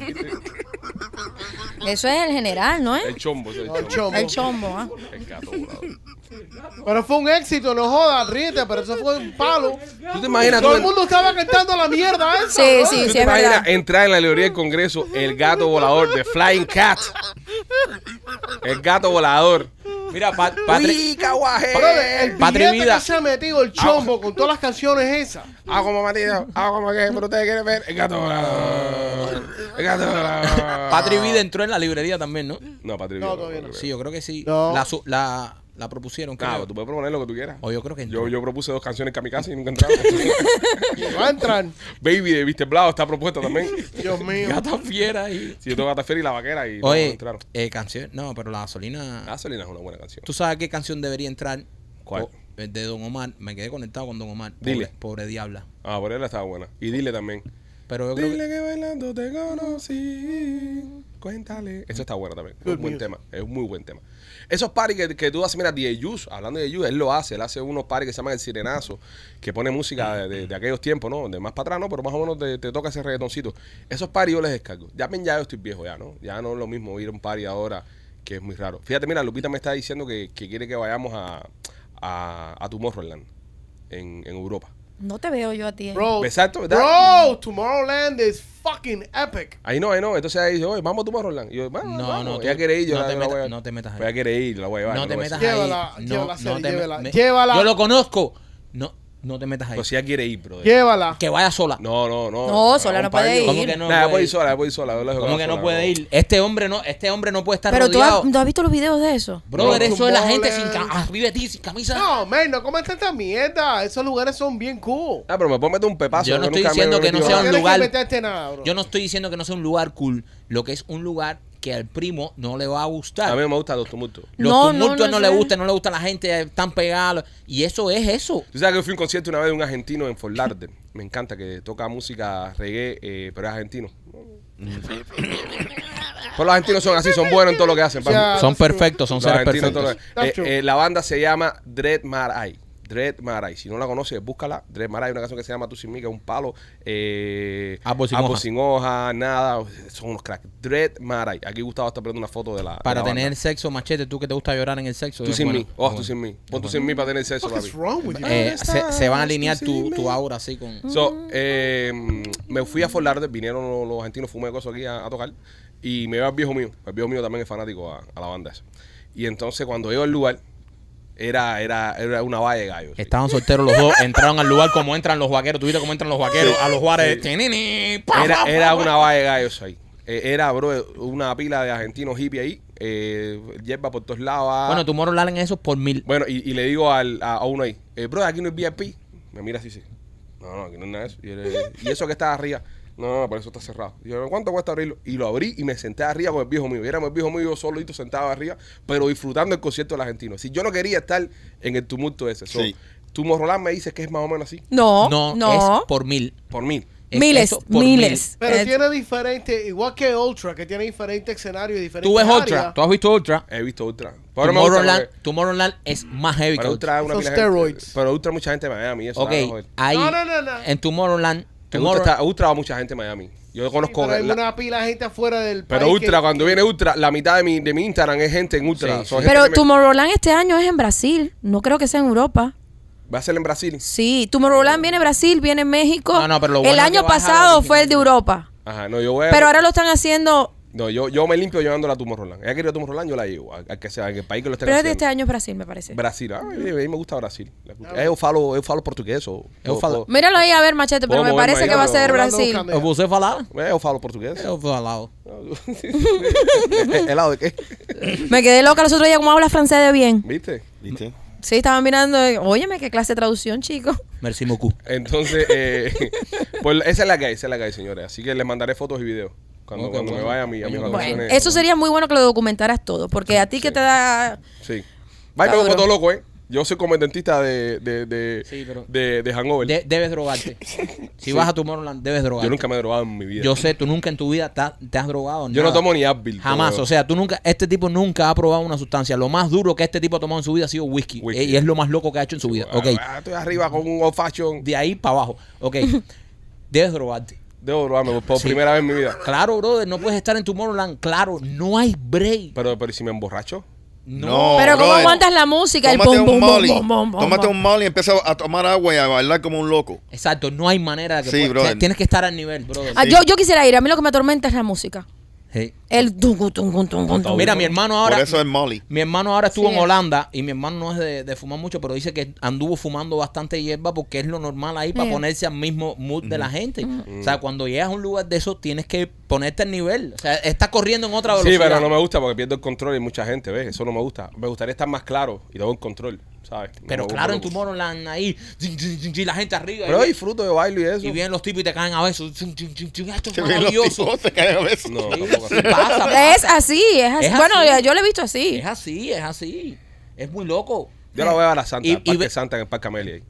S7: Eso es el general, ¿no
S3: El
S7: es?
S3: chombo. eso es El
S4: El
S3: chombo.
S4: chombo.
S7: El chombo, ¿ah?
S3: El gato volador.
S4: Pero fue un éxito, no jodas, ríete, pero eso fue un palo.
S3: ¿Tú te imaginas,
S4: Todo
S3: tú,
S4: el mundo estaba cantando la mierda esa.
S7: Sí,
S4: ¿no?
S7: sí,
S3: tú
S7: sí,
S3: te
S7: es verdad.
S3: imaginas entrar en la librería del Congreso el gato volador de Flying Cat? El gato volador.
S2: Mira, pa- Patrick.
S3: Uy, caguaje.
S4: Brother, el
S2: Eh, Patri
S4: billete
S2: Vida. Ah,
S4: que se ha metido el chombo con todas las canciones esas.
S3: Hago Ah, como Matías, hago como que, pero ustedes quieren ver el gato volador. El gato volador.
S2: Patrick Vida entró en la librería también, ¿no?
S3: No, Patrick
S4: No,
S3: Vida,
S4: todavía no.
S3: creo.
S2: Sí, yo creo que sí.
S4: No.
S2: La, su- la, la propusieron,
S3: Claro,
S2: creo.
S3: Ah, tú puedes proponer lo que tú quieras.
S2: O yo creo que entró.
S3: Yo, yo propuse dos canciones Kamikaze y nunca entraron. [laughs]
S4: No entran.
S3: Baby de Viste Blau está propuesta también.
S2: [laughs]
S4: Dios mío.
S2: Gata fiera y...
S3: Si yo tengo Gata Fiera y La Vaquera y no, no
S2: Oye,
S3: entraron.
S2: eh, canción... No, pero la gasolina...
S3: Gasolina es una buena canción.
S2: ¿Tú sabes qué canción debería entrar?
S3: ¿Cuál?
S2: O- eh, de Don Omar. Me quedé conectado con Don Omar.
S3: Dile.
S2: Pobre, pobre diabla.
S3: Ah, por él estaba buena. Y dile también.
S2: Pero yo creo
S3: Dile
S2: que...
S3: que bailando te conocí. Cuéntale. Eso está bueno también. Es un buen tema. Es un muy buen tema. Esos paris que, que tú haces, mira, DJ Yus, hablando de Yus, él lo hace. Él hace unos paris que se llaman El Sirenazo, que pone música de, de- de aquellos tiempos, ¿no? De más para atrás, ¿no? Pero más o menos te, te toca ese reggaetoncito. Esos paris yo les descargo. Ya ven, ya yo estoy viejo ya, ¿no? Ya no es lo mismo ir a un party ahora, que es muy raro. Fíjate, mira, Lupita me está diciendo que, que quiere que vayamos a, a, a Tomorrowland, en, en Europa.
S7: No te veo yo a ti. eh.
S4: Bro,
S3: Exacto, ¿verdad?
S4: bro, Tomorrowland is fucking epic.
S3: Ahí no, ahí no. Entonces ahí dice, oye, vamos a Tomorrowland. Y yo, bueno,
S2: No,
S3: vamos.
S2: no,
S3: Ella
S2: tú-
S3: quiere ir, yo
S2: no
S3: la-
S2: te
S3: la
S2: metas-
S3: voy a-
S2: no te metas ahí.
S3: Ella quiere ir, la voy a llevar.
S2: no te
S3: la voy a
S2: metas
S3: hacer.
S4: Llévala,
S2: ahí.
S4: llévala,
S2: no, no
S4: Sally,
S2: te me-
S4: llévala.
S2: me-
S4: Llévala.
S2: Yo lo conozco. No, no te metas ahí.
S3: Pero si ella quiere ir, brother.
S4: Llévala.
S2: que vaya sola.
S3: Pues No, no, no.
S7: No, sola no puede
S2: ¿Cómo
S7: ir.
S2: que no
S3: Nah,
S2: puede
S3: yo puedo
S2: ir?
S3: ir sola, yo puedo ir sola. yo la dejo
S2: ¿Cómo que
S3: sola,
S2: no puede ir? Este hombre no, este hombre no puede estar
S7: Pero tú has,
S2: rodeado.
S7: tú has visto los videos de eso.
S2: Brother,
S4: No,
S2: eso es la gente sin
S4: mole.
S2: ca- arriba de ti, sin camisa.
S4: No, man, no comas tanta mierda. Esos lugares son bien cool.
S3: Ah, pero me puedo meter un pepazo.
S2: Yo no
S3: porque
S2: estoy
S3: nunca me
S2: diciendo
S3: he
S2: que no
S3: metido
S2: sea
S3: nada.
S2: un
S4: tienes
S2: lugar-
S4: que meterte nada, bro.
S2: Yo no estoy diciendo que no sea un lugar cool, lo que es un lugar que al primo no le va a
S3: A
S2: gustar.
S3: mí me gustan los tumultos.
S2: Los
S7: No, no,
S2: tumultos no,
S7: no
S2: le
S7: sé.
S2: gustan, no le gustan la gente eh, tan pegada. Y eso es eso.
S3: Tú sabes que yo fui a un concierto una vez de un argentino en Fort Lauderdale. Me encanta que toca música reggae, eh, pero es argentino.
S2: Mm.
S3: Pero los argentinos son así, son buenos en todo lo que hacen. papi.
S4: Ya, Ah,
S2: Son
S4: sí.
S2: perfectos, son
S3: Los
S2: seres
S3: argentinos en todo
S2: perfectos.
S3: lo que-
S4: That's
S3: Eh,
S4: true.
S3: eh, la banda se llama Dread Mar Eye. Dread Marai. Si no la conoces, búscala. Dread Marai, una canción que se llama Tú sin mí, que es un palo. Eh,
S2: Árbol sin
S3: Árbol
S2: hoja.
S3: sin hoja, nada. Son unos cracks. Dread Marai. Aquí Gustavo está poniendo una foto de la. de
S2: Para
S3: la
S2: tener
S3: banda.
S2: sexo, machete, tú que te gusta llorar en el sexo.
S3: Tú
S2: es
S3: sin
S2: bueno,
S3: mí.
S2: es
S3: Oh, tú
S2: bueno.
S3: sin mí. Pon tú sin mí para tener sexo,
S4: What the fuck
S3: papi.
S4: is wrong with you?
S2: Eh, se, se van a alinear tu, tu aura así con.
S3: So, eh, me fui a Fort Lauderdale, vinieron los, los argentinos fumé cosas aquí a, a tocar y me iba el viejo mío, el viejo mío también es fanático a, a la banda esa. Y entonces cuando llego al lugar, era, era, era una valla de gallos. sí.
S2: Estaban solteros los dos, entraron al lugar como entran los vaqueros. ¿Tú viste cómo entran los vaqueros? A los Juárez. tinini, pa,
S3: Era,
S2: pa, pa,
S3: era
S2: pa.
S3: una valla de gallos ahí. Eh, Era, bro, una pila de argentinos hippie ahí, eh, hierba por todos lados. ah.
S2: Bueno, tu moro en eso por mil.
S3: Bueno, y, y le digo al, a, a uno ahí, eh, bro, aquí no es VIP. Me mira así, sí. No, no, aquí no es nada de eso. Y, él, eh, "¿Y eso que está arriba. No, no, por eso está cerrado. Y yo, ¿cuánto cuesta abrirlo? Y lo abrí y me senté arriba con el viejo mío. Y éramos el viejo mío y yo solito sentado arriba, pero disfrutando el concierto del argentino. Si yo no quería estar en el tumulto ese. So,
S5: Sí.
S3: Tú, Morrolán, me dices que es más o menos así,
S7: No,
S2: No,
S7: no.
S2: es por mil.
S3: por mí.
S2: Es
S7: miles,
S2: eso por
S7: miles. Eh,
S4: Pero
S2: eh,
S7: Es-
S4: tiene diferente, igual que Ultra, que tiene diferente escenario y diferente
S2: Tú ves Ultra, tú has visto Ultra.
S3: He visto Ultra. Pero no me gusta
S2: Tomorrowland,
S3: porque-
S2: Tomorrowland es más heavy que
S3: pero
S2: Ultra.
S3: Ultra es una
S4: Son
S3: pila de gente-
S4: steroids.
S3: Pero Ultra mucha gente de Miami. Eso
S2: Ok,
S3: nada, joder.
S2: ahí.
S4: No, no, no, no.
S2: En Tomorrowland.
S3: Te gusta
S2: Tomorrow-
S3: estar- Ultra va mucha gente de Miami. Yo conozco...
S4: pero hay
S3: la-
S4: una pila de gente afuera del
S3: Pero
S4: país
S3: Ultra,
S4: que-
S3: cuando viene Ultra, la mitad de mi, de mi Instagram es gente en Ultra.
S2: Sí,
S3: Son
S2: sí.
S3: gente
S7: Pero
S3: que me-
S7: Tomorrowland este año es en Brasil. No creo que sea en Europa.
S3: Va a ser en Brasil.
S7: Sí, Tomorrowland viene en Brasil, viene en México.
S2: No, no, pero lo bueno
S7: el
S2: es
S7: año
S2: que bajaron
S7: pasado fue el de
S2: originalmente.
S7: Europa.
S3: Ajá, no, yo voy a...
S7: Pero ahora lo están haciendo.
S3: No, yo, yo me limpio llevándola a Tomorrowland. Ella quería Tomorrowland, yo la llevo. Al al que sea, en el país que lo esté
S7: Pero es de
S3: haciendo.
S7: este año Ah. es Brasil, me parece.
S3: Brasil. Ah, a mí me gusta Brasil. Yo falo, yo falo portugués. o- Yo falo...
S7: Míralo ahí a ver, machete,
S3: Puedo
S7: pero me
S3: moverme
S7: parece
S3: ahí,
S7: que va a
S3: pero-
S7: ser
S4: Orlando
S7: Brasil.
S4: Cameo.
S2: ¿O ¿Você falar?
S3: Eh, Yo falo portugués.
S2: Eu falado.
S3: [laughs] ¿Helado de qué?
S7: Me quedé loca los otros días como habla francés de bien.
S3: ¿Viste?
S5: ¿Viste?
S7: Sí, estaba mirando. eh, Óyeme, qué clase de traducción, chico.
S2: Merci beaucoup.
S3: Entonces, eh, [laughs] pues esa es la que hay, esa es la que hay, señores. Así que les mandaré fotos y videos cuando,
S2: Ok,
S3: cuando me
S2: bueno.
S3: vaya a mi, a mis
S7: Bueno,
S3: vacaciones.
S7: eso sería muy bueno que lo documentaras todo, porque a ti que te da...
S3: Sí. Bye, me
S7: Está
S3: todo
S7: duro.
S3: loco, ¿eh? Yo soy como el dentista de, de, de,
S2: Sí, pero-
S3: de, de Hangover.
S2: De- debes drogarte. Si vas a Tomorrowland, debes drogarte.
S3: Yo nunca me he drogado en mi vida.
S2: Yo sé, tú nunca en tu vida ta- te, has drogado.
S3: Yo
S2: nada.
S3: no tomo ni Advil.
S2: Jamás,
S3: tomo-
S2: o sea, tú nunca, este tipo nunca ha probado una sustancia. Lo más duro que este tipo ha tomado en su vida ha sido whisky.
S3: Whisky.
S2: eh, Y es lo más loco que ha hecho en su vida.
S3: Ah,
S2: Ok,
S3: ah, estoy arriba con un old fashion.
S2: de ahí para abajo. Ok, debes drogarte.
S3: Debo drogarme por
S2: Sí.
S3: primera vez en mi vida.
S2: Claro, brother, no puedes estar en Tomorrowland. Claro, no hay break.
S3: Pero, pero ¿y si me emborracho.
S5: No.
S7: Pero ¿cómo
S5: brother.
S7: aguantas la música? El
S5: Tómate
S7: pum,
S5: un
S7: pum, pum,
S5: molly.
S7: pum, pum, pum,
S5: Tómate
S7: pum.
S5: un molly y empieza a tomar agua y a bailar como un loco.
S2: Exacto, no hay manera de que
S5: Sí,
S2: puedas-
S5: brother.
S2: Tienes que estar al nivel, brother.
S7: Ah, yo, yo quisiera ir, a mí lo que me atormenta es la música.
S2: Sí.
S7: El... tungu, tungu, tungu, tungu.
S2: Mira, mi hermano ahora.
S5: Por eso es molly.
S2: Mi hermano ahora estuvo
S7: Sí,
S2: en
S7: es.
S2: Holanda y mi hermano no es de, de fumar mucho, pero dice que anduvo fumando bastante hierba porque es lo normal ahí para
S7: Sí.
S2: ponerse al mismo mood de la gente. O sea, cuando llegas a un lugar de eso tienes que ponerte al nivel. O sea, estás corriendo en otra
S3: Sí,
S2: velocidad.
S3: pero no me gusta porque pierdo el control y mucha gente, ¿ves? Eso no me gusta. Me gustaría estar más claro y tengo el control, ¿sabes? No
S2: Pero
S3: me-
S2: claro,
S3: no
S2: en
S3: me
S2: tu
S3: gusta.
S2: Tomorrowland ahí, zin, zin, zin, zin, la gente arriba.
S3: Pero yo
S2: y,
S3: disfruto, yo bailo y eso.
S2: y vienen los tipos y te caen a besos. Zin, zin, zin, zin, Esto es
S5: Que ven [laughs] los
S2: maravilloso.
S5: tipos, se caen a veces.
S3: No,
S2: Sí, [laughs]
S3: tampoco así.
S2: sí
S7: [laughs]
S2: pasa,
S7: Es así, es así.
S2: Es
S7: bueno,
S2: así.
S7: ya- yo lo he visto así.
S2: Es así, es así. Es muy loco.
S3: Yo la voy a la Santa,
S2: Y-
S3: al Parque
S2: y ve-
S3: Santa en el Parque Amelia. ahí.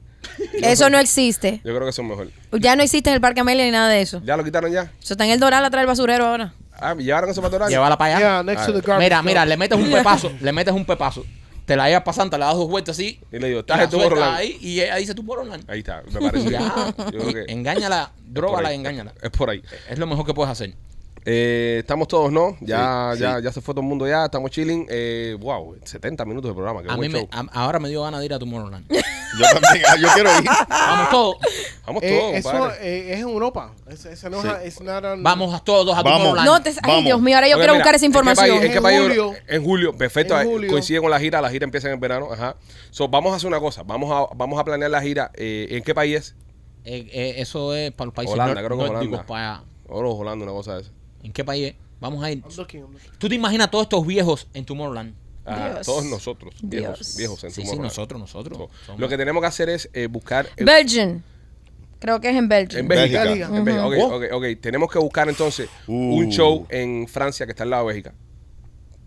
S7: Eso no existe.
S3: Yo creo que eso es mejor.
S7: Ya no existe en el Parque Amelia ni nada de eso.
S3: ¿Ya lo quitaron ya?
S7: Eso está en el Doral atrás del basurero ahora.
S3: Ah, ¿llevaron eso para Doral?
S2: Llévala para allá.
S4: Yeah, next to the garbage
S2: Mira, mira,
S4: truck.
S2: le
S7: [laughs]
S2: metes un pepazo, le metes un pepazo. Te la llevas pasando, le das dos vueltas así.
S3: Y le digo,
S2: la
S3: "Estás en tu
S2: sueltas
S3: Borolán".
S2: ahí Y ella dice, tú Borolán.
S3: Ahí está, me parece.
S2: Ya.
S3: Yo creo que es
S2: Engáñala,
S3: por
S2: drógala
S3: ahí.
S2: y engáñala.
S3: Es por ahí.
S2: Es lo mejor que puedes hacer.
S3: Eh, estamos todos, ¿no? Ya,
S5: Sí,
S3: ya,
S5: sí.
S3: ya se fue todo el mundo ya, estamos chilling. Eh, wow, 70 minutos de programa, qué
S2: A mí
S3: buen
S2: me,
S3: show.
S2: a- ahora me dio ganas de ir a tu Borolán.
S5: Yo también, ah, yo quiero ir.
S2: Vamos todos.
S3: Vamos
S4: Eh,
S3: todos,
S4: eso,
S3: compadre.
S4: eh, es en Europa. Es, esa no es-
S5: Sí.
S4: it's not on-
S2: Vamos a todos a tu
S5: Vamos.
S2: Borolán.
S7: No te, ay,
S5: Vamos.
S7: Dios mío, ahora yo
S3: Ok,
S7: quiero
S3: mira,
S7: buscar esa
S3: ¿en qué país-
S7: información.
S3: ¿En qué
S4: En
S3: país? En julio.
S4: julio.
S3: perfecto.
S4: En
S3: eh,
S4: julio.
S3: Coincide con la gira, la gira empieza en el verano. Ajá. So, vamos a hacer una cosa, vamos a, vamos a planear la gira. eh, ¿En qué país es?
S2: Eh, eh, eso es para los países
S3: Holanda,
S2: nórdicos,
S3: creo que Holanda.
S2: nórdicos, para-
S3: Oro Holanda, una cosa de esa.
S2: ¿En qué país es? Vamos a ir.
S4: I'm looking, I'm looking.
S2: ¿Tú te imaginas todos estos viejos en Tomorrowland?
S3: Ajá,
S7: Dios.
S3: Todos nosotros, viejos,
S7: Dios.
S3: viejos en
S2: Sí, sí,
S3: Tomorrowland.
S2: nosotros, nosotros.
S3: So,
S2: Somos-
S3: Lo que tenemos que hacer es eh, buscar el-
S7: Belgium. Creo que es en Belgium.
S3: En Bélgica.
S5: Bélgica.
S3: En Bélgica. Ok, ok, ok. Tenemos que buscar entonces
S5: Uh.
S3: un show en Francia que está al lado de Bélgica.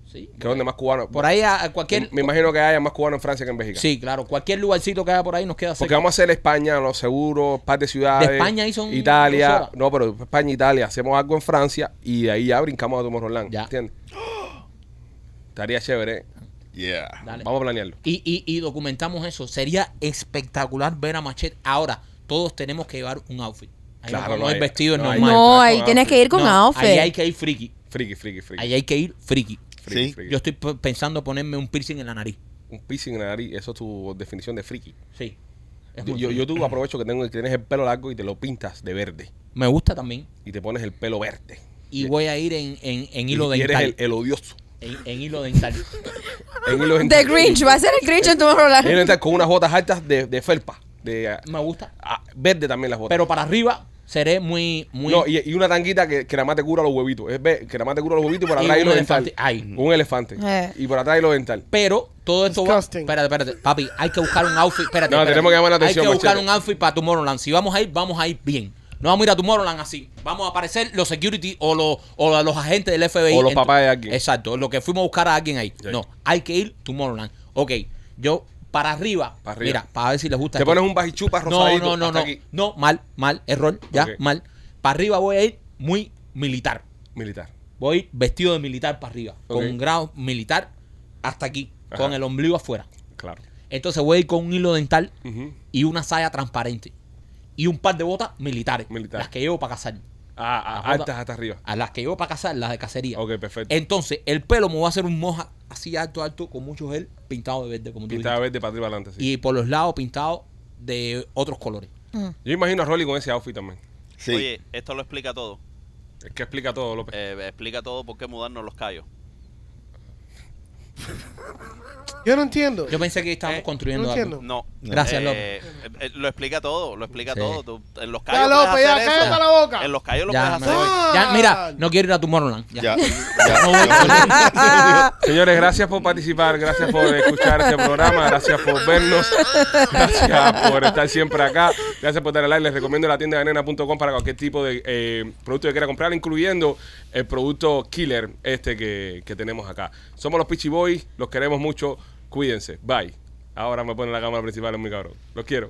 S2: Sí.
S3: Que es donde más cubanos.
S2: Por ahí a, a
S3: Me,
S2: cualquier...
S3: me imagino que haya más cubanos en Francia que en Bélgica.
S2: Sí, claro. Cualquier lugarcito que haya por ahí nos queda cerca.
S3: Porque vamos a hacer España, los seguros, par de ciudades.
S2: De España ahí son dos
S3: Italia.
S2: horas.
S3: No, pero España, Italia. Hacemos algo en Francia y de ahí ya brincamos a Tomorrowland.
S2: Ya.
S3: ¿Entiendes? [gasps] Estaría chévere. ¿eh?
S5: Yeah.
S2: Dale.
S3: Vamos a planearlo.
S2: Y, y- y documentamos eso. Sería espectacular ver a Machete. Ahora, todos tenemos que llevar un outfit. Ahí
S3: Claro,
S2: no,
S3: no
S2: no es
S3: hay-
S2: vestido
S3: no hay-
S2: normal.
S7: No,
S3: Mike,
S7: ahí
S3: con
S7: tienes
S3: outfit.
S7: que ir con
S2: No,
S7: outfit.
S2: Ahí hay que ir friki.
S3: Friki, friki, friki.
S2: Ahí hay que ir friki.
S3: Friki,
S5: Sí.
S3: friki.
S2: Yo estoy p- pensando ponerme un piercing en la nariz.
S3: Un piercing en la nariz, eso es tu definición de friki.
S2: Sí. Es
S3: Yo,
S2: muy
S3: yo,
S2: friki.
S3: yo tú aprovecho que tengo que tienes el pelo largo y te lo pintas de verde.
S2: Me gusta también.
S3: Y te pones el pelo verde.
S2: Y voy a ir en, en, en hilo
S3: y eres
S2: dental.
S3: el, el odioso.
S2: En, en hilo dental.
S3: En hilo
S7: The
S3: dental.
S7: Grinch, va a ser el
S3: [laughs]
S7: Grinch en Tomorrowland.
S3: En hilo dental con unas botas altas de, de felpa. De, ah,
S2: Me
S3: [laughs]
S2: gusta.
S3: ah, verde también las botas.
S2: Pero para arriba seré muy. muy
S3: no, y, y una tanguita que, que nada más te cura los huevitos. Es ve- que nada más te cura los huevitos y por
S2: Y
S3: atrás
S2: un
S3: hilo dental.
S2: elefante. Ay.
S3: Un elefante.
S7: Eh.
S3: Y por atrás hilo dental.
S2: Pero todo esto va.
S4: Disgusting.
S2: Espérate, espérate. Papi, hay que buscar un outfit. Espérate.
S3: No,
S2: espérate.
S3: tenemos que llamar la atención,
S2: Hay que buscar
S3: Machete.
S2: un outfit para Tomorrowland. Si vamos a ir, vamos a ir bien. No vamos a ir a Tomorrowland así. Vamos a aparecer los security o los, o los agentes del FBI.
S3: O los
S2: Ent-
S3: papás de alguien.
S2: Exacto. Lo que fuimos a buscar a alguien ahí.
S3: Sí.
S2: No, hay que ir Tomorrowland. Ok, yo para arriba.
S3: Para arriba.
S2: Mira, para ver si les gusta.
S3: Te
S2: esto.
S3: pones un bajichupa
S2: No,
S3: rosadito.
S2: no, no,
S3: hasta
S2: no.
S3: aquí.
S2: No, mal, mal. Error, ya,
S3: Ok.
S2: mal. Para arriba voy a ir muy militar.
S3: Militar.
S2: Voy vestido de militar para arriba. Con
S3: Ok.
S2: un grado militar hasta aquí.
S3: Ajá.
S2: Con el ombligo afuera.
S3: Claro.
S2: Entonces voy a ir con un hilo dental
S3: Ujú.
S2: y una saya transparente. Y un par de botas militares.
S3: Militar.
S2: Las que llevo para cazar.
S3: Ah, ah,
S2: Las botas-
S3: altas hasta arriba.
S2: A las que llevo para cazar, las de cacería.
S3: Ok, perfecto.
S2: Entonces, el pelo me voy a hacer un moja así alto, alto, con mucho gel pintado de verde, como tú
S3: Pintada
S2: dijiste.
S3: verde para arriba adelante. sí.
S2: Y por los lados pintado de otros colores.
S3: Yo imagino a Rolly con ese outfit también.
S5: Sí.
S6: Oye, esto lo explica todo.
S3: Es que explica todo, López.
S6: Eh, explica todo por qué mudarnos los callos.
S4: Yo no entiendo.
S2: Yo pensé que estábamos
S6: Eh,
S2: construyendo
S4: no
S2: algo.
S4: entiendo.
S6: No.
S2: Gracias,
S6: Eh,
S2: López.
S6: eh, eh, lo explica todo, lo explica
S2: Sí.
S6: todo. Tú- en los
S4: Ya,
S6: callos
S4: López,
S6: puedes
S4: ya,
S6: hacer eso.
S4: cállate la boca.
S6: En los callos lo
S2: Ya,
S6: puedes
S2: me
S6: hacer.
S2: voy.
S4: hoy.
S2: Ya,
S4: Ah.
S2: mira, no quiero ir a Tomorrowland.
S5: Ya.
S2: Ya.
S5: ya.
S2: No voy a
S3: Señores, gracias por participar, gracias por escuchar este programa, gracias por vernos, gracias por estar siempre acá, gracias por darle like. Les recomiendo la tienda de nena.com para cualquier tipo de eh, producto que quiera comprar, incluyendo el producto killer este que, que tenemos acá. Somos los Pichi Boys, los queremos mucho, cuídense, bye. Ahora me ponen la cámara principal, es muy cabrón. Los quiero.